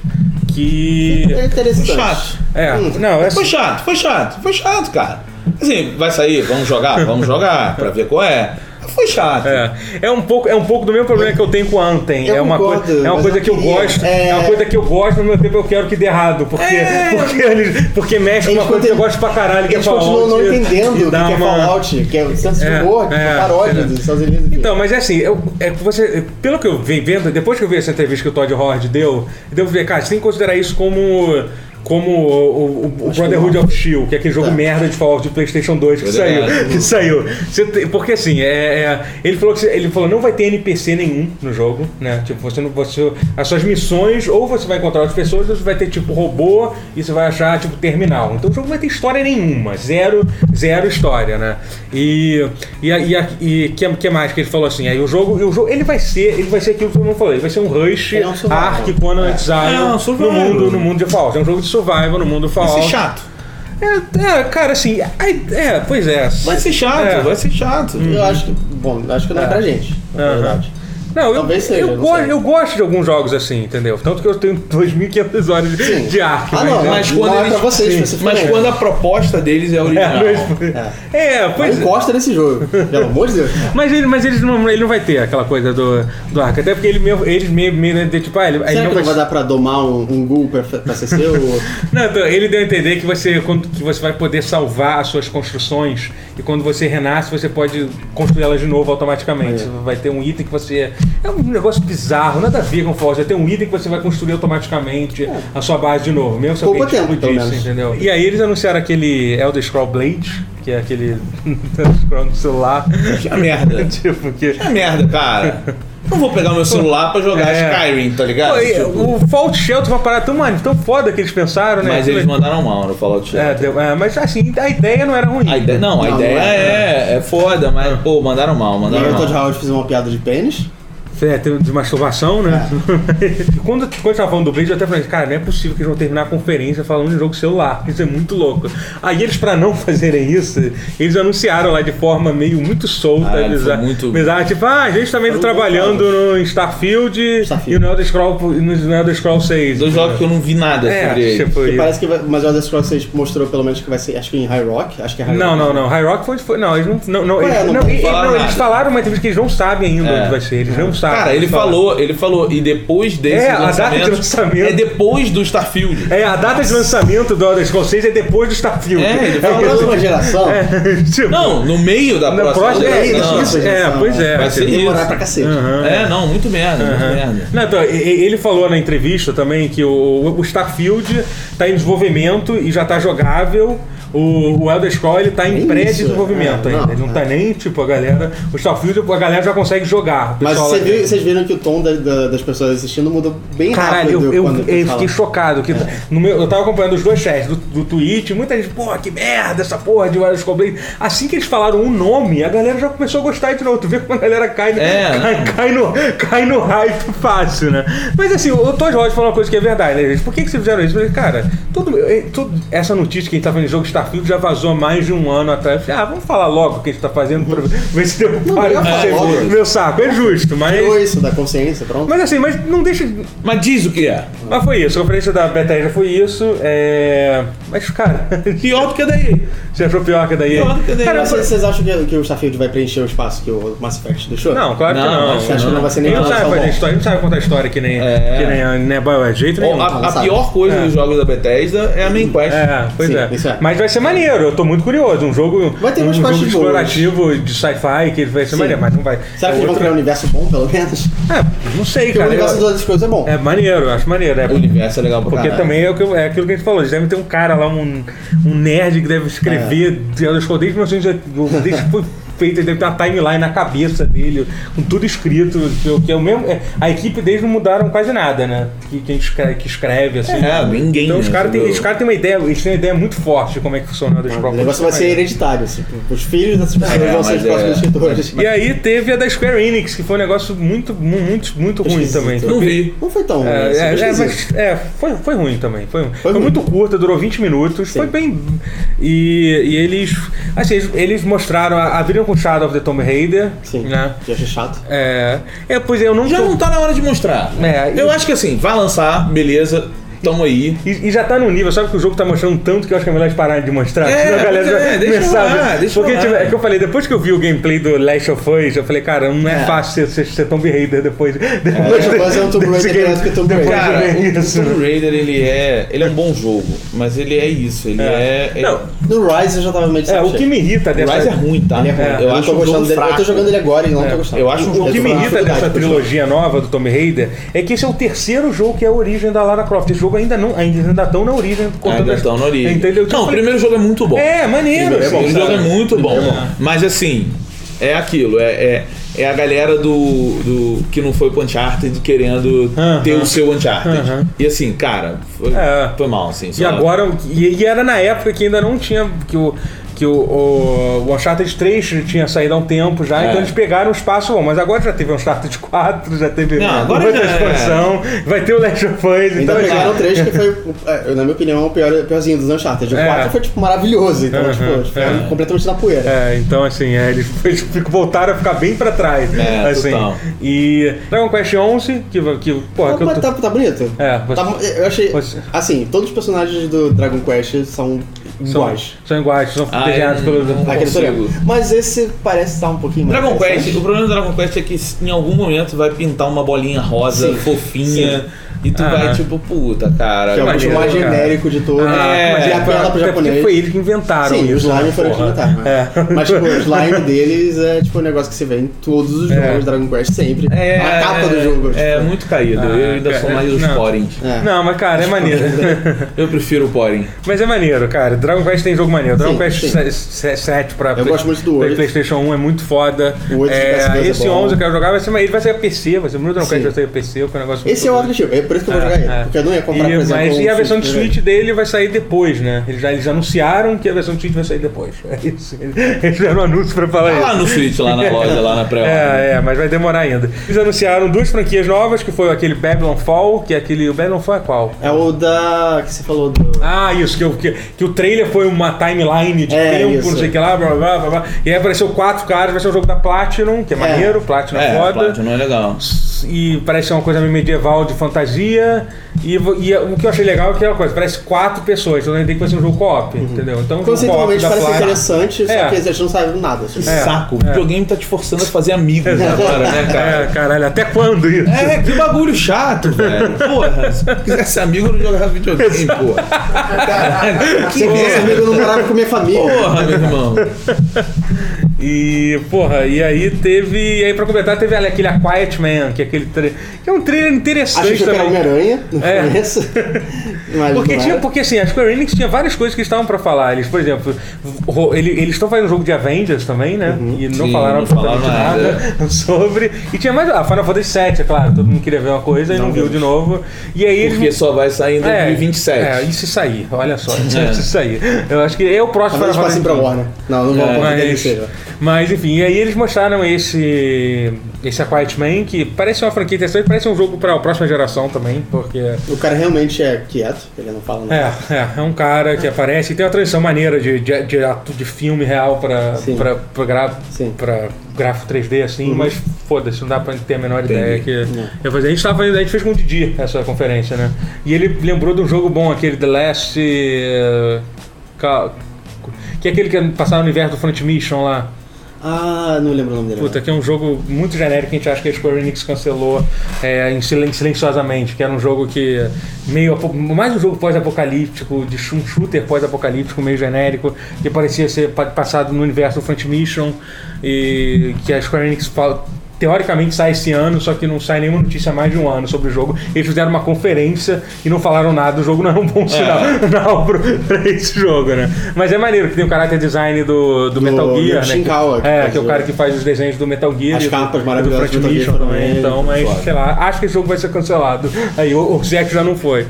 Speaker 1: que
Speaker 2: É interessante.
Speaker 3: Chato.
Speaker 1: é,
Speaker 2: Hum.
Speaker 1: não, é
Speaker 3: Foi chato, foi chato, foi chato, cara. Assim, vai sair, vamos jogar? Vamos jogar, pra ver qual é. Mas Foi chato.
Speaker 1: É. é um pouco, é um pouco do mesmo problema que eu tenho com o Anten.
Speaker 2: Eu
Speaker 1: é uma
Speaker 2: concordo,
Speaker 1: coisa, é uma
Speaker 2: mas
Speaker 1: coisa
Speaker 2: eu
Speaker 1: que eu
Speaker 2: queria.
Speaker 1: gosto, é...
Speaker 2: É.
Speaker 1: uma coisa que eu gosto, mas ao mesmo tempo eu quero que dê errado, porque porque, eles, porque mexe com
Speaker 2: Eles
Speaker 1: uma coisa que eu
Speaker 2: continu-
Speaker 1: gosto pra caralho, que é
Speaker 2: Eles continuam
Speaker 1: Fallout.
Speaker 2: não
Speaker 1: e-
Speaker 2: entendendo
Speaker 1: e
Speaker 2: o que,
Speaker 1: dá
Speaker 2: que é
Speaker 1: uma-
Speaker 2: Fallout, que é o senso
Speaker 1: É,
Speaker 2: de humor, que é,
Speaker 1: é,
Speaker 2: uma paródia
Speaker 1: é.
Speaker 2: dos Estados Unidos. aqui.
Speaker 1: Então, mas é assim, eu, é que você, pelo que eu venho vendo, depois que eu vi essa entrevista que o Todd Horde deu, eu devo ver, cara, você tem que considerar isso como. Como o, o- o Brotherhood of Steel, que é aquele jogo merda de Fallout de PlayStation 2 que saiu.
Speaker 3: Verdade.
Speaker 1: Que saiu. Você tem- porque assim, é, é, ele, falou que, você- ele falou não vai ter NPC nenhum no jogo, né? Tipo, você não. Você, as suas missões, ou você vai encontrar outras pessoas, ou você vai ter tipo robô e você vai achar tipo terminal. Então o jogo não vai ter história nenhuma. Zero, zero história, né? E. E, a- e, a- e que, que mais que ele falou assim? Aí o jogo. e o jogo ele vai ser. Ele vai ser aquilo que todo mundo falou. Ele vai ser um rush,
Speaker 2: Ele é um survival.
Speaker 1: arc, Conan
Speaker 3: É,
Speaker 1: Exile
Speaker 3: um
Speaker 1: no
Speaker 3: survival.
Speaker 1: mundo, no mundo de Fallout. É um jogo de survival no mundo
Speaker 3: Vai ser
Speaker 1: Fallout.
Speaker 3: chato.
Speaker 1: É, é, cara, assim, aí- é, pois é.
Speaker 3: Vai ser chato,
Speaker 1: É.
Speaker 3: vai ser chato.
Speaker 2: Eu acho que. Bom, acho que não é, pra gente, na
Speaker 1: Aham.
Speaker 2: verdade.
Speaker 1: Não,
Speaker 2: Talvez
Speaker 1: eu,
Speaker 2: seja,
Speaker 1: eu,
Speaker 2: não
Speaker 1: go-
Speaker 2: sei.
Speaker 1: eu gosto de alguns jogos assim, entendeu? Tanto que eu tenho 2.500 horas de,
Speaker 2: Sim.
Speaker 1: de né? arc.
Speaker 2: Ah, não,
Speaker 1: mas,
Speaker 3: mas quando
Speaker 2: não é
Speaker 3: eles-
Speaker 2: pra vocês,
Speaker 1: sim,
Speaker 3: Mas
Speaker 2: especificamente.
Speaker 3: quando a proposta deles é original.
Speaker 1: é, é,
Speaker 2: Mas
Speaker 1: pois
Speaker 2: não
Speaker 1: é.
Speaker 2: gosta desse jogo, pelo amor de Deus.
Speaker 1: Mas, ele, mas eles não, ele não vai ter aquela coisa do, do arco. Até porque ele meio, eles meio, meio né, de, tipo, ah, ele, ele
Speaker 2: Será
Speaker 1: não
Speaker 2: que não vai
Speaker 1: vai
Speaker 2: dar pra domar um, um ghoul pra, pra ser seu?
Speaker 1: Não, então, ele deu a entender que você, quando- que você vai poder salvar as suas construções e quando você renasce, você pode construí-las de novo automaticamente. Você Vai ter um item que você. É um negócio bizarro, nada a ver com Forza. Vai ter um item que você vai construir automaticamente
Speaker 3: É.
Speaker 1: a sua base de novo, mesmo se
Speaker 2: Poupa
Speaker 1: alguém
Speaker 2: tempo, pelo
Speaker 1: explodir,
Speaker 2: menos.
Speaker 1: entendeu? E aí eles anunciaram aquele Elder Scroll Blade, que é aquele Elder Scroll no celular.
Speaker 3: Que é merda.
Speaker 1: tipo, que.
Speaker 3: Que é merda, cara. Não vou pegar meu celular pra jogar
Speaker 1: É.
Speaker 3: Skyrim, tá ligado?
Speaker 1: Pô, e
Speaker 3: Tipo,
Speaker 1: o né, Fault Shelter vai parar tão, mano, tão foda que eles pensaram, né?
Speaker 3: mas eles mandaram mal no Fallout
Speaker 1: É,
Speaker 3: 4.
Speaker 1: deu- é, mas assim, a ideia não era ruim.
Speaker 3: A ideia, não, a
Speaker 2: Não,
Speaker 3: ideia
Speaker 2: não
Speaker 3: é,
Speaker 2: é.
Speaker 3: é, foda, mas, pô, mandaram mal,
Speaker 2: E
Speaker 3: mandaram
Speaker 2: aí o Todd
Speaker 3: mal.
Speaker 2: Howard fez uma piada de pênis.
Speaker 1: É, tem de masturbação, né? quando, quando eu tava falando do Blade, eu até falei, cara, não é possível que eles vão terminar a conferência falando de jogo celular. Isso é muito louco. Aí eles, pra não fazerem isso, eles anunciaram lá de forma meio muito solta.
Speaker 3: Caralho,
Speaker 1: eles,
Speaker 3: Ah, foi muito-
Speaker 1: bizarra, tipo, ah, a gente também tá
Speaker 2: Foi um bom
Speaker 1: trabalhando no Starfield,
Speaker 2: Starfield.
Speaker 1: e no Elder Scroll, e no Elder Scroll 6.
Speaker 3: Dois jogos que eu não vi nada
Speaker 1: É,
Speaker 3: sobre eles.
Speaker 1: tipo,
Speaker 2: Que
Speaker 1: isso.
Speaker 2: parece que vai, mas o Elder Scrolls 6 mostrou pelo menos que vai ser, acho que em High Rock, acho que é High
Speaker 1: Não,
Speaker 2: Rock.
Speaker 1: não, não. High Rock foi. foi- não, eles não. Não, não,
Speaker 2: Ué,
Speaker 1: eles,
Speaker 2: não
Speaker 1: não,
Speaker 2: tem
Speaker 1: e-
Speaker 3: que falar
Speaker 1: não, eles
Speaker 3: nada.
Speaker 1: falaram uma entrevista que eles não sabem ainda
Speaker 3: É.
Speaker 1: onde vai ser. Eles não sabem.
Speaker 3: Cara, ele
Speaker 1: Eles falaram.
Speaker 3: falou, ele falou, e depois desse
Speaker 1: É, a data de lançamento.
Speaker 3: é depois do Starfield.
Speaker 1: É, a data de lançamento do Elder Scrolls 6 é depois do Starfield.
Speaker 3: É, ele
Speaker 2: É a
Speaker 3: falou-
Speaker 2: próxima geração.
Speaker 1: É, tipo,
Speaker 3: Não, no meio da
Speaker 1: na
Speaker 3: próxima.
Speaker 1: próxima. É,
Speaker 2: é
Speaker 3: não,
Speaker 1: isso,
Speaker 2: não.
Speaker 1: é, pois é.
Speaker 3: Vai ser
Speaker 2: Demorar
Speaker 3: isso.
Speaker 2: pra cacete.
Speaker 1: Aham.
Speaker 3: É, não, muito merda, muito merda.
Speaker 1: Não, então, e- e- ele falou na entrevista também que o, o Starfield está em desenvolvimento e já está jogável. O, o Elder Scroll ele tá em
Speaker 2: Nem
Speaker 1: pré-desenvolvimento
Speaker 2: isso, é,
Speaker 1: ainda.
Speaker 2: não,
Speaker 1: ele não
Speaker 2: é.
Speaker 1: está nem, tipo, a galera. O Starfield, a galera já consegue jogar. O
Speaker 2: Mas
Speaker 1: pessoal
Speaker 2: você
Speaker 1: lá-
Speaker 2: viu- vocês viram que o tom da- da- das pessoas assistindo mudou bem
Speaker 1: Caralho,
Speaker 2: rápido.
Speaker 1: eu, eu,
Speaker 2: quando
Speaker 1: eu
Speaker 2: fala. É.
Speaker 1: fiquei chocado. Que no meu, eu tava acompanhando os dois chats do, do Twitch, muita gente, porra, que merda essa porra de Wireless Coblade. Assim que eles falaram um nome, a galera já começou a gostar de novo. Tu vê como a galera cai, no-
Speaker 3: É,
Speaker 2: né?
Speaker 1: cai, cai no, cai no hype fácil, né? Mas assim, o Todd Rod falou uma coisa que é verdade, né, gente? Por que, que vocês fizeram isso? Eu falei, cara, tudo, eh, tudo- essa notícia que a gente tá fazendo de jogo Starfield já vazou há mais de um ano atrás. Eu falei, ah, vamos falar logo o que a gente tá fazendo pra ver se deu para
Speaker 2: eu
Speaker 1: de
Speaker 2: falo
Speaker 1: ser
Speaker 2: logo.
Speaker 1: meu saco. É justo, mas.
Speaker 2: Tirou isso da consciência, pronto.
Speaker 1: Mas assim, mas não deixa. de-
Speaker 3: Mas diz o que é.
Speaker 1: mas foi isso, a conferência da Bethesda foi isso. É... Mas, cara,
Speaker 3: Pior do que a daí.
Speaker 1: você achou pior que a da EA?
Speaker 3: Pior do que a daí.
Speaker 1: Cara,
Speaker 2: Mas
Speaker 1: eu-
Speaker 2: vocês, vocês acham que, que o Starfield vai preencher o espaço que o Mass Effect deixou?
Speaker 1: Não, claro
Speaker 3: Não,
Speaker 1: que
Speaker 3: acho
Speaker 1: não.
Speaker 2: Acho que não vai ser nem
Speaker 1: Ele não sabe
Speaker 2: lançado
Speaker 1: fazer
Speaker 2: bom.
Speaker 1: história, ele não sabe contar história que nem,
Speaker 3: É.
Speaker 1: que nem, nem Bioware, de jeito nenhum.
Speaker 3: Bom,
Speaker 2: não
Speaker 3: a, a
Speaker 2: sabe.
Speaker 3: pior coisa
Speaker 1: É.
Speaker 3: dos jogos da Bethesda é a main quest.
Speaker 1: É, pois
Speaker 2: Sim,
Speaker 1: é.
Speaker 2: isso é.
Speaker 1: Mas vai ser maneiro, eu tô muito curioso. Um jogo,
Speaker 2: Vai ter
Speaker 1: um
Speaker 2: umas
Speaker 1: jogo
Speaker 2: partes boas.
Speaker 1: explorativo de sci-fi que vai ser
Speaker 2: Sim.
Speaker 1: maneiro, mas não vai.
Speaker 2: Será que
Speaker 1: é
Speaker 2: eles vão
Speaker 1: outro-
Speaker 2: criar um universo bom, pelo menos?
Speaker 1: É, não sei,
Speaker 2: Porque o
Speaker 1: cara.
Speaker 2: universo
Speaker 1: eu-
Speaker 2: das coisas é bom.
Speaker 1: É maneiro, eu acho maneiro. É,
Speaker 3: O universo é legal pra
Speaker 1: Porque
Speaker 3: caralho.
Speaker 1: também é, o que eu- é aquilo que a gente falou, eles devem ter um cara lá, um, um nerd que deve escrever é. Elder Scrolls desde 1980, desde que foi feito, ele deve ter uma timeline na cabeça dele, com tudo escrito, que, é o- que é o mesmo. é, a equipe deles não mudaram quase nada, né? Que, que, escreve, que escreve, assim.
Speaker 3: É, ninguém.
Speaker 1: Então os
Speaker 3: né,
Speaker 1: caras têm
Speaker 3: entendeu?
Speaker 1: os caras têm uma ideia, eles têm uma ideia muito forte de como é que funciona o Elder
Speaker 2: O
Speaker 1: Scrolls.
Speaker 2: negócio vai ser hereditário, assim. Os filhos dessas pessoas
Speaker 3: É,
Speaker 2: vão ser os
Speaker 3: mas é-
Speaker 2: próximos escritores.
Speaker 1: E aí teve a da Square Enix, que foi um negócio muito, mu- muito, muito ruim
Speaker 2: Esquisito.
Speaker 1: também.
Speaker 3: Não vi.
Speaker 2: Não foi tão ruim.
Speaker 1: É,
Speaker 2: assim,
Speaker 1: é,
Speaker 2: foi
Speaker 1: é,
Speaker 2: esquisito.
Speaker 1: mas é, foi, foi ruim também. Foi, foi,
Speaker 2: ruim.
Speaker 1: muito curta, durou 20 minutos. Foi bem. E, e eles. Assim, eles, eles mostraram. a- Abriram com Shadow of the Tomb Raider.
Speaker 2: Sim,
Speaker 1: Né?
Speaker 2: que eu achei chato.
Speaker 1: É, é, pois é, eu não.
Speaker 3: Já
Speaker 1: tô-
Speaker 3: não tá na hora de mostrar.
Speaker 1: É,
Speaker 3: eu
Speaker 1: e-
Speaker 3: acho que assim, vai lançar, beleza. tamo aí.
Speaker 1: E, e já tá num nível, sabe que o jogo tá mostrando tanto que eu acho que é melhor eles pararem de mostrar.
Speaker 3: É,
Speaker 1: senão a galera
Speaker 3: pois é,
Speaker 1: vai
Speaker 3: deixa
Speaker 1: começar a ver.
Speaker 3: rolar, deixa
Speaker 1: Porque
Speaker 3: rolar.
Speaker 1: tipo, é que eu falei, depois que eu vi o gameplay do Last of Us, eu falei, cara, não é,
Speaker 2: É.
Speaker 1: fácil ser, ser, ser Tomb Raider depois. Depois
Speaker 2: Last of Us é um Tomb
Speaker 1: desse
Speaker 2: Raider
Speaker 1: game-
Speaker 2: melhor do que Tomb Raider.
Speaker 1: depois de
Speaker 3: Cara,
Speaker 1: ver
Speaker 3: o,
Speaker 1: isso.
Speaker 3: o Tomb Raider, ele é, ele é um bom jogo, mas ele é isso, ele é... é,
Speaker 1: Não,
Speaker 2: No Rise eu já tava meio
Speaker 1: é, o que me irrita
Speaker 3: o
Speaker 1: dessa.
Speaker 3: Rise é ruim, tá?
Speaker 2: Ele é ruim.
Speaker 3: Eu,
Speaker 2: Eu, não
Speaker 3: acho
Speaker 2: tô
Speaker 3: um jogo
Speaker 2: gostando dele. Eu
Speaker 3: fraco.
Speaker 2: tô jogando ele agora e não
Speaker 1: É,
Speaker 2: tô é gostando.
Speaker 3: Eu acho um
Speaker 1: O que me
Speaker 2: Uma
Speaker 1: irrita
Speaker 2: dificuldade
Speaker 1: dessa
Speaker 2: pra
Speaker 1: trilogia nova do Tomb Raider é que esse é o terceiro jogo que é a origem da Lara Croft. Esse jogo ainda não, ainda ainda estão na origem do
Speaker 3: Ainda estão na origem.
Speaker 1: Entendeu?
Speaker 3: é
Speaker 1: Tipo,
Speaker 3: Não, o primeiro jogo é muito bom.
Speaker 1: É, maneiro.
Speaker 3: Primeiro
Speaker 1: assim,
Speaker 3: jogo é
Speaker 1: sabe?
Speaker 3: muito bom.
Speaker 2: Primeiro é bom.
Speaker 3: Mas assim, é aquilo, é, é, é a galera do, do que não foi pro Uncharted querendo
Speaker 1: Aham.
Speaker 3: ter o seu Uncharted.
Speaker 1: Aham.
Speaker 3: E assim, cara, foi,
Speaker 1: É.
Speaker 3: foi mal, assim.
Speaker 1: E
Speaker 3: só-
Speaker 1: agora, e, e era na época que ainda não tinha. Que o, que o, o, o Uncharted 3 tinha saído há um tempo já,
Speaker 3: É.
Speaker 1: então eles pegaram o espaço bom. Mas agora já teve Uncharted 4, já teve
Speaker 3: Não, agora
Speaker 1: outra
Speaker 3: já é.
Speaker 1: expansão, vai ter o Last of Us.
Speaker 2: Ainda
Speaker 1: Então,
Speaker 2: pegaram o
Speaker 1: assim,
Speaker 2: 3 que foi, é, na minha opinião, o pior, piorzinho dos Uncharted. O
Speaker 1: É.
Speaker 2: 4 foi, tipo, maravilhoso. Então,
Speaker 1: Uhum,
Speaker 2: tipo, eles ficaram
Speaker 1: é.
Speaker 2: completamente na poeira.
Speaker 1: É, então assim, é, eles, eles ficam- voltaram a ficar bem pra trás.
Speaker 3: É,
Speaker 1: assim.
Speaker 3: total.
Speaker 1: E Dragon Quest 11, que, que porra,
Speaker 2: Tá-
Speaker 1: é que eu tô-
Speaker 2: tá, tá bonito.
Speaker 1: É,
Speaker 2: Tá- eu achei.
Speaker 1: você-
Speaker 2: Assim, todos os personagens do Dragon Quest são
Speaker 1: são,
Speaker 2: iguais.
Speaker 1: são iguais, são
Speaker 3: Ah,
Speaker 1: desenhados
Speaker 3: eu
Speaker 1: pelo.
Speaker 3: não-
Speaker 2: Aquele
Speaker 3: consigo.
Speaker 2: Toriyama. Mas esse parece estar um pouquinho mais.
Speaker 3: Dragon Quest,
Speaker 2: interessante.
Speaker 3: o problema do Dragon Quest é que em algum momento vai pintar uma bolinha rosa
Speaker 2: Sim.
Speaker 3: fofinha e tu
Speaker 1: Ah.
Speaker 3: vai tipo, puta, cara.
Speaker 2: Que é o
Speaker 1: Maneiro,
Speaker 2: mais
Speaker 1: cara.
Speaker 2: genérico de todos.
Speaker 3: É,
Speaker 2: mas
Speaker 1: mas
Speaker 2: ele
Speaker 1: é,
Speaker 2: apela pro
Speaker 1: até porque
Speaker 2: japonês.
Speaker 1: Foi eles que inventaram
Speaker 2: Sim, os
Speaker 1: isso.
Speaker 2: slime foram
Speaker 1: porra.
Speaker 2: inventar. né?
Speaker 1: É.
Speaker 2: Mas, tipo, o slime deles é tipo um negócio que se vê em todos os
Speaker 1: É.
Speaker 2: jogos de Dragon Quest, sempre.
Speaker 3: É,
Speaker 2: Na capa do jogo. tipo.
Speaker 3: É, muito caído.
Speaker 1: Ah,
Speaker 3: eu ainda
Speaker 1: cara,
Speaker 3: sou mais dos
Speaker 1: não.
Speaker 3: Porings.
Speaker 2: É.
Speaker 1: Não, mas cara, é maneiro.
Speaker 2: né?
Speaker 3: Eu prefiro o Poring.
Speaker 1: mas é maneiro, cara. Dragon Quest tem jogo maneiro. Dragon
Speaker 2: Sim,
Speaker 1: Quest
Speaker 2: sim.
Speaker 1: se- se- 7 pra
Speaker 2: Eu gosto muito do
Speaker 1: pra
Speaker 2: oito.
Speaker 1: PlayStation 1 é muito foda.
Speaker 2: O oito de PS2
Speaker 1: é,
Speaker 2: é
Speaker 1: esse
Speaker 2: bom.
Speaker 1: 11 que eu jogar vai ser, ele vai ser PC, vai ser o meu Dragon Quest
Speaker 2: Sim.
Speaker 1: vai ser PC, que é um negócio
Speaker 2: Esse é o
Speaker 1: muito doido.
Speaker 2: outro tipo, é por isso que eu
Speaker 1: Ah,
Speaker 2: vou jogar ele. Porque eu não ia comprar,
Speaker 1: e,
Speaker 2: por exemplo,
Speaker 1: mas,
Speaker 2: um
Speaker 1: é e a versão de
Speaker 2: Switch
Speaker 1: Switch dele vai sair depois, né? Eles já, eles anunciaram que a versão de Switch vai sair depois. É isso. Eles fizeram um anúncio pra falar
Speaker 3: Tá
Speaker 1: isso.
Speaker 2: Ah,
Speaker 3: lá no Switch, lá na loja, lá na pré-ordem.
Speaker 1: É, é, mas vai demorar ainda. Eles anunciaram duas franquias novas, que foi aquele Babylon Fall, que é aquele. O Babylon Fall é qual?
Speaker 2: É o da. que você falou do.
Speaker 1: Ah, isso, que, eu- que, que o trailer foi uma timeline de
Speaker 2: É,
Speaker 1: tempo,
Speaker 2: isso.
Speaker 1: não sei o que lá, blá blá blá blá. E aí apareceu quatro caras, vai ser um jogo da Platinum, que é, maneiro, Platinum é,
Speaker 3: É,
Speaker 1: foda.
Speaker 3: Platinum é legal.
Speaker 1: E parece ser uma coisa meio medieval de fantasia. E, vo- e o que eu achei legal é que é uma coisa, parece quatro pessoas, então tem que vai ser um jogo co-op, entendeu? Então, o jogo co-op
Speaker 2: Conceitualmente
Speaker 1: da
Speaker 2: Uhum. assim, parece
Speaker 1: Platinum.
Speaker 2: interessante,
Speaker 1: É.
Speaker 2: só que a gente não sabe nada.
Speaker 3: Que
Speaker 2: Tipo.
Speaker 3: saco. O videogame tá te forçando a fazer amigos agora, né,
Speaker 1: É,
Speaker 3: cara?
Speaker 1: caralho, até quando isso?
Speaker 3: É, que bagulho chato, velho. Porra, se eu quisesse amigo, eu não jogava videogame, porra. Caralho, que
Speaker 1: é.
Speaker 2: Se eu fosse
Speaker 3: merda.
Speaker 2: amigo, eu não morava com minha família.
Speaker 3: Porra, meu irmão.
Speaker 1: E, porra, e aí teve. E aí, pra completar, teve ali aquele A Quiet Man, que é aquele. tra- que é um trailer interessante
Speaker 2: Achei que eu era
Speaker 1: também.
Speaker 2: Homem-Aranha no
Speaker 1: É.
Speaker 2: começo. Mas
Speaker 1: Porque,
Speaker 2: não
Speaker 1: tinha,
Speaker 2: era.
Speaker 1: porque assim, a Square Enix tinha várias coisas que eles estavam pra falar. Eles, por exemplo, ro- ele- eles estão fazendo um jogo de Avengers também, né?
Speaker 2: Uhum.
Speaker 1: E não
Speaker 3: Sim,
Speaker 1: falaram
Speaker 3: não
Speaker 1: absolutamente
Speaker 3: falaram
Speaker 1: nada,
Speaker 3: nada.
Speaker 1: sobre. E tinha mais. A Final Fantasy VII, é claro, todo mundo queria ver uma coisa e não, viu de novo. E aí
Speaker 3: Porque
Speaker 1: eles.
Speaker 3: só vai sair em
Speaker 1: É,
Speaker 3: 2027.
Speaker 1: É, e se sair? Olha só,
Speaker 3: É.
Speaker 1: se sair. Eu acho que é o próximo
Speaker 2: Talvez passem pra Warner. Não, não vou
Speaker 3: É,
Speaker 2: comprar
Speaker 1: mas-
Speaker 2: ele seja.
Speaker 1: Mas enfim, e aí eles mostraram esse esse A Quiet Man, que parece uma franquia interessante, parece um jogo para a próxima geração também, porque
Speaker 2: O cara realmente é quieto, ele não fala nada.
Speaker 1: é, é, é um cara que aparece e tem uma transição maneira de, de, de, ato- de filme real pra,
Speaker 2: Sim.
Speaker 1: pra, pra, gra,
Speaker 2: Sim. Uhum.
Speaker 1: pra gráfico 3D assim, mas foda-se, não dá pra ter a menor ideia que
Speaker 2: Não.
Speaker 1: eu fazia. A gente, tava, fazendo- a gente fez com o Didi essa conferência, né? E ele lembrou de um jogo bom, aquele The Last. eh, Ca- que é aquele que passava no universo do Front Mission lá.
Speaker 2: Ah, não lembro o nome dele.
Speaker 1: Puta, que é um jogo muito genérico que a gente acha que a Square Enix cancelou é, em silen- silenciosamente, que era um jogo que meio apo- mais um jogo pós-apocalíptico, de sh- um shooter pós-apocalíptico meio genérico, que parecia ser pa- passado no universo do Front Mission e que a Square Enix fala- Teoricamente sai esse ano, só que não sai nenhuma notícia há mais de um ano sobre o jogo. Eles fizeram uma conferência e não falaram nada. O jogo não é um bom sinal, não, pro, pra esse jogo, né? Mas é maneiro que tem o caráter design do, do, Metal Gear, né?
Speaker 2: Shinkawa, que
Speaker 1: é,
Speaker 2: faz
Speaker 1: que é o
Speaker 2: o-
Speaker 1: cara que faz os desenhos do Metal Gear.
Speaker 2: As
Speaker 1: e do-
Speaker 2: capas
Speaker 1: e
Speaker 2: maravilhosas
Speaker 1: do
Speaker 2: do
Speaker 1: Front
Speaker 2: Metal
Speaker 1: Mission
Speaker 2: Gear foram
Speaker 1: também.
Speaker 2: ele,
Speaker 1: Então, mas
Speaker 3: foda.
Speaker 1: sei lá, acho que esse jogo vai ser cancelado. Aí o, o Zack já não foi.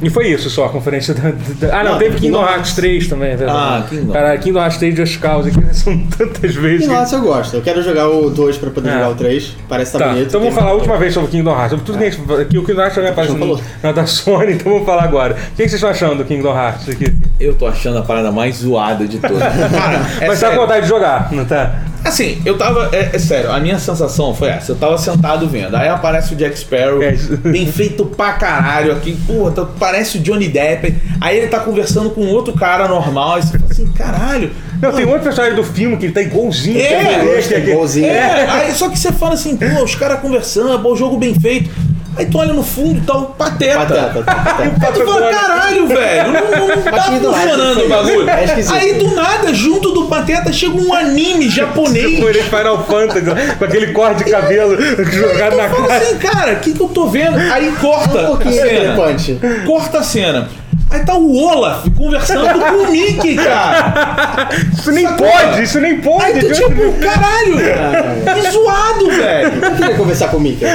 Speaker 1: E foi isso só a conferência da. da- da- Ah, não,
Speaker 2: Não,
Speaker 1: teve
Speaker 2: tem
Speaker 1: Kingdom
Speaker 2: Kingdom
Speaker 1: Hearts 3 também, é verdade.
Speaker 3: Ah, Kingdom.
Speaker 1: Cara, Kingdom Hearts 3 Just Cause, que são tantas vezes.
Speaker 2: E
Speaker 1: que-
Speaker 2: lá se eu gosto. Eu quero jogar o 2 pra poder
Speaker 1: É.
Speaker 2: jogar o 3. Parece que tá,
Speaker 1: Tá,
Speaker 2: bonito.
Speaker 1: então
Speaker 2: tem-
Speaker 1: vamos falar a última vez sobre o Kingdom Hearts. Sobre tudo que, a gente, que o Kingdom Hearts também aparece
Speaker 2: Já
Speaker 1: no,
Speaker 2: falou.
Speaker 1: na da Sony, então vamos falar agora. O que que vocês estão achando do Kingdom Hearts aqui?
Speaker 3: Eu tô achando a parada mais zoada de todas. Cara,
Speaker 1: Mas tá
Speaker 3: é
Speaker 1: com
Speaker 3: sério.
Speaker 1: vontade de jogar, não tá?
Speaker 3: Assim, eu tava. É, é sério, a minha sensação foi essa. Eu tava sentado vendo. Aí aparece o Jack Sparrow,
Speaker 1: É isso.
Speaker 3: bem feito pra caralho aqui. Porra, tá- parece o Johnny Depp. Aí ele tá conversando com outro cara normal. Aí você fala assim, caralho.
Speaker 1: Não,
Speaker 3: mano,
Speaker 1: tem outro personagem do filme que ele tá igualzinho.
Speaker 3: É,
Speaker 1: que
Speaker 3: eu
Speaker 2: acho que é
Speaker 1: aqui.
Speaker 2: igualzinho.
Speaker 1: É.
Speaker 3: É, aí só que você fala assim, pô, os caras conversando, pô, o jogo bem feito. Aí tu olha no fundo e tá o pateta.
Speaker 2: Pateta, pateta.
Speaker 3: Aí tu fala, caralho, velho, não, não tá
Speaker 2: Mas que do lado
Speaker 3: funcionando
Speaker 2: foi
Speaker 3: o bagulho.
Speaker 2: isso? É esquisito.
Speaker 3: aí do nada, junto do pateta, chega um anime japonês.
Speaker 1: Tipo, ele Final Fantasy, com aquele corte de cabelo jogado na
Speaker 3: Eu falo
Speaker 1: cara.
Speaker 3: assim, cara, o que, que eu tô vendo? Aí
Speaker 2: Um
Speaker 3: corta a
Speaker 2: pouquinho aquele
Speaker 3: cena.
Speaker 2: punch.
Speaker 1: né?
Speaker 3: Corta a cena. Aí tá o Olaf conversando com o Mickey, cara.
Speaker 1: Isso nem
Speaker 3: Sacou?
Speaker 1: pode, isso nem pode.
Speaker 3: Aí tu
Speaker 1: Deus me
Speaker 3: tipo, caralho, que zoado, velho.
Speaker 2: Eu queria conversar com o Mika.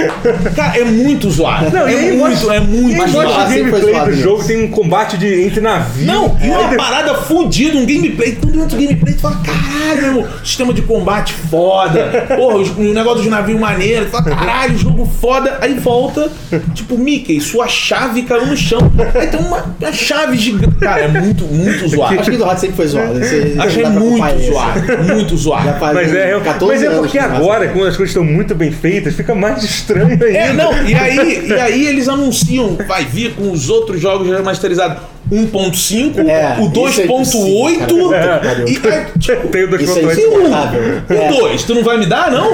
Speaker 3: Cara, é muito zoado.
Speaker 1: Não,
Speaker 3: é,
Speaker 1: e aí
Speaker 3: muito,
Speaker 1: mostra-
Speaker 3: é
Speaker 1: E
Speaker 3: muito,
Speaker 1: aí
Speaker 2: Mas
Speaker 1: mostra
Speaker 2: lá,
Speaker 1: o
Speaker 3: zoado.
Speaker 2: assim foi
Speaker 1: gameplay
Speaker 2: zoado
Speaker 1: do
Speaker 2: mesmo.
Speaker 1: jogo, tem um combate de, entre navio.
Speaker 3: Não, e uma
Speaker 1: Aí de-
Speaker 3: parada fudida, um gameplay. Quando entra o gameplay, tu fala, caralho, meu irmão, sistema de combate foda. Porra, os- o negócio de navio maneiro. Tu fala, caralho, jogo foda. Aí volta, tipo, Mickey, sua chave caiu no chão. Aí tem uma, uma chave gigante. Cara, é muito, muito zoado.
Speaker 2: Acho que do rato sempre foi zoado. Esse-
Speaker 3: Achei
Speaker 2: não dá pra culpar
Speaker 3: muito
Speaker 2: esse.
Speaker 3: zoado, muito
Speaker 2: Já
Speaker 3: zoado.
Speaker 2: faz
Speaker 1: Mas é, eu-
Speaker 2: 14
Speaker 1: mas é
Speaker 2: anos
Speaker 1: porque
Speaker 2: que não faz.
Speaker 1: agora, quando as coisas estão muito bem feitas, fica mais estranho ainda.
Speaker 3: É, não, e aí, e aí eles anunciam, vai vir com os outros jogos remasterizados 1.5,
Speaker 2: É,
Speaker 3: o
Speaker 2: isso é impossível,
Speaker 3: 2.8
Speaker 2: cara. Puta que pariu.
Speaker 3: e tipo, aí,
Speaker 1: Tem o
Speaker 2: Isso é
Speaker 1: 2.8.
Speaker 2: insuportável.
Speaker 3: O
Speaker 2: É.
Speaker 3: 2, Um, tu não vai me dar, não?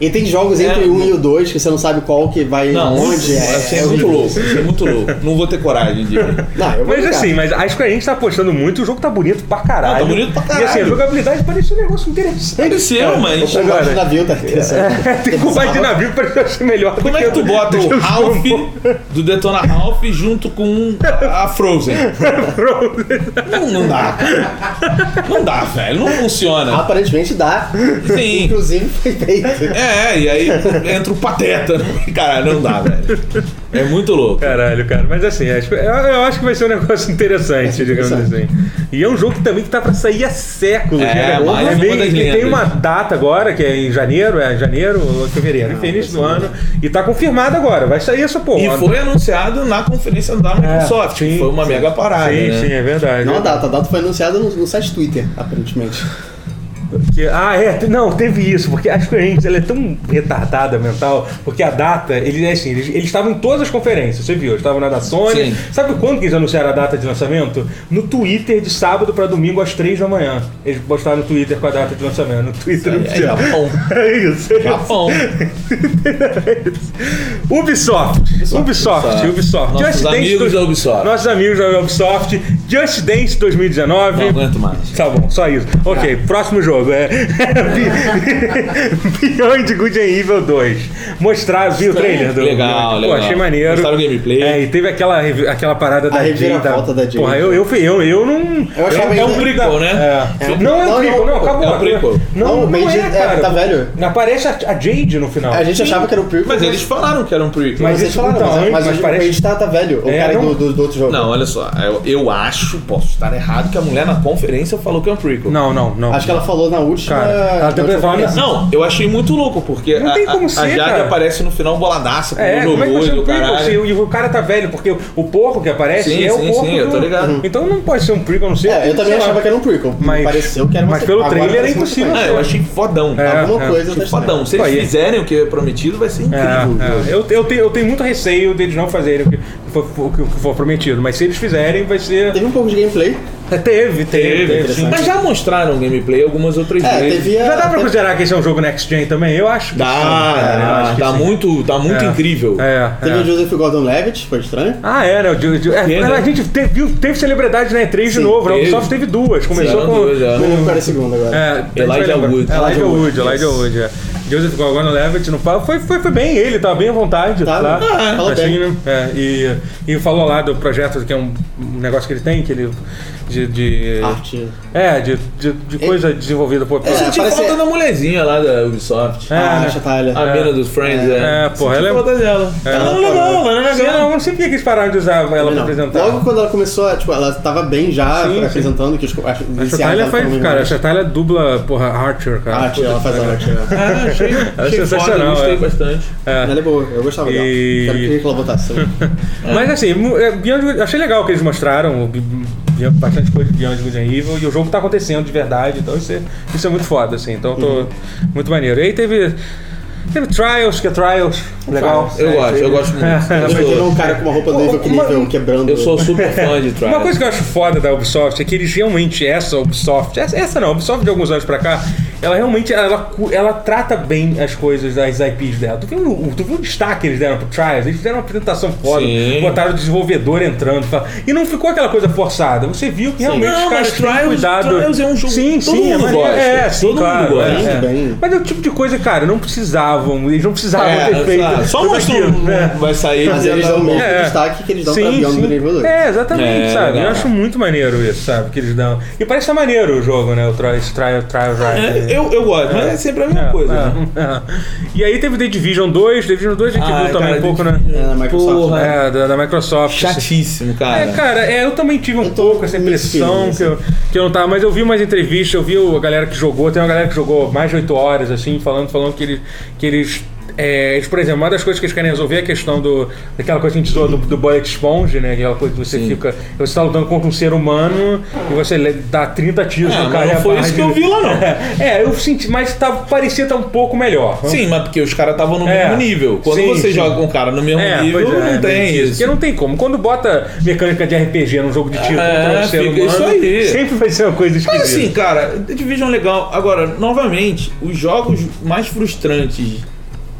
Speaker 2: E tem jogos entre
Speaker 3: É.
Speaker 2: o 1 e o 2 que você não sabe qual que vai onde.
Speaker 3: eu achei
Speaker 2: É, é
Speaker 3: muito
Speaker 2: horrível.
Speaker 3: louco, achei muito louco. Não vou ter coragem de.
Speaker 2: Não, eu vou
Speaker 1: Mas
Speaker 2: brincar.
Speaker 1: assim, mas acho que a gente tá apostando muito, o jogo tá bonito pra caralho.
Speaker 3: Não, tá bonito pra
Speaker 1: E assim, a
Speaker 3: caralho.
Speaker 1: jogabilidade parece um negócio interessante.
Speaker 3: Aconteceu, mas.
Speaker 2: O combate
Speaker 1: agora-
Speaker 2: do navio tá interessante.
Speaker 1: É, tem combate de navio que parece ser melhor do
Speaker 3: Como é que tu
Speaker 1: o-
Speaker 3: bota
Speaker 1: do
Speaker 3: o
Speaker 1: o
Speaker 3: Ralph
Speaker 1: jogo?
Speaker 3: do Detona Ralph junto com a Frozen? Não, não dá. Não dá, velho. Não funciona.
Speaker 2: Aparentemente dá.
Speaker 3: Sim.
Speaker 2: Inclusive foi feito.
Speaker 3: É, e aí entra o pateta. Cara, não dá, velho. É muito louco.
Speaker 1: Caralho, cara. Mas assim, acho- eu, eu acho que vai ser um negócio interessante, digamos assim. E é um jogo que também que tá pra sair há séculos.
Speaker 3: É,
Speaker 1: né?
Speaker 3: mais uma
Speaker 1: bem-
Speaker 3: das né?
Speaker 1: e tem
Speaker 3: lendas.
Speaker 1: uma data agora, que é em janeiro, é janeiro ou fevereiro, enfim, início do ano. E tá confirmado agora, vai sair essa porra.
Speaker 3: E foi anunciado na conferência da
Speaker 1: É,
Speaker 3: Microsoft. que
Speaker 1: sim,
Speaker 3: foi uma
Speaker 1: sim.
Speaker 3: mega parada.
Speaker 1: Sim,
Speaker 3: né?
Speaker 1: sim, é verdade.
Speaker 2: Não a data, a data foi anunciada no, no site Twitter, aparentemente.
Speaker 1: Que- ah, é, te- não, teve isso, porque a Square Enix ela é tão retardada mental, porque a data, eles é assim, eles eles estavam em todas as conferências, você viu? Eles estavam na da Sony.
Speaker 3: Sim.
Speaker 1: Sabe quando que eles anunciaram a data de lançamento? No Twitter de sábado pra domingo às três da manhã. Eles postaram no Twitter com a data de lançamento, no Twitter
Speaker 3: É, é
Speaker 1: oficial.
Speaker 3: Japão.
Speaker 1: É isso.
Speaker 3: Japão.
Speaker 1: Ubisoft. Ubisoft,
Speaker 3: Ubisoft.
Speaker 1: Ubisoft.
Speaker 3: Nossos amigos da Ubisoft.
Speaker 1: Nossos amigos da Ubisoft. Just Dance 2019.
Speaker 3: Não é aguento mais.
Speaker 1: Tá bom, só isso. Ok,
Speaker 3: Tá.
Speaker 1: próximo jogo é Bi- Beyond Good and Evil 2. Mostrar, vi o trailer do
Speaker 3: Legal,
Speaker 1: Pô,
Speaker 3: legal.
Speaker 1: achei maneiro.
Speaker 3: Mostraram o gameplay.
Speaker 1: É, e teve aquela, revi- aquela parada da
Speaker 2: reviravolta da Jade.
Speaker 1: Porra, eu, eu, fui- eu, eu não...
Speaker 2: Eu achava
Speaker 1: é um
Speaker 2: ainda-
Speaker 1: prequel,
Speaker 3: né?
Speaker 1: É. Não é um
Speaker 2: Não,
Speaker 1: prequel, não,
Speaker 2: não,
Speaker 1: acabou.
Speaker 3: é um prequel.
Speaker 1: Não,
Speaker 2: Não,
Speaker 1: não
Speaker 2: Jade-
Speaker 1: é,
Speaker 2: é,
Speaker 1: cara.
Speaker 2: tá velho.
Speaker 1: Aparece a, a Jade no final.
Speaker 2: A gente achava que era o prequel.
Speaker 3: Mas eles falaram que era um prequel.
Speaker 1: Mas-
Speaker 2: vocês falaram,
Speaker 1: então,
Speaker 2: mas,
Speaker 1: mas
Speaker 2: mas, o-
Speaker 1: parece-
Speaker 2: o Page tá, tá velho, o
Speaker 1: É,
Speaker 2: cara
Speaker 1: não-
Speaker 2: do, do, do outro jogo.
Speaker 3: Não, olha só, eu, eu acho, posso estar errado, que a mulher na conferência falou que é um prequel.
Speaker 1: Não, não, não.
Speaker 2: Acho que ela falou na última.
Speaker 1: Cara, ela tentou
Speaker 2: na última
Speaker 1: falar
Speaker 2: conferência.
Speaker 3: Não, eu achei muito louco, porque
Speaker 1: Não
Speaker 3: a,
Speaker 1: tem como
Speaker 3: a- a
Speaker 1: ser,
Speaker 3: Jade
Speaker 1: cara.
Speaker 3: aparece no final boladaça, com
Speaker 1: É,
Speaker 3: o
Speaker 1: como é que vai ser
Speaker 3: orgulho,
Speaker 1: um prequel se
Speaker 3: caralho.
Speaker 1: o, o cara tá velho? Porque o, o porco que aparece
Speaker 3: Sim,
Speaker 1: é o
Speaker 3: sim,
Speaker 1: porco
Speaker 3: sim, eu tô
Speaker 1: do-
Speaker 3: ligado.
Speaker 1: Então não pode ser um prequel, a não sei.
Speaker 2: É, eu também achava que era um prequel.
Speaker 1: Mas-
Speaker 2: pareceu que era
Speaker 1: mas
Speaker 2: uma-
Speaker 1: pelo
Speaker 2: agora
Speaker 1: trailer é
Speaker 2: parece uma
Speaker 1: impossível.
Speaker 2: sequência.
Speaker 3: Ah, eu achei fodão.
Speaker 1: É,
Speaker 2: Alguma
Speaker 1: é.
Speaker 2: coisa
Speaker 3: Achei
Speaker 2: tá
Speaker 3: fodão.
Speaker 2: estranha.
Speaker 3: Se eles
Speaker 1: Pô, e-
Speaker 3: fizerem o que é prometido, vai ser incrível.
Speaker 1: É, é. Eu, eu tenho, eu tenho muito receio deles não fazerem o que, o que for, o que for prometido, mas se eles fizerem, vai ser.
Speaker 2: Teve um pouco de gameplay.
Speaker 3: É,
Speaker 1: Teve, teve. teve, sim.
Speaker 2: interessante.
Speaker 3: Mas já mostraram gameplay algumas outras
Speaker 2: É,
Speaker 3: vezes.
Speaker 2: teve a.
Speaker 1: Já dá pra considerar que esse é um jogo next gen também? Eu acho. que sim,
Speaker 3: Dá,
Speaker 1: Ah, cara, eu acho
Speaker 3: dá,
Speaker 1: que
Speaker 3: tá
Speaker 1: sim.
Speaker 3: muito, tá muito
Speaker 1: É.
Speaker 3: incrível. um
Speaker 1: É,
Speaker 2: Teve
Speaker 1: é.
Speaker 2: o Joseph Gordon-Levitt, foi estranho.
Speaker 1: Ah, é, né? O Dio- Dio- é,
Speaker 3: Teve,
Speaker 1: mas A
Speaker 3: né?
Speaker 1: gente teve, teve celebridade na E3 de novo. A
Speaker 3: teve.
Speaker 1: Ubisoft teve duas. Começou
Speaker 3: Sim,
Speaker 1: com.
Speaker 3: duas, é.
Speaker 2: Não lembro qual era a segunda agora.
Speaker 1: É,
Speaker 3: Elijah
Speaker 1: a gente vai lembrar.
Speaker 3: Wood.
Speaker 1: Elijah
Speaker 2: Elijah
Speaker 1: Wood,
Speaker 2: Wood,
Speaker 1: Elijah
Speaker 2: yes.
Speaker 1: Wood, é. Joseph Gordon-Levitt no palco. Foi, foi, foi bem ele, tava bem à vontade.
Speaker 2: Tava.
Speaker 1: lá.
Speaker 2: Ah, falou
Speaker 1: Assim,
Speaker 2: bem.
Speaker 1: né? É, e, e falou lá do projeto, que é um um negócio que ele tem, que ele... De, de-
Speaker 2: Arte.
Speaker 1: É, de, de, de coisa desenvolvida por...
Speaker 3: Eu
Speaker 2: É,
Speaker 3: senti
Speaker 2: parece-
Speaker 3: falta da Tá mulherzinha lá da Ubisoft.
Speaker 1: É,
Speaker 2: Ah,
Speaker 1: né?
Speaker 2: a Chatalha.
Speaker 3: A mina dos Friends, é.
Speaker 1: É, porra,
Speaker 3: Senti
Speaker 1: ela é-
Speaker 3: falta dela. Ela não é legal, ela não é
Speaker 1: Sim,
Speaker 3: legal.
Speaker 1: não, não sei por que que eles pararam de usar ela pra
Speaker 2: Não.
Speaker 1: apresentar.
Speaker 2: Logo quando ela começou, a- tipo, ela tava bem já
Speaker 1: Sim, sim.
Speaker 2: apresentando que os acho-
Speaker 1: A
Speaker 2: iniciais
Speaker 1: Chatalha
Speaker 2: dela foram
Speaker 1: faz,
Speaker 2: bem
Speaker 1: cara, é. a
Speaker 2: ruins.
Speaker 1: Chatalha dubla, porra, Archer, cara.
Speaker 2: a arte, ela faz a arte. né?
Speaker 3: Ah, achei, achei foda,
Speaker 1: é sensacional,
Speaker 3: gostei
Speaker 1: é.
Speaker 3: bastante.
Speaker 1: É.
Speaker 2: Ela é boa, eu gostava dela.
Speaker 1: E-
Speaker 2: Quero que ela votasse. também.
Speaker 1: é, Mas assim, mu- é, Beyond Good- achei legal o que eles mostraram. o Be- via bastante coisa de Beyond Good and Evil e o jogo tá acontecendo de verdade, então isso é, isso é muito foda, assim. Então eu tô muito maneiro. E aí teve. Teve Trials, que é Trials. Legal.
Speaker 3: Eu gosto, eu gosto muito.
Speaker 2: Eu imagino um cara com uma roupa do nível
Speaker 3: Uma-
Speaker 2: incrível quebrando.
Speaker 3: Eu sou super fã de Trials.
Speaker 1: Uma coisa que eu acho foda da Ubisoft é que eles realmente, essa Ubisoft, essa, essa não, a Ubisoft de alguns anos pra cá, ela realmente ela, cu- ela trata bem as coisas das IPs dela. Tu viu, o- tu viu o destaque que eles deram pro Trials? Eles fizeram uma apresentação foda,
Speaker 3: Sim.
Speaker 1: botaram o desenvolvedor entrando. fala- E não ficou aquela coisa forçada. Você viu que realmente
Speaker 3: Não,
Speaker 1: os caras
Speaker 3: mas
Speaker 1: têm
Speaker 3: Trials-
Speaker 1: cuidado.
Speaker 3: Trials é um jogo
Speaker 1: sim,
Speaker 3: que todo
Speaker 1: sim, é
Speaker 3: mundo
Speaker 1: maneiro.
Speaker 3: gosta.
Speaker 1: É, sim,
Speaker 3: Todo mundo
Speaker 1: claro,
Speaker 3: gosta.
Speaker 1: é,
Speaker 2: Muito
Speaker 1: é.
Speaker 2: bem.
Speaker 1: Mas é o tipo de coisa, cara, não precisavam. Eles não precisavam
Speaker 3: É,
Speaker 1: ter feito.
Speaker 3: sabe? Só
Speaker 1: tudo
Speaker 3: mostrou um
Speaker 1: aquilo, né?
Speaker 3: vai sair.
Speaker 2: Mas eles dão o mesmo
Speaker 1: É.
Speaker 2: destaque que eles dão pra Beyond do nível 2.
Speaker 1: É, exatamente,
Speaker 3: É,
Speaker 1: sabe? Eu
Speaker 3: legal.
Speaker 1: acho muito maneiro isso, sabe? Que eles dão. E parece que tá maneiro o jogo, né? O Trial Trial Trial
Speaker 3: É, eu, eu gosto, mas é sempre a mesma coisa. né?
Speaker 1: é. E aí teve The Division 2, The Division 2 a gente
Speaker 3: Ai,
Speaker 1: viu também
Speaker 3: cara,
Speaker 1: um pouco, né?
Speaker 2: É, na Microsoft,
Speaker 3: Porra,
Speaker 1: É, da, da Microsoft.
Speaker 3: chatíssimo, cara.
Speaker 1: É, cara, é, eu também tive um
Speaker 2: tô
Speaker 1: pouco essa
Speaker 2: meio
Speaker 1: impressão
Speaker 2: assim.
Speaker 1: que eu, que eu não tava, mas eu vi umas entrevistas, eu vi o- a galera que jogou, tem uma galera que jogou mais de 8 horas, assim, falando, falando que eles. Que eles é, eles, por exemplo, uma das coisas que eles querem resolver é a questão do, daquela coisa que a gente zoa do, do bullet sponge, né? Aquela coisa que você fica. Você está lutando contra um ser humano e você le- dá 30 tiros
Speaker 3: É,
Speaker 1: no
Speaker 3: mas
Speaker 1: cara. e
Speaker 3: não
Speaker 1: a
Speaker 3: foi
Speaker 1: barra
Speaker 3: isso que
Speaker 1: de-
Speaker 3: eu vi lá, não.
Speaker 1: É, eu senti, mas tava, parecia estar um pouco melhor.
Speaker 3: Sim, mas porque os caras estavam no
Speaker 1: É.
Speaker 3: mesmo nível. Quando
Speaker 1: Sim,
Speaker 3: você
Speaker 1: sim.
Speaker 3: joga com um cara no mesmo nível,
Speaker 1: É, pois
Speaker 3: não tem
Speaker 1: porque
Speaker 3: isso.
Speaker 1: não tem como. Quando bota mecânica de RPG num jogo de tiro
Speaker 3: É,
Speaker 1: contra um ser
Speaker 3: fica
Speaker 1: humano,
Speaker 3: isso aí.
Speaker 1: sempre vai ser uma coisa esquisita.
Speaker 3: Mas assim, cara, The Division é legal. Agora, novamente, os jogos mais frustrantes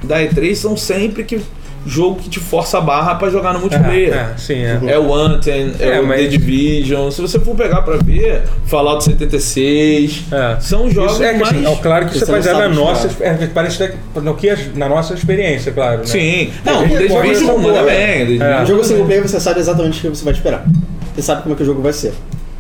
Speaker 3: da E3 são sempre que jogo que te força a barra pra jogar no multiplayer.
Speaker 1: É, é, sim, é.
Speaker 3: É o Anthem, é,
Speaker 1: É,
Speaker 3: o
Speaker 1: mas-
Speaker 3: The Division. Se você for pegar pra ver, Fallout 76.
Speaker 1: É.
Speaker 3: São jogos
Speaker 1: Isso é, que,
Speaker 3: mais.
Speaker 1: assim, é claro que
Speaker 2: que
Speaker 1: isso é
Speaker 2: você não
Speaker 1: baseado na
Speaker 2: sabe
Speaker 1: nossa, é, parece até- no que as- na nossa experiência, claro. Né?
Speaker 3: Sim. Não, o
Speaker 1: É,
Speaker 3: The
Speaker 1: é,
Speaker 3: Division
Speaker 1: é,
Speaker 3: manda
Speaker 1: é.
Speaker 3: bem. The
Speaker 1: É.
Speaker 2: No
Speaker 3: Division-
Speaker 2: jogo single player você sabe exatamente o que você vai esperar. Você sabe como é que o jogo vai ser.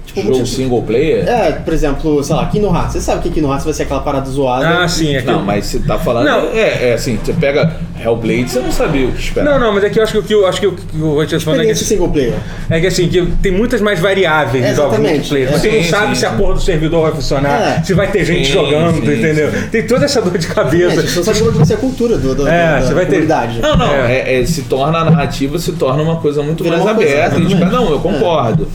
Speaker 2: Tipo,
Speaker 3: Jogo
Speaker 2: tipo,
Speaker 3: single player?
Speaker 2: É, por exemplo, sei lá, Kingdom Hearts. Você sabe que Kingdom Hearts vai ser aquela parada zoada.
Speaker 1: Ah, sim, é que
Speaker 3: Não, mas você tá falando.
Speaker 1: Não.
Speaker 3: É, é assim, você pega Hellblade, você não sabia o que esperar.
Speaker 1: Não, não, mas é que eu acho que o que eu acho que o que eu vou te responder é
Speaker 2: Experiência
Speaker 1: que,
Speaker 2: single player.
Speaker 1: é que assim, que tem muitas mais variáveis em jogos
Speaker 2: Exatamente.
Speaker 1: multiplayer.
Speaker 2: É.
Speaker 1: Você não
Speaker 3: Sim,
Speaker 1: sabe
Speaker 3: sim,
Speaker 1: se a
Speaker 3: sim.
Speaker 1: porra do servidor vai funcionar,
Speaker 2: É.
Speaker 1: se vai ter gente
Speaker 3: Sim,
Speaker 1: jogando,
Speaker 3: sim,
Speaker 1: entendeu? Tem toda essa dor de cabeça.
Speaker 2: Gente, você não sabe como é que vai ser a cultura do, do,
Speaker 1: É,
Speaker 2: do, da
Speaker 1: você vai ter-
Speaker 2: comunidade.
Speaker 3: Não, não.
Speaker 1: É.
Speaker 3: É, é, se torna a narrativa, se torna uma coisa muito
Speaker 2: Vira
Speaker 3: mais
Speaker 2: uma coisa,
Speaker 3: aberta. e de
Speaker 2: exatamente.
Speaker 3: cada um, eu concordo.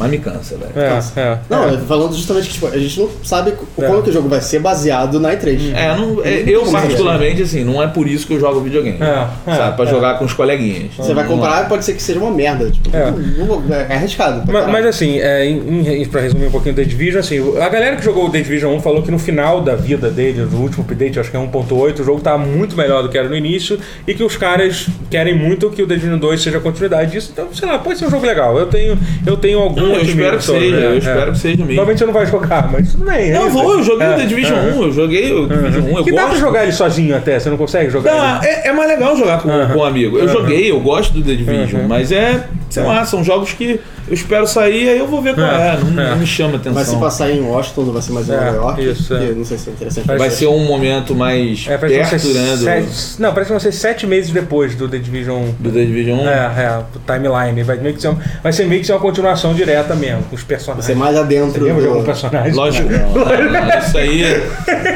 Speaker 3: Mas me cansa, velho.
Speaker 1: É, é.
Speaker 2: Não, falando justamente que tipo, a gente não sabe co-
Speaker 1: É. Hum.
Speaker 2: como que o jogo vai ser baseado na E3.
Speaker 3: É, não- é,
Speaker 2: tem
Speaker 3: eu
Speaker 2: como saber.
Speaker 3: particularmente, assim, não é por isso que eu jogo videogame.
Speaker 1: É, é,
Speaker 3: sabe? Pra
Speaker 1: é.
Speaker 3: jogar com os coleguinhas.
Speaker 2: Você vai
Speaker 3: Não
Speaker 2: comprar pode ser que seja uma merda. Tipo,
Speaker 1: É.
Speaker 2: é. Não, não- é arriscado. pra
Speaker 1: Ma- Mas,
Speaker 2: caralho.
Speaker 1: assim, é, em, em- pra resumir um pouquinho o The Division, assim, o- a galera que jogou o The Division 1 falou que no final da vida dele, no último update, acho que é 1.8, o jogo tá muito melhor do que era no início e que os caras querem muito que o The Division 2 seja a continuidade disso. Então, sei lá, pode ser um jogo legal. Eu tenho, eu tenho algum
Speaker 3: Não, eu
Speaker 1: otimismo
Speaker 3: espero que
Speaker 1: sobre,
Speaker 3: seja,
Speaker 1: né?
Speaker 3: eu espero que seja mesmo.
Speaker 1: Provavelmente você não vai jogar, mas tudo bem. é
Speaker 3: Não, eu
Speaker 1: isso.
Speaker 3: vou, eu joguei
Speaker 1: É,
Speaker 3: o The Division
Speaker 1: é.
Speaker 3: 1, eu joguei o Division 1, eu
Speaker 1: Que
Speaker 3: gosto.
Speaker 1: dá pra jogar ele sozinho até, você não consegue jogar
Speaker 3: Dá,
Speaker 1: ele?
Speaker 3: é, é mais legal jogar com, com um amigo. Eu joguei, eu gosto do The Division,
Speaker 1: Uhum.
Speaker 3: mas é, sei lá, são jogos que eu espero sair, aí eu vou ver qual é.
Speaker 1: É,
Speaker 3: Não,
Speaker 1: é.
Speaker 3: não me chama atenção.
Speaker 2: Vai se passar em Washington, não vai ser mais em
Speaker 1: É,
Speaker 2: Nova York.
Speaker 1: isso, é.
Speaker 2: que Não sei se é interessante. pra
Speaker 3: Vai
Speaker 2: você.
Speaker 3: ser um momento mais
Speaker 1: É, parece que
Speaker 3: perto
Speaker 1: vão ser
Speaker 3: né, do,
Speaker 1: sete, não, parece que vão ser sete meses depois do The Division 1.
Speaker 3: do The Division 1.
Speaker 1: É, é, o timeline. Vai, meio que ser, um- vai ser meio que ser uma continuação direta mesmo, com os personagens.
Speaker 2: Vai ser mais adentro.
Speaker 1: Lembra de algum
Speaker 2: do-
Speaker 1: personagem?
Speaker 3: Lógico, não, não, não, isso aí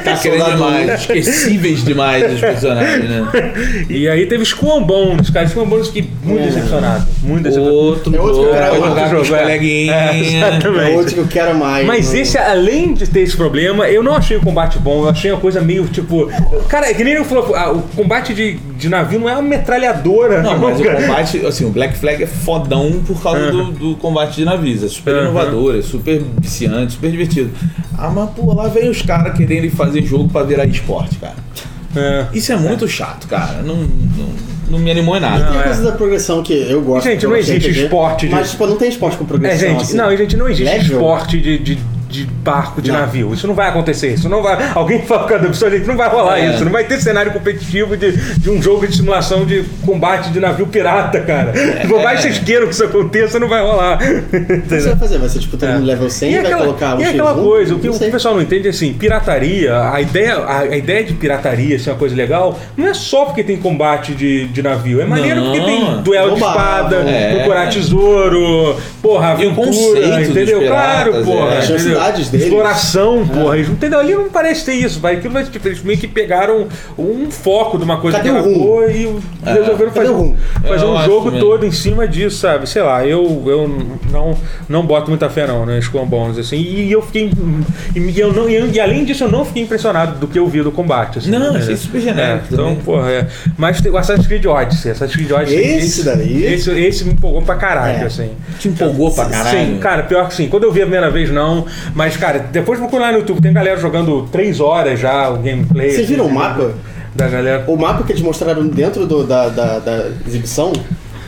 Speaker 3: tá querendo
Speaker 2: soldado
Speaker 3: demais, esquecíveis demais os personagens, né?
Speaker 1: E aí teve Skull and Bones, cara. Skull and Bones que muito
Speaker 2: É.
Speaker 1: decepcionado. Muito decepcionado.
Speaker 3: Outro
Speaker 2: É outro
Speaker 3: jogo,
Speaker 2: cara,
Speaker 3: vai
Speaker 2: outro
Speaker 3: jogar com os
Speaker 1: jogo, é. É,
Speaker 3: coleguinhas.
Speaker 1: exatamente.
Speaker 2: É outro né? que eu quero mais.
Speaker 1: Mas
Speaker 2: não-
Speaker 1: esse, é- além de ter esse problema, eu não achei o combate bom, eu achei uma coisa meio tipo. Cara, é que nem eu falou, ah, o combate de, de navio não é uma metralhadora, né?
Speaker 3: Não, mas o
Speaker 1: cara.
Speaker 3: combate, assim, o Black Flag é fodão por causa do, do combate de navios. É super
Speaker 1: Uhum.
Speaker 3: inovador, é super viciante, super divertido. Ah, mas pô, lá vem os caras querendo fazer jogo pra virar esporte, cara.
Speaker 1: É.
Speaker 3: Isso é muito chato, cara. Não, não, não me animou em nada.
Speaker 2: Tem
Speaker 1: Não,
Speaker 2: a
Speaker 1: é.
Speaker 2: coisa da progressão que eu gosto.
Speaker 1: Gente,
Speaker 2: que eu
Speaker 1: não
Speaker 2: gosto de
Speaker 1: existe
Speaker 2: RPG,
Speaker 1: esporte de-
Speaker 2: Mas, tipo, não tem esporte com
Speaker 1: É,
Speaker 2: progressão.
Speaker 1: gente,
Speaker 2: assim.
Speaker 1: não, gente, não existe
Speaker 2: Level?
Speaker 1: esporte de, de, de barco, de
Speaker 2: Não.
Speaker 1: navio. Isso não vai acontecer. Isso não vai. Alguém fala com a pessoa, gente, não vai rolar
Speaker 3: É.
Speaker 1: isso. Não vai ter cenário competitivo de, de um jogo de simulação de combate de navio pirata, cara.
Speaker 2: É,
Speaker 1: Por mais que vocês queiram que isso aconteça, não vai rolar.
Speaker 2: O que você vai fazer? Vai ser, tipo, todo mundo level 100
Speaker 1: É. E
Speaker 2: vai
Speaker 1: aquela,
Speaker 2: colocar um
Speaker 1: e aquela
Speaker 2: X1?
Speaker 1: coisa, o que
Speaker 2: Não
Speaker 1: o
Speaker 2: sei.
Speaker 1: pessoal não entende é assim, pirataria, a ideia, a, a ideia de pirataria ser uma coisa legal, não é só porque tem combate de, de navio, é maneiro
Speaker 3: Não.
Speaker 1: porque tem duelo de
Speaker 2: Roubar,
Speaker 1: espada,
Speaker 2: é.
Speaker 1: procurar tesouro, porra,
Speaker 3: E o
Speaker 1: aventura,
Speaker 3: conceito dos
Speaker 1: entendeu?
Speaker 3: piratas,
Speaker 1: claro,
Speaker 3: é.
Speaker 1: porra, entendeu?
Speaker 2: chance
Speaker 3: A
Speaker 2: da dificuldades deles. É.
Speaker 1: exploração, porra. Eles não tem, ali não parece ter isso, vai. Aquilo, mas, tipo, eles meio que pegaram um foco de uma coisa
Speaker 2: Cadê
Speaker 1: que era
Speaker 2: o rumo?
Speaker 1: boa e o-
Speaker 3: É.
Speaker 1: resolveram
Speaker 2: Cadê
Speaker 1: fazer,
Speaker 2: o rumo?
Speaker 1: fazer
Speaker 3: Eu
Speaker 1: um
Speaker 3: acho
Speaker 1: jogo
Speaker 3: mesmo.
Speaker 1: todo em cima disso, sabe? Sei lá, eu, eu não, não boto muita fé não, né? Skull and Bones, assim. E eu fiquei. E, eu não, e, além disso, eu não fiquei impressionado do que eu vi do combate. assim,
Speaker 3: Não,
Speaker 1: né?
Speaker 3: achei super
Speaker 1: É,
Speaker 3: genérico
Speaker 1: então,
Speaker 3: também.
Speaker 1: porra, é. Mas tem o Assassin's Creed Odyssey. Assassin's Creed Odyssey.
Speaker 2: Esse daí?
Speaker 1: Esse, esse me empolgou pra caralho,
Speaker 2: É.
Speaker 1: assim.
Speaker 3: Te empolgou pra caralho.
Speaker 1: Sim, cara, pior que sim. Quando eu vi a primeira vez, não. Mas, cara, depois procurar no YouTube, tem galera jogando 3 horas já o gameplay.
Speaker 2: Vocês viram o
Speaker 1: assim,
Speaker 2: mapa?
Speaker 1: Da galera.
Speaker 2: O mapa que eles mostraram dentro do- da, da, da exibição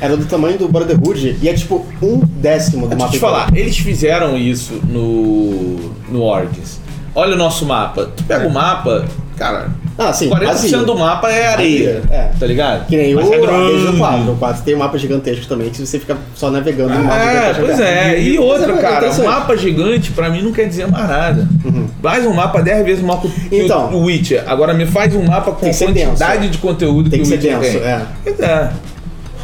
Speaker 2: era do tamanho do Brotherhood e é tipo um décimo do
Speaker 3: Deixa eu
Speaker 2: mapa.
Speaker 3: te
Speaker 2: inteiro.
Speaker 3: falar, eles fizeram isso no, no Origins. Olha o nosso mapa. Tu pega o mapa, cara,
Speaker 2: Ah, É. sim,
Speaker 3: 40%
Speaker 2: vazio.
Speaker 3: do mapa é areia.
Speaker 2: É.
Speaker 3: Tá ligado?
Speaker 2: Que nem o
Speaker 3: Mas é grande.
Speaker 2: Resident 4. O 4 tem um mapa gigantesco também, que você fica só navegando no mapa.
Speaker 3: É,
Speaker 2: tentando
Speaker 3: pois
Speaker 2: jogar.
Speaker 3: é. E
Speaker 2: Mas
Speaker 3: outra,
Speaker 2: é
Speaker 3: cara, um
Speaker 2: interessante. Uhum.
Speaker 3: mapa gigante pra mim não quer dizer mais nada. Faz um mapa 10 vezes maior que o- que
Speaker 2: Então.
Speaker 3: o Witcher. Agora me faz um mapa com
Speaker 2: Tem
Speaker 3: a
Speaker 2: que ser
Speaker 3: quantidade
Speaker 2: denso. é.
Speaker 3: de conteúdo
Speaker 2: Tem
Speaker 3: que,
Speaker 2: que
Speaker 3: o
Speaker 2: ser
Speaker 3: Witcher
Speaker 2: denso,
Speaker 3: tem.
Speaker 2: é.
Speaker 3: Pois é.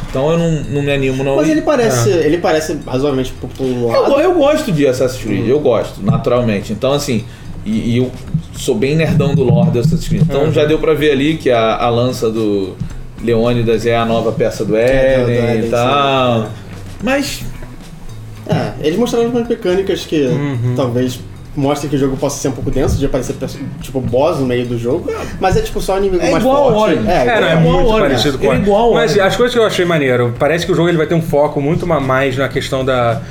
Speaker 3: Então eu não, não me animo não.
Speaker 2: Mas
Speaker 3: E-
Speaker 1: É.
Speaker 2: ele parece, ele parece razoavelmente popular.
Speaker 3: Eu, go- eu gosto de Assassin's
Speaker 1: Hum.
Speaker 3: Creed, eu gosto, naturalmente. Então, assim, e, e eu sou bem nerdão do lore do Assassin's Creed. Então já deu pra ver ali que a, a lança do Leônidas é a nova peça do
Speaker 2: É, do- do
Speaker 3: Eren
Speaker 2: Eren,
Speaker 3: e
Speaker 1: É.
Speaker 3: tal. Mas,
Speaker 2: É, eles mostraram algumas mecânicas que
Speaker 1: Uhum.
Speaker 2: talvez mostrem que o jogo possa ser um pouco denso, de aparecer perso- tipo boss no meio do jogo, mas é tipo só um inimigo
Speaker 3: É
Speaker 2: mais
Speaker 3: igual ao
Speaker 2: forte.
Speaker 3: Origin.
Speaker 2: É,
Speaker 1: É, não, é
Speaker 2: ao
Speaker 1: muito
Speaker 2: Origin.
Speaker 3: olha,
Speaker 1: parecido com
Speaker 3: é igual,
Speaker 1: Mas
Speaker 3: olha.
Speaker 1: as coisas que eu achei maneiro, parece que o jogo ele vai ter um foco muito ma- mais na questão da.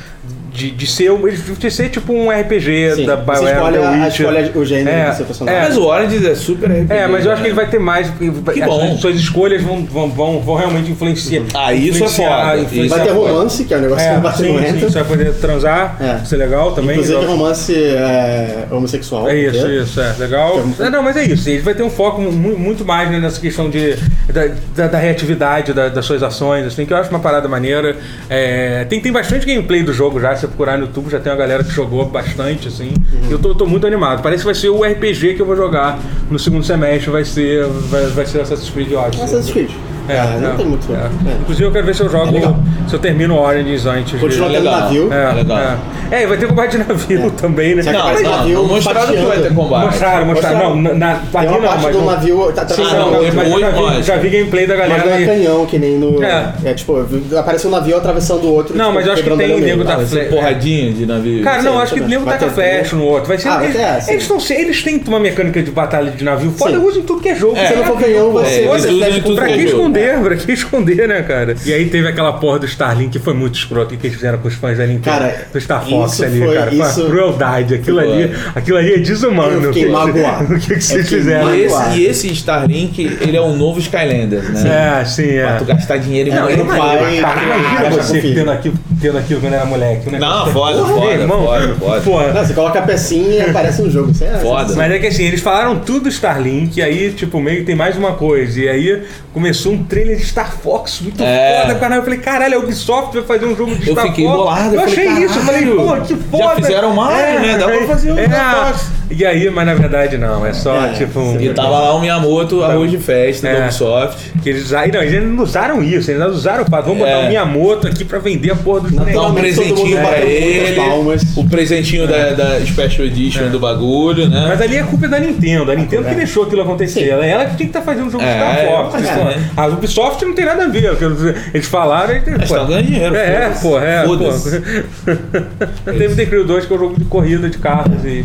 Speaker 1: De, de ser um- de ser tipo um RPG
Speaker 2: Sim,
Speaker 1: da
Speaker 2: você
Speaker 1: Bioware.
Speaker 2: escolhe
Speaker 1: da
Speaker 2: a-
Speaker 1: Witcher.
Speaker 2: escolhe o gênero
Speaker 1: É,
Speaker 2: do seu personagem.
Speaker 1: é.
Speaker 3: mas o Origins é super RPG.
Speaker 1: É, mas eu acho
Speaker 3: né?
Speaker 1: que ele vai ter mais. Que
Speaker 3: bom.
Speaker 1: As suas escolhas vão, vão, vão, vão realmente influenciar.
Speaker 3: Ah, isso é
Speaker 1: influenciar-
Speaker 3: foda.
Speaker 1: influenciar-
Speaker 2: Vai ter romance, que é um negócio que não
Speaker 1: É,
Speaker 2: bate no
Speaker 1: sim, sim,
Speaker 2: entra.
Speaker 1: você vai poder transar,
Speaker 2: É.
Speaker 1: isso é legal também.
Speaker 2: Inclusive
Speaker 1: igual-
Speaker 2: romance é, homossexual.
Speaker 1: É isso,
Speaker 2: entendeu?
Speaker 1: isso, é legal.
Speaker 2: Então,
Speaker 1: É, não, mas é isso. Ele vai ter um foco mu- muito mais né, nessa questão de, da, da, da reatividade da- das suas ações, assim, que eu acho uma parada maneira. É, tem, tem bastante gameplay do jogo já, se você procurar no YouTube, já tem uma galera que jogou bastante, assim.
Speaker 2: Uhum.
Speaker 1: Eu tô, tô muito animado. Parece que vai ser o RPG que eu vou jogar no segundo semestre, vai ser, vai, vai ser Assassin's Creed Odyssey.
Speaker 2: Assassin's Creed.
Speaker 1: É,
Speaker 2: Ah, não
Speaker 1: é,
Speaker 2: tem muito.
Speaker 1: é.
Speaker 2: É.
Speaker 1: Inclusive eu quero ver se eu jogo.
Speaker 2: legal.
Speaker 1: se eu termino o Origins antes
Speaker 2: Continua
Speaker 1: de.
Speaker 2: tendo
Speaker 3: né? Legal.
Speaker 2: navio.
Speaker 1: É,
Speaker 3: legal.
Speaker 1: É. é, e vai ter combate de navio também, né?
Speaker 2: Será que
Speaker 3: Não,
Speaker 2: Mas
Speaker 3: não,
Speaker 2: navio
Speaker 3: não mostraram que vai ter
Speaker 2: fatiando.
Speaker 3: combate.
Speaker 1: Mostraram, mostraram.
Speaker 2: Mostraram.
Speaker 1: Não, na, na,
Speaker 2: Tem
Speaker 1: aqui
Speaker 2: uma
Speaker 1: não,
Speaker 2: parte
Speaker 1: mas
Speaker 2: do
Speaker 1: não-
Speaker 2: navio tá, tá
Speaker 3: Sim,
Speaker 1: Ah, não,
Speaker 3: não,
Speaker 1: mas eu já
Speaker 3: muito
Speaker 1: vi,
Speaker 3: mais.
Speaker 1: já vi gameplay da
Speaker 2: Mas não
Speaker 1: galera.
Speaker 2: é
Speaker 1: e-
Speaker 2: canhão, que nem no.
Speaker 1: É.
Speaker 2: É, tipo, aparece um navio atravessando o outro.
Speaker 1: Não,
Speaker 2: tipo,
Speaker 1: mas eu acho que
Speaker 2: quebrando
Speaker 1: tem
Speaker 2: ele ao
Speaker 1: nego
Speaker 2: meio.
Speaker 1: da-
Speaker 3: Ah, vai ser porradinha de navio.
Speaker 1: tá é. Cara, não,
Speaker 2: Sim,
Speaker 1: acho que o tá
Speaker 2: também.
Speaker 1: nego
Speaker 2: né? Vai
Speaker 1: taca
Speaker 2: ter
Speaker 1: flash
Speaker 2: também.
Speaker 1: no outro. Vai ser,
Speaker 2: Ah, vai
Speaker 1: eles,
Speaker 2: ter, é, sim.
Speaker 1: eles, tão- eles têm uma mecânica de batalha de navio foda,
Speaker 2: Sim.
Speaker 1: usam em tudo que é jogo.
Speaker 2: Se não for canhão, vai
Speaker 3: É,
Speaker 2: ser.
Speaker 3: e
Speaker 2: vai ser
Speaker 3: tudo-
Speaker 2: flash
Speaker 3: e
Speaker 2: com
Speaker 3: tudo
Speaker 1: Pra
Speaker 2: flash.
Speaker 1: que
Speaker 3: Entendeu?
Speaker 1: esconder? Pra que esconder, né, cara? E aí teve aquela porra do Starlink que foi muito escroto. O que eles fizeram com os fãs da Nintendo?
Speaker 2: Cara,
Speaker 1: do Star Fox
Speaker 2: isso
Speaker 1: ali,
Speaker 2: foi-
Speaker 1: cara. Foi
Speaker 2: isso-
Speaker 1: uma crueldade. Aquilo ali, aquilo ali é desumano.
Speaker 2: Eu fiquei
Speaker 1: o que-
Speaker 2: magoado.
Speaker 1: O que, que
Speaker 2: Eu
Speaker 1: vocês
Speaker 2: fiquei
Speaker 1: fizeram?
Speaker 3: E
Speaker 2: magoado.
Speaker 3: esse, e esse Starlink, ele é o novo Skylanders, né?
Speaker 1: É, sim,
Speaker 3: Pra
Speaker 1: é.
Speaker 3: tu gastar dinheiro em
Speaker 2: Não,
Speaker 3: banheiro
Speaker 2: ele
Speaker 3: pai.
Speaker 2: vai-
Speaker 1: Cara, imagina
Speaker 2: Ah,
Speaker 1: você
Speaker 2: filho.
Speaker 1: tendo aquilo, tendo aquilo quando era moleque. um negócio
Speaker 3: Não,
Speaker 1: tão-
Speaker 3: foda,
Speaker 1: Porra,
Speaker 3: foda,
Speaker 1: irmão.
Speaker 3: foda, foda.
Speaker 1: Porra.
Speaker 2: Não, você coloca a pecinha e aparece no jogo. Isso é
Speaker 3: Foda.
Speaker 1: Mas é que assim, eles falaram tudo Starlink, e aí, tipo, meio que tem mais uma coisa. E aí começou um trailer de Star Fox muito
Speaker 3: É.
Speaker 1: foda, cara. Eu falei, caralho, a Ubisoft vai fazer um jogo de
Speaker 3: Eu
Speaker 1: Star
Speaker 3: fiquei
Speaker 1: Fox.
Speaker 3: bolado,
Speaker 1: Eu
Speaker 3: eu
Speaker 1: achei
Speaker 3: falei,
Speaker 1: isso, eu falei, pô,
Speaker 3: caralho,
Speaker 1: que foda. É,
Speaker 3: já fizeram Mario, né? Dá pra fazer um Star Fox.
Speaker 1: E aí, mas na verdade não, é só,
Speaker 2: É,
Speaker 1: tipo, um.
Speaker 3: E tava lá o Miyamoto, arroz de festa
Speaker 1: É.
Speaker 3: da Ubisoft.
Speaker 1: Que eles, aí, não, eles não usaram isso, eles não usaram o fato. Vamos botar
Speaker 3: É.
Speaker 1: o Miyamoto aqui pra vender a porra dos
Speaker 3: Dá um
Speaker 2: Todo mundo
Speaker 3: presentinho
Speaker 2: bateu
Speaker 3: pra
Speaker 2: muitas
Speaker 3: ele.
Speaker 2: palmas.
Speaker 3: O presentinho da, da Special Edition do bagulho, né?
Speaker 1: Mas ali a culpa é da Nintendo. A Nintendo que
Speaker 2: é.
Speaker 1: deixou aquilo acontecer. Ela, ela que tinha que estar fazendo um jogo de
Speaker 3: É,
Speaker 1: Star Fox.
Speaker 3: é,
Speaker 1: isso,
Speaker 3: é.
Speaker 1: A Ubisoft não tem nada a ver. quer dizer, Eles falaram e.
Speaker 3: Mas tá ganhando dinheiro,
Speaker 1: É,
Speaker 3: foda-se.
Speaker 1: pô, é.
Speaker 3: Foda-se.
Speaker 1: pô. Teve The Crew 2, que é um jogo de corrida de carros e.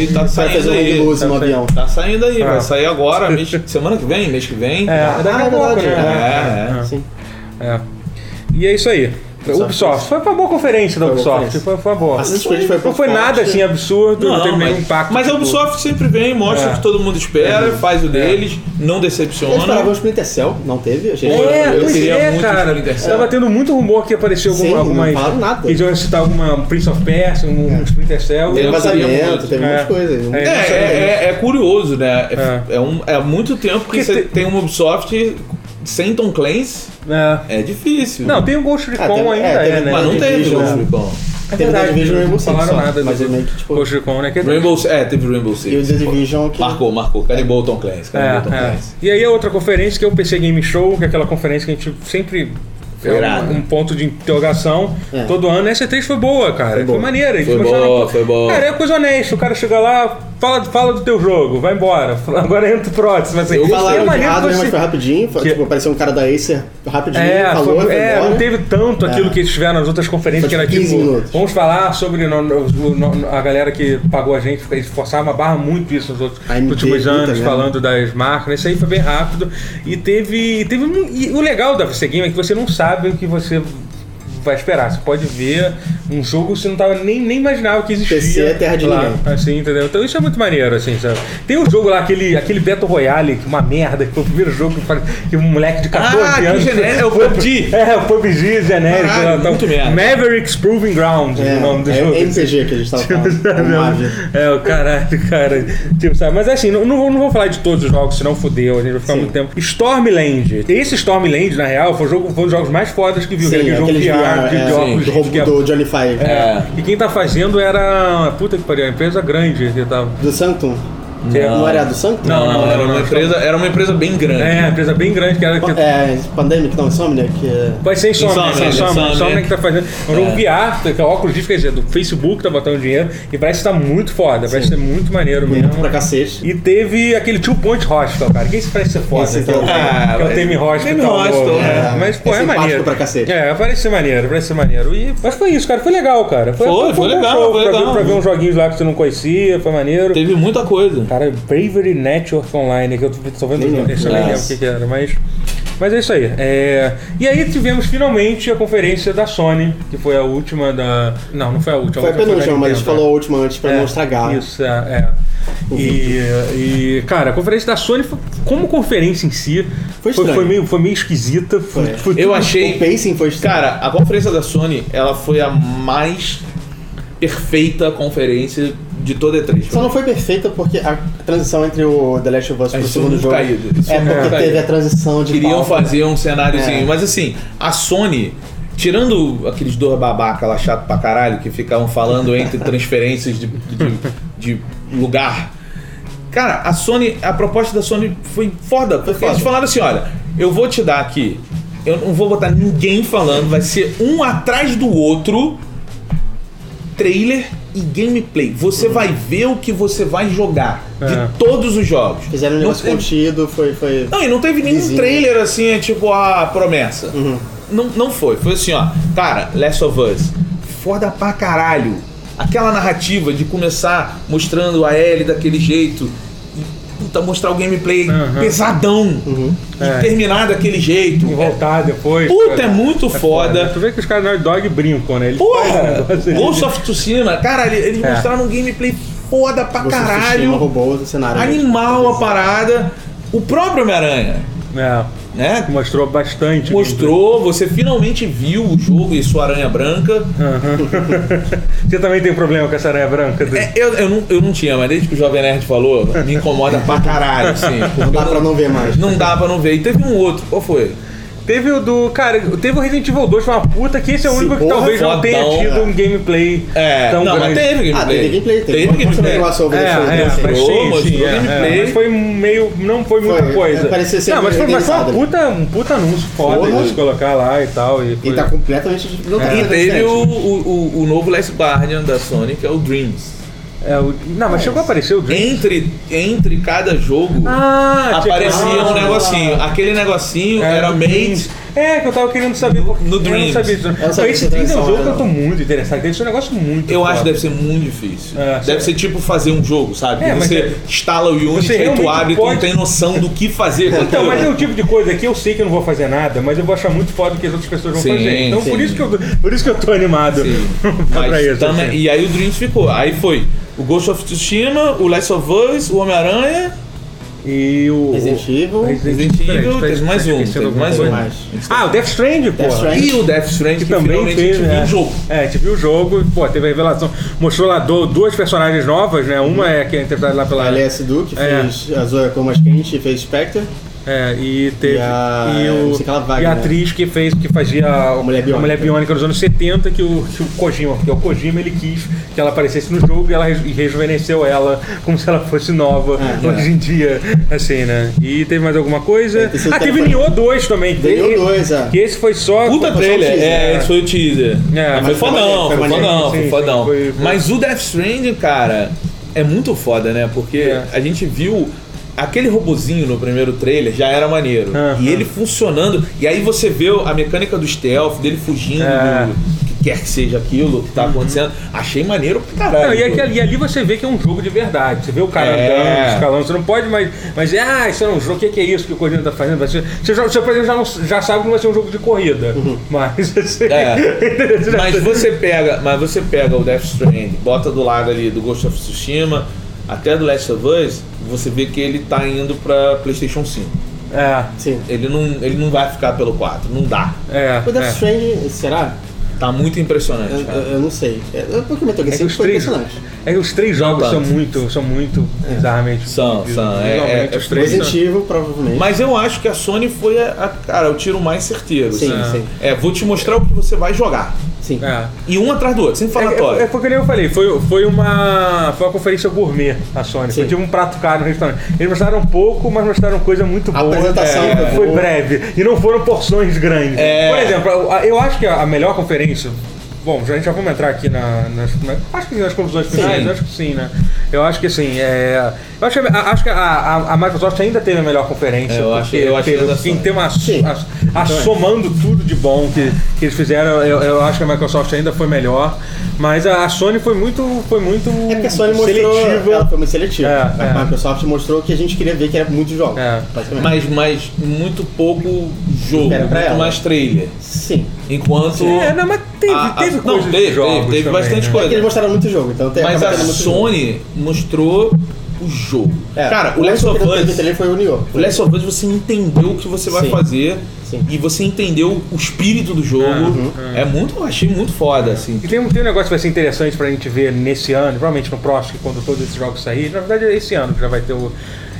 Speaker 3: E tá
Speaker 2: Vai fazer
Speaker 3: saindo
Speaker 2: um
Speaker 3: aí.
Speaker 2: de luz no
Speaker 1: tá
Speaker 2: avião.
Speaker 3: Tá saindo aí,
Speaker 1: Ah.
Speaker 3: vai sair agora, mês- semana que vem, mês que vem.
Speaker 1: É, daqui a
Speaker 2: Ah, é
Speaker 1: pouco,
Speaker 2: verdade,
Speaker 1: né?
Speaker 3: é.
Speaker 2: Sim.
Speaker 1: É. É. E é isso aí. Ubisoft. Foi uma boa conferência da
Speaker 2: Foi uma
Speaker 1: Ubisoft.
Speaker 2: conferência.
Speaker 1: Foi, foi uma boa.
Speaker 2: Assassin's Creed foi
Speaker 1: Não foi
Speaker 2: forte.
Speaker 1: nada assim absurdo, não, teve nenhum
Speaker 3: mas,
Speaker 1: impacto.
Speaker 3: mas a
Speaker 1: tipo-
Speaker 3: Ubisoft sempre vem, mostra
Speaker 1: É.
Speaker 3: o que todo mundo espera, faz o deles,
Speaker 2: Eu esperava
Speaker 3: não
Speaker 2: um
Speaker 3: decepciona.
Speaker 2: Splinter Cell, não teve. Achei
Speaker 1: É,
Speaker 2: eu
Speaker 1: pois
Speaker 3: queria
Speaker 1: é,
Speaker 3: muito
Speaker 1: cara.
Speaker 3: Splinter Cell.
Speaker 1: Tava tendo muito rumor que apareceu alguma,
Speaker 2: Sim, não
Speaker 1: algumas.
Speaker 2: falaram nada. É.
Speaker 1: Eles iam citar alguma Prince of Persia, um, um Splinter Cell.
Speaker 2: Teve
Speaker 3: Eu queria
Speaker 2: vazamento,
Speaker 3: muito.
Speaker 2: teve
Speaker 1: É.
Speaker 2: muitas coisas.
Speaker 1: É.
Speaker 3: É, é, é- é curioso, né? É, é um, é muito tempo
Speaker 1: Porque
Speaker 3: que você
Speaker 1: te-
Speaker 3: tem uma Ubisoft sem Tom Clancy,
Speaker 1: É.
Speaker 3: é difícil.
Speaker 1: Não, tem o Ghost
Speaker 2: Ah,
Speaker 1: Recon
Speaker 2: tem-
Speaker 1: ainda,
Speaker 2: é,
Speaker 1: é,
Speaker 2: tem-
Speaker 1: né?
Speaker 3: mas não teve
Speaker 2: Division,
Speaker 3: Ghost
Speaker 2: né?
Speaker 3: Recon.
Speaker 1: É
Speaker 2: Teve
Speaker 1: verdade,
Speaker 2: The Division e
Speaker 1: não
Speaker 2: Rainbow Six
Speaker 1: falaram
Speaker 2: só,
Speaker 1: nada
Speaker 2: mas
Speaker 1: do
Speaker 2: é meio que, tipo-
Speaker 1: Ghost Recon, né? Que é-
Speaker 3: Rainbow É, teve Rainbow Six.
Speaker 2: E o The Division que.
Speaker 3: Marcou, marcou. Carimbou o Tom Clancy.
Speaker 1: É,
Speaker 3: Carimbou o Tom
Speaker 1: é.
Speaker 3: Clancy.
Speaker 1: E aí a outra conferência que é o PC Game Show, que é aquela conferência que a gente sempre É
Speaker 3: Irado.
Speaker 1: um, um ponto de interrogação
Speaker 2: É.
Speaker 1: todo ano. Essa E3 foi boa, cara. Foi,
Speaker 2: boa.
Speaker 1: maneira. Eles
Speaker 3: Foi
Speaker 1: mostraram-
Speaker 3: boa, foi boa.
Speaker 1: Cara, é coisa honesta. O cara chega lá, fala, fala do teu jogo, vai embora. Agora entra o próximo. Assim,
Speaker 3: Eu
Speaker 1: é
Speaker 2: Falaram de
Speaker 1: maneiro
Speaker 2: hardware,
Speaker 1: você-
Speaker 2: né, mas foi rapidinho. Foi,
Speaker 1: Que-
Speaker 2: Tipo, apareceu um cara da Acer rapidinho,
Speaker 1: É,
Speaker 2: falou,
Speaker 1: foi-
Speaker 2: foi
Speaker 1: é,
Speaker 2: embora.
Speaker 1: não teve tanto aquilo
Speaker 2: É.
Speaker 1: que eles tiveram nas outras conferências,
Speaker 2: Foi
Speaker 1: que era
Speaker 2: 15
Speaker 1: tipo,
Speaker 2: minutos.
Speaker 1: vamos falar sobre no- no- o- no- a galera que pagou a gente, eles forçaram uma barra muito isso nos outros
Speaker 2: A AMD,
Speaker 1: nos últimos
Speaker 2: muita
Speaker 1: anos,
Speaker 2: mesmo.
Speaker 1: falando das marcas, isso aí foi bem rápido. E teve. e teve um- e o legal da VC Game é que você não sabe o que você vai esperar. Você pode ver um jogo que você não tava nem, nem imaginava que existia.
Speaker 2: PC é terra de
Speaker 1: lá,
Speaker 2: ninguém.
Speaker 1: Assim, entendeu? Então isso é muito maneiro, assim, sabe? Tem um jogo lá, aquele, aquele Battle Royale, que uma merda, que foi o primeiro jogo que, faz- que um moleque de 14
Speaker 3: Ah, que
Speaker 1: anos.
Speaker 3: genérico, é o
Speaker 1: foi-
Speaker 3: PUBG.
Speaker 1: é, o PUBG genérico.
Speaker 3: Caralho,
Speaker 1: lá, tá.
Speaker 3: muito merda.
Speaker 1: Mavericks Proving Ground,
Speaker 2: É,
Speaker 1: o nome do
Speaker 2: é
Speaker 1: jogo.
Speaker 2: MPG que a gente tava falando. um
Speaker 1: Sabe?
Speaker 2: com Mavi.
Speaker 1: É, o caralho, cara. Tipo, sabe? Mas assim, não, não, vou- não vou falar de todos os jogos, senão fodeu, a gente vai ficar
Speaker 2: Sim.
Speaker 1: muito tempo. Stormland. Esse Stormland, na real, foi, o jogo, foi um dos jogos mais fodas que viu.
Speaker 2: Sim,
Speaker 1: aquele jogo
Speaker 2: aqueles
Speaker 1: VR, de,
Speaker 2: é,
Speaker 1: de óculos.
Speaker 2: do roubo
Speaker 1: que é-
Speaker 2: do Johnny Five.
Speaker 3: É.
Speaker 1: E quem tá fazendo era. Puta que pariu, a empresa grande que tava.
Speaker 2: Do Sanctum?
Speaker 1: que é-
Speaker 2: Não, era do Sanctum?
Speaker 1: Não,
Speaker 3: Não, era uma
Speaker 1: não,
Speaker 3: empresa, era uma empresa bem grande.
Speaker 1: É, uma empresa bem grande que era. que-
Speaker 2: É, Pandemic, não, Insomnia, que é...
Speaker 1: Vai ser Insomnia,
Speaker 3: Insomnia,
Speaker 1: Insomnia, Insomnia,
Speaker 3: Insomnia.
Speaker 1: Insomnia que tá fazendo. É um jogo VR, que é óculos de, quer dizer, do Facebook tá botando dinheiro e parece que tá muito foda, parece ser muito maneiro mesmo.
Speaker 2: é pra cacete.
Speaker 1: E teve aquele Two Point Hostel, cara. Quem se parece ser foda?
Speaker 2: Esse
Speaker 1: que é o,
Speaker 3: tá-
Speaker 1: que é o
Speaker 3: Ah,
Speaker 1: Tame Hostel.
Speaker 3: Tame
Speaker 1: tá
Speaker 3: Hostel,
Speaker 1: bom,
Speaker 3: é.
Speaker 1: né? Mas, pô,
Speaker 2: É
Speaker 1: é,
Speaker 2: simpático
Speaker 1: maneiro.
Speaker 2: pra cacete.
Speaker 1: É, parece ser maneiro, parece ser maneiro. E, mas foi isso, cara. Foi legal, cara.
Speaker 3: Foi, foi
Speaker 1: um bom
Speaker 3: legal,
Speaker 1: jogo
Speaker 3: foi
Speaker 1: pra,
Speaker 3: legal.
Speaker 1: Ver, pra ver uns joguinhos lá que você não conhecia, foi maneiro.
Speaker 3: Teve muita coisa.
Speaker 1: Cara, Bravery Network Online, que eu tô- tô vendo
Speaker 2: Nem lembro.
Speaker 1: esse eu nem lembro o
Speaker 3: Nossa.
Speaker 1: que, que era, mas. Mas é isso aí. É, E aí tivemos finalmente a conferência da Sony, que foi a última da. Não, não foi a última.
Speaker 2: Foi a
Speaker 1: última da
Speaker 2: penúltima, mas a gente
Speaker 1: Nintendo,
Speaker 2: falou a
Speaker 1: é.
Speaker 2: última antes pra
Speaker 1: É,
Speaker 2: não estragar. Uhum.
Speaker 1: Isso, é. é. E, e, cara, a conferência da Sony, foi- como conferência em si,
Speaker 2: Foi É.
Speaker 1: foi,
Speaker 2: estranho.
Speaker 1: foi meio, foi meio esquisita. Foi,
Speaker 2: Foi.
Speaker 1: foi
Speaker 3: Eu
Speaker 1: tudo-
Speaker 3: achei.
Speaker 2: O pacing foi estranho.
Speaker 3: Cara, a conferência da Sony, ela foi a mais perfeita conferência de toda a E3.
Speaker 2: Só não foi perfeita porque a transição entre o The Last of Us
Speaker 3: É,
Speaker 2: pro
Speaker 3: isso
Speaker 2: segundo
Speaker 3: é
Speaker 2: jogo
Speaker 3: caído, isso
Speaker 2: é
Speaker 3: é muito
Speaker 2: porque
Speaker 3: caído.
Speaker 2: teve a transição de
Speaker 3: Queriam
Speaker 2: palco.
Speaker 3: fazer um cenáriozinho,
Speaker 2: É.
Speaker 3: mas assim, a Sony, tirando aqueles dois babaca lá chato pra caralho, que ficavam falando entre transferências de, de- de lugar. Cara, a Sony, a proposta da Sony foi foda, porque
Speaker 2: foda.
Speaker 3: eles falaram assim, olha, eu vou te dar aqui, eu não vou botar ninguém falando, vai ser um atrás do outro, trailer e gameplay. Você
Speaker 2: Uhum.
Speaker 3: vai ver o que você vai jogar
Speaker 1: É.
Speaker 3: de todos os jogos.
Speaker 2: Fizeram um negócio
Speaker 3: Não- Ah,
Speaker 2: contido, foi... foi...
Speaker 3: não, e não teve nenhum
Speaker 2: Vizinho.
Speaker 3: trailer assim, é tipo a promessa.
Speaker 2: Uhum.
Speaker 3: Não, não foi. Foi assim, ó. Cara, Last of Us, foda pra caralho. Aquela narrativa de começar mostrando a Ellie daquele jeito. E, puta, mostrar o gameplay
Speaker 1: Uhum.
Speaker 3: pesadão.
Speaker 2: Uhum.
Speaker 3: E
Speaker 1: É.
Speaker 3: terminar daquele jeito.
Speaker 1: E voltar depois.
Speaker 3: Puta,
Speaker 1: cara.
Speaker 3: é muito foda.
Speaker 1: Tu vê que os caras da Naughty Dog brincam, né? Eles fazem um
Speaker 3: Porra!
Speaker 1: negócio ali.
Speaker 3: Ghost of Tsushima, cara, eles- eles
Speaker 1: É.
Speaker 3: mostraram um gameplay foda pra
Speaker 2: Ghost of Tsushima né?
Speaker 3: caralho.
Speaker 2: roubou o cenário.
Speaker 3: Animal a parada. O próprio Homem-Aranha,
Speaker 1: É.
Speaker 3: né?
Speaker 1: Mostrou bastante.
Speaker 3: Mostrou, você finalmente viu o jogo e sua aranha branca.
Speaker 2: Hum.
Speaker 1: Você também tem problema com essa aranha branca? do-
Speaker 3: É, eu, eu, não, eu não tinha, mas desde que o Jovem Nerd falou, me incomoda pra caralho, assim. porque
Speaker 2: Não dá pra não ver mais.
Speaker 3: Não dá pra não ver. E teve um outro, qual foi?
Speaker 1: Teve o do. Cara, teve o Resident Evil 2, foi uma puta que esse é o
Speaker 2: Se
Speaker 1: único que
Speaker 2: porra,
Speaker 1: talvez não
Speaker 3: fodão, né?
Speaker 1: tenha tido
Speaker 2: é.
Speaker 1: um gameplay
Speaker 3: É,
Speaker 1: tão
Speaker 3: não, mas
Speaker 1: grande.
Speaker 3: teve gameplay.
Speaker 2: Ah, teve gameplay, teve.
Speaker 3: Teve
Speaker 2: Vamos
Speaker 3: gameplay.
Speaker 2: falar sobre
Speaker 1: É,
Speaker 2: isso.
Speaker 1: é,
Speaker 2: depois.
Speaker 1: mas
Speaker 3: Mostrou,
Speaker 1: sim, sim,
Speaker 3: mostrou
Speaker 1: é,
Speaker 3: gameplay.
Speaker 1: é, mas foi meio. Não foi muita
Speaker 2: Foi,
Speaker 1: coisa.
Speaker 2: é, parecia ser
Speaker 1: não, mas foi, mas foi uma
Speaker 2: organizado.
Speaker 1: puta, um puta anúncio foda
Speaker 2: Foi.
Speaker 1: eles colocar lá e tal. E,
Speaker 2: E
Speaker 1: foi-
Speaker 2: tá completamente... Não tá
Speaker 3: É. E
Speaker 2: completamente
Speaker 3: teve
Speaker 2: diferente.
Speaker 3: o, o, o- o novo Last Guardian da Sony, que é o Dreams.
Speaker 1: é, o- não, mas chegou a aparecer o Dream.
Speaker 3: Entre, entre cada jogo
Speaker 1: Ah, tinha-
Speaker 3: aparecia um
Speaker 1: ah,
Speaker 3: negocinho. Aquele negocinho
Speaker 1: É,
Speaker 3: era
Speaker 1: do
Speaker 3: made.
Speaker 1: Dreams. É, que eu tava querendo saber.
Speaker 3: No-
Speaker 1: porque
Speaker 3: no
Speaker 1: eu
Speaker 3: Dreams.
Speaker 1: Não sabia disso.
Speaker 2: não sabia
Speaker 1: Esse
Speaker 2: que
Speaker 1: Dreams é um
Speaker 2: era
Speaker 1: jogo que eu
Speaker 2: essa,
Speaker 1: tô muito interessado. Deve ser um negócio muito.
Speaker 3: Eu acho que
Speaker 1: foda.
Speaker 3: deve ser muito difícil.
Speaker 1: É,
Speaker 3: deve ser tipo fazer um jogo, sabe?
Speaker 1: É, mas
Speaker 3: você
Speaker 1: é-
Speaker 3: instala o Unity,
Speaker 1: Você
Speaker 3: aí tu
Speaker 1: realmente
Speaker 3: abre e tu
Speaker 1: pode-
Speaker 3: não tem noção do que fazer. com
Speaker 1: Então,
Speaker 3: aquilo.
Speaker 1: mas é o tipo de coisa que eu sei que eu não vou fazer nada, mas eu vou achar muito foda o que as outras pessoas vão
Speaker 3: Sim,
Speaker 1: fazer. Então, por
Speaker 2: sim.
Speaker 1: isso, que eu, por isso que eu tô animado
Speaker 3: Sim.
Speaker 1: pra
Speaker 3: Mas
Speaker 1: isso.
Speaker 3: também-
Speaker 1: assim.
Speaker 3: E aí o Dreams ficou. Aí foi o Ghost of Tsushima, o Last of Us, o Homem-Aranha,
Speaker 1: E o.
Speaker 2: Resident Evil.
Speaker 1: o
Speaker 3: Resident Evil,
Speaker 1: tá-
Speaker 3: teve mais
Speaker 1: tá
Speaker 3: um,
Speaker 1: esquecendo
Speaker 3: teve
Speaker 1: alguma
Speaker 3: mais
Speaker 1: coisa?
Speaker 3: um.
Speaker 2: mais.
Speaker 1: Ah, o Death Stranding, pô.
Speaker 2: Death Stranding.
Speaker 3: e o Death Stranding,
Speaker 1: Que
Speaker 3: que,
Speaker 1: também
Speaker 3: finalmente
Speaker 1: fez,
Speaker 3: viu
Speaker 1: né?
Speaker 3: um jogo.
Speaker 1: É, a gente viu o jogo, pô, teve a revelação. Mostrou lá do- duas personagens novas, né? Uma é que é interpretada lá
Speaker 2: A
Speaker 1: pela.
Speaker 2: Alice Duke
Speaker 1: É.
Speaker 2: fez a Zoe Comas Quente e fez Spectre.
Speaker 1: É, e teve.
Speaker 2: E a-
Speaker 1: e o-
Speaker 2: não sei que ela vai,
Speaker 1: e a
Speaker 2: né?
Speaker 1: atriz que fez, que fazia a a
Speaker 2: Mulher Biônica.
Speaker 1: nos anos 70, que o, que o Kojima, porque é o Kojima ele quis que ela aparecesse no jogo e ela reju- e rejuvenesceu ela como se ela fosse nova
Speaker 2: É,
Speaker 1: hoje em dia, assim, né? E teve mais alguma coisa.
Speaker 2: esse
Speaker 1: ah,
Speaker 2: cara
Speaker 1: teve
Speaker 2: foi-
Speaker 1: Nioh 2 também. que-
Speaker 2: Nioh 2, é.
Speaker 1: Que esse foi só.
Speaker 2: foi
Speaker 3: Puta
Speaker 2: só um
Speaker 3: trailer,
Speaker 2: teaser,
Speaker 3: é,
Speaker 1: né?
Speaker 3: esse foi o teaser.
Speaker 1: É,
Speaker 3: foi
Speaker 1: mas
Speaker 3: fodão,
Speaker 2: foi
Speaker 3: foi
Speaker 2: maneiro,
Speaker 3: fodão,
Speaker 1: sim,
Speaker 3: foi
Speaker 1: sim,
Speaker 3: fodão.
Speaker 1: foi- foi-
Speaker 3: Mas o Death Stranding, cara, é muito foda, né? Porque
Speaker 1: É.
Speaker 3: a gente viu aquele robozinho no primeiro trailer já era maneiro.
Speaker 1: Aham.
Speaker 3: E ele funcionando, e aí você vê a mecânica do stealth, dele fugindo
Speaker 1: É.
Speaker 3: do que quer que seja aquilo que tá acontecendo. Achei maneiro pra caralho.
Speaker 1: Não, e,
Speaker 3: pô.
Speaker 1: aqui- e ali você vê que é um jogo de verdade. Você vê o cara
Speaker 3: É.
Speaker 1: andando, escalando. Você não pode mais. Mas é, ah, isso é um jogo. O que que é isso que o Corrida tá fazendo? Vai ser- Você, já, você, por exemplo, já, não- já sabe que não vai ser um jogo de corrida. Mas. Assim,
Speaker 3: É. Uhum. mas você pega, mas você pega o Death Stranding, bota do lado ali do Ghost of Tsushima, até do Last of Us, você vê que ele tá indo pra PlayStation 5.
Speaker 1: É.
Speaker 2: Sim.
Speaker 3: Ele não, ele não vai ficar pelo 4, não dá.
Speaker 1: É.
Speaker 2: O Death
Speaker 1: é.
Speaker 2: Stranding, será?
Speaker 3: Tá muito
Speaker 2: Eu,
Speaker 3: impressionante,
Speaker 2: eu-
Speaker 3: cara.
Speaker 2: eu não sei. É, é porque o Metal
Speaker 1: É
Speaker 2: Gear
Speaker 1: que
Speaker 2: 5
Speaker 1: os
Speaker 2: foi
Speaker 1: três,
Speaker 2: impressionante.
Speaker 1: é que os três jogos
Speaker 3: Não
Speaker 1: são
Speaker 3: tanto.
Speaker 1: muito, são muito bizarramente.
Speaker 3: É. São, são, é-
Speaker 1: visualmente,
Speaker 3: é-
Speaker 1: os
Speaker 3: é
Speaker 1: três. são-
Speaker 2: Positivo, provavelmente.
Speaker 3: Mas eu acho que a Sony foi a, a- cara, o tiro mais certeiro.
Speaker 2: Sim,
Speaker 3: assim.
Speaker 2: sim.
Speaker 3: É, vou te mostrar o que você vai jogar.
Speaker 2: Sim.
Speaker 1: É.
Speaker 3: E um atrás do outro, sem
Speaker 1: É, é, é
Speaker 3: falatório.
Speaker 1: porque nem eu falei, foi, foi uma. Foi uma conferência gourmet a Sony. Foi
Speaker 2: Sim.
Speaker 1: tipo um prato caro no restaurante. Eles mostraram pouco, mas mostraram coisa muito
Speaker 2: A
Speaker 1: boa.
Speaker 2: apresentação
Speaker 1: é,
Speaker 2: foi
Speaker 1: foi
Speaker 2: boa.
Speaker 1: breve. E não foram porções grandes.
Speaker 3: É.
Speaker 1: Por exemplo, a- eu acho que a melhor conferência. Bom, já- a gente já vamos entrar aqui na, nas. na- acho que nas conclusões finais,
Speaker 3: Sim.
Speaker 1: acho que sim, né? Eu acho que sim. É, eu acho que, a, acho que a, a- a Microsoft ainda teve a melhor conferência.
Speaker 3: É, eu acho-
Speaker 1: porque
Speaker 3: eu acho que
Speaker 1: teve,
Speaker 3: é da
Speaker 1: porque em
Speaker 3: Sony.
Speaker 1: ter uma,
Speaker 2: Sim.
Speaker 1: a- a- somando tudo de bom que, que eles fizeram, eu, eu acho que a Microsoft ainda foi melhor. Mas a, a Sony foi muito, foi muito
Speaker 2: É porque a Sony mostrou.
Speaker 1: seletiva.
Speaker 2: Ela foi muito seletiva.
Speaker 1: É,
Speaker 2: a
Speaker 1: é.
Speaker 2: Microsoft mostrou o que a gente queria ver, que era muitos jogos.
Speaker 1: É.
Speaker 2: basicamente.
Speaker 3: Mas, mas muito pouco jogo,
Speaker 2: Espera pra
Speaker 3: muito
Speaker 2: ela.
Speaker 3: mais trailer.
Speaker 2: Sim.
Speaker 3: Enquanto.
Speaker 1: É, não, mas teve,
Speaker 3: a- a-
Speaker 1: teve
Speaker 3: Ah, não,
Speaker 1: coisa de
Speaker 3: teve,
Speaker 1: jogos
Speaker 3: teve, teve
Speaker 1: também,
Speaker 3: bastante
Speaker 1: né?
Speaker 3: coisa.
Speaker 2: Porque eles mostraram muito jogo, então tem
Speaker 3: Mas
Speaker 2: acaba
Speaker 3: a
Speaker 2: tendo muito
Speaker 3: Sony mostrou o jogo.
Speaker 2: jogo. É,
Speaker 3: Cara, o
Speaker 2: o
Speaker 3: Last
Speaker 2: único
Speaker 3: of
Speaker 2: que eu tentei
Speaker 3: Us.
Speaker 2: entender foi o Nioh.
Speaker 3: O Last of Us você entendeu o que você vai
Speaker 2: Sim.
Speaker 3: fazer
Speaker 2: Sim.
Speaker 3: e você entendeu o espírito do jogo. É muito, eu achei muito foda, assim.
Speaker 1: Uhum, E tem um, tem um negócio que vai ser interessante pra gente ver nesse ano, provavelmente no próximo, quando todos esses jogos saírem. Na verdade, é esse ano que já vai ter o.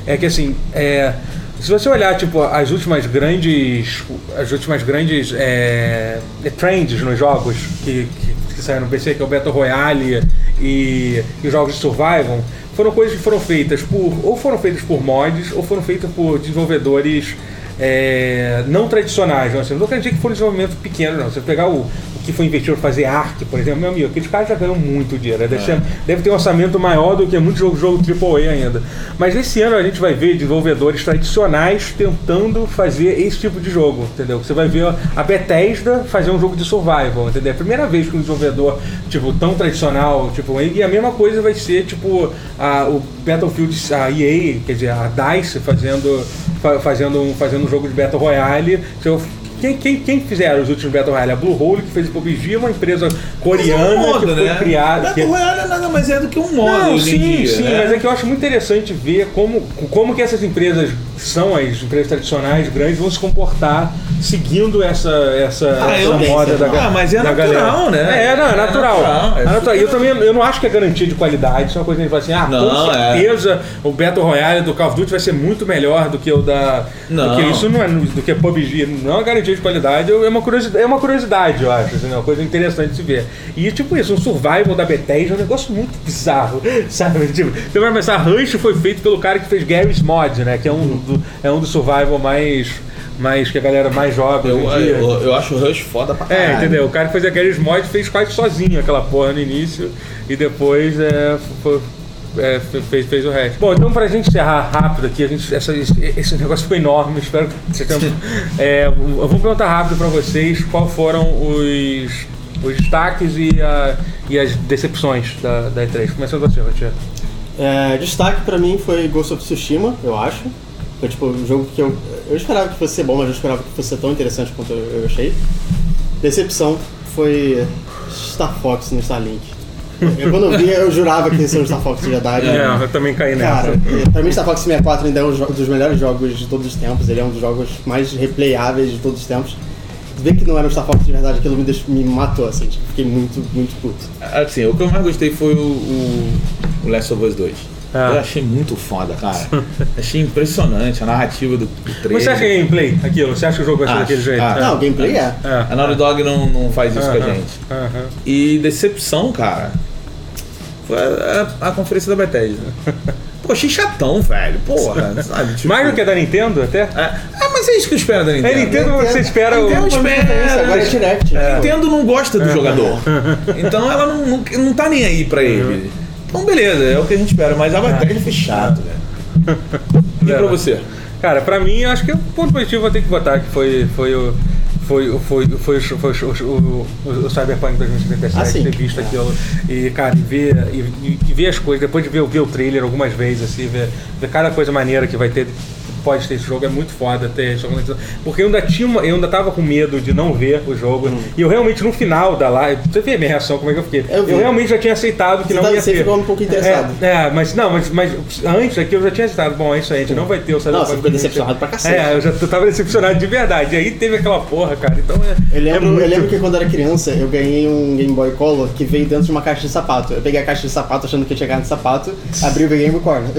Speaker 1: É que assim, é, se você olhar tipo, as últimas grandes. As últimas grandes é, trends nos jogos que, que, que saíram no PC, que é o Battle Royale e, e os jogos de Survival, foram coisas que foram feitas por. ou foram feitas por mods, ou foram feitas por desenvolvedores é, não tradicionais. Não, assim, não quer dizer que foi um desenvolvimento pequeno, não. Se você pegar o, o que foi investido para fazer ARC, por exemplo, meu amigo, aqueles caras já ganham muito dinheiro. né? Deve, ser- deve ter um orçamento maior do que muito jogo, jogo AAA ainda. Mas esse ano a gente vai ver desenvolvedores tradicionais tentando fazer esse tipo de jogo, entendeu? Você vai ver a Bethesda fazer um jogo de survival, entendeu? É a primeira vez que um desenvolvedor, tipo, tão tradicional, tipo, e a mesma coisa vai ser, tipo, a, o Battlefield, a EA, quer dizer, a DICE fazendo fa- fazendo um, fazendo um jogo de Battle Royale. Se eu- quem, quem, quem fizeram os últimos Battle Royale? A Blue Hole, que fez o PUBG, uma empresa coreana
Speaker 3: Mas é um
Speaker 1: que foi criada.
Speaker 3: Battle
Speaker 1: que-
Speaker 3: Royale é nada mais é do que um modo
Speaker 1: Não,
Speaker 3: hoje em
Speaker 1: sim,
Speaker 3: dia,
Speaker 1: sim,
Speaker 3: né?
Speaker 1: mas é que eu acho muito interessante ver como, como que essas empresas que são as empresas tradicionais grandes vão se comportar seguindo essa, essa,
Speaker 3: Ah,
Speaker 1: essa
Speaker 3: eu nem
Speaker 1: moda
Speaker 2: sei,
Speaker 1: da
Speaker 2: não.
Speaker 1: ga-
Speaker 3: Ah, mas é
Speaker 1: da
Speaker 3: natural,
Speaker 1: galera.
Speaker 3: né?
Speaker 1: É, não, é
Speaker 3: É
Speaker 1: natural.
Speaker 3: natural, é
Speaker 1: É natural. E eu
Speaker 3: super-
Speaker 1: também eu não acho que é garantia de qualidade, isso é uma coisa que a gente fala assim, ah,
Speaker 3: Não,
Speaker 1: com
Speaker 3: é.
Speaker 1: certeza o Battle Royale do Call of Duty vai ser muito melhor do que o da. Do
Speaker 3: Não.
Speaker 1: que isso não é do que PUBG, não é uma garantia de qualidade, é uma curiosidade, é uma curiosidade eu acho, assim, é uma coisa interessante de se ver. E tipo isso, um survival da Bethesda é um negócio muito bizarro, sabe? Tipo, você vai pensar, Rancho foi feito pelo cara que fez Garry's Mod, né? Que é um, do, é um do survival mais, mais que a galera mais joga
Speaker 3: Eu,
Speaker 1: é hoje em dia.
Speaker 3: eu, eu acho o Rush foda pra
Speaker 1: É,
Speaker 3: caralho.
Speaker 1: entendeu? O cara que fazia Garry's Mod fez quase sozinho aquela porra no início e depois é, foi- é, fe- fez, fez o resto. Bom, então pra gente encerrar rápido aqui, a gente, essa- esse, esse negócio foi enorme, espero que vocês tenham. É, eu vou perguntar rápido pra vocês qual foram os, os destaques e, a- e as decepções da, da E3. Começando você, Rotier.
Speaker 2: É, destaque pra mim foi Ghost of Tsushima, eu acho. Foi tipo um jogo que eu. Eu esperava que fosse ser bom, mas eu esperava que fosse ser tão interessante quanto eu, eu achei. Decepção foi Star Fox no Starlink. Eu, quando eu vi, eu jurava que ia ser um Star Fox de verdade.
Speaker 1: É, eu também caí nessa.
Speaker 2: Cara, pra mim Star Fox 64 ainda é um jo- dos melhores jogos de todos os tempos, ele é um dos jogos mais replayáveis de todos os tempos. Ver que não era um Star Fox de verdade, aquilo me, deixou, me matou, assim, tipo, fiquei muito, muito puto.
Speaker 3: Assim, o que eu mais gostei foi o, o, o Last of Us 2.
Speaker 1: Ah.
Speaker 3: Eu achei muito foda, cara. achei impressionante a narrativa do, do trailer.
Speaker 1: Mas você acha que é gameplay aquilo? Você acha que o jogo vai ser
Speaker 3: Acho,
Speaker 1: daquele jeito?
Speaker 3: acho.
Speaker 1: É.
Speaker 2: Não, o gameplay é.
Speaker 1: É.
Speaker 3: A Naughty Dog não, não faz isso com a
Speaker 1: Aham,
Speaker 3: gente.
Speaker 1: aham.
Speaker 3: E decepção, cara. Foi a, a- a conferência da Bethesda. Pô, achei chatão, velho. Porra, sabe? Tipo,
Speaker 1: Mais do que a da Nintendo, até?
Speaker 3: É, ah, mas é isso que eu espero da
Speaker 1: É
Speaker 3: Nintendo.
Speaker 1: Nintendo, você espera o...
Speaker 3: Nintendo,
Speaker 2: Mas não tem isso, Agora é direct.
Speaker 3: A
Speaker 2: tipo,
Speaker 3: Nintendo não gosta
Speaker 1: É.
Speaker 3: do jogador. Então ela não, não, não tá nem aí pra ele. Então beleza, é o que a gente espera. Mas a Bethesda foi chato, velho. E pra você?
Speaker 1: Cara, pra mim, acho que o ponto positivo eu tenho que botar que foi, foi o. Foi, o- foi, foi, o- foi, o- o, o, o Cyberpunk 2077,
Speaker 2: Ah, sim.
Speaker 1: ter visto aquilo. E, cara, e ver, e, e- e ver as coisas, depois de ver, ver o trailer algumas vezes, assim, ver, ver cada coisa maneira que vai ter, pode ter esse jogo, é muito foda ter isso acontecendo. Porque eu ainda tinha uma- eu ainda tava com medo de não ver o jogo. E eu realmente, no final da live, você vê a minha reação, como é que eu fiquei.
Speaker 2: Hum. Eu
Speaker 1: Eu,
Speaker 2: vi.
Speaker 1: realmente já tinha aceitado que
Speaker 2: Você
Speaker 1: não
Speaker 2: tá-
Speaker 1: ia
Speaker 2: você
Speaker 1: ter.
Speaker 2: ficou um pouco interessado.
Speaker 1: É, é, mas não, mas, mas antes aqui eu já tinha citado, bom, é isso aí, a gente não vai ter o Cyberpunk.
Speaker 2: você ficou decepcionado pra cacete.
Speaker 1: É, eu já t- tava decepcionado de verdade. E aí teve aquela porra, cara. Então é.
Speaker 2: Eu lembro,
Speaker 1: é muito-
Speaker 2: eu lembro que quando eu era criança, eu ganhei um Game Boy Color que veio dentro de uma caixa de sapato. Eu peguei a caixa de sapato achando que ia chegar no sapato, abri o Game Boy Color. Eu- eu-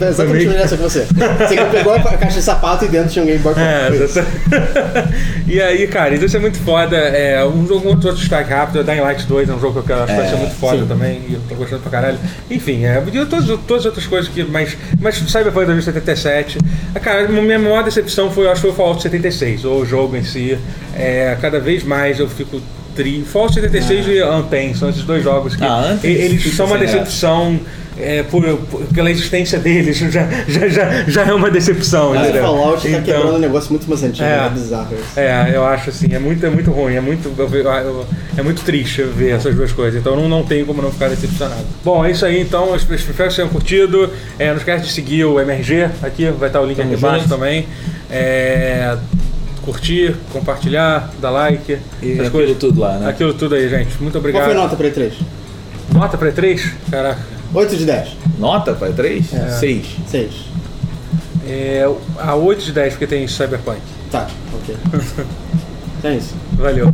Speaker 2: eu- Exatamente
Speaker 1: Também.
Speaker 2: a reação que você. Você que pegou a caixa de sapato e dentro tinha um Game Boy Color.
Speaker 1: É,
Speaker 2: Foi isso.
Speaker 1: exata- e aí, cara, então isso é muito foda. É, um jogo, um outro destaque rápido é Dying Light 2, é um jogo que eu quero- acho que vai ser muito foda
Speaker 2: sim.
Speaker 1: também, e eu tô gostando pra caralho. Enfim, é, e todas, todas as outras coisas que. Mas, mas Cyberpunk 2077. Ah, Cara, a minha maior decepção foi, eu acho que foi o Fallout 76, ou o jogo em si. É, cada vez mais eu fico. tri- Fallout 76 e Anten são esses dois jogos que
Speaker 3: Ah, Anthem
Speaker 1: e- eles
Speaker 3: fica
Speaker 1: são uma
Speaker 3: sem graça.
Speaker 1: decepção é, por, por- pela existência deles, já, já, já, já é uma decepção.
Speaker 2: Mas o
Speaker 1: entendeu?
Speaker 2: Fallout tá
Speaker 1: Então-
Speaker 2: quebrando um negócio muito mais antigo,
Speaker 1: É.
Speaker 2: é bizarro isso.
Speaker 1: é, eu acho assim, é muito, é muito ruim, é muito, eu- eu- eu- é muito triste ver essas duas coisas, então não, não tem como não ficar decepcionado. Bom, é isso aí então, eu espero que vocês tenham curtido, é, não esquece de seguir o MRG aqui, vai estar o link aqui embaixo
Speaker 3: junto.
Speaker 1: também. É, curtir, compartilhar, dar like,
Speaker 3: E
Speaker 1: essas
Speaker 3: aquilo
Speaker 1: coisas.
Speaker 3: tudo lá, né?
Speaker 1: Aquilo tudo aí, gente. Muito
Speaker 2: Qual
Speaker 1: obrigado.
Speaker 2: foi a nota pra E3?
Speaker 1: Nota pra E3? Caraca.
Speaker 2: 8 de 10.
Speaker 3: Nota, pai? 3?
Speaker 1: É.
Speaker 3: 6.
Speaker 2: 6.
Speaker 1: a 8 de 10, porque tem Cyberpunk.
Speaker 2: Tá, ok. Então é isso.
Speaker 1: Valeu.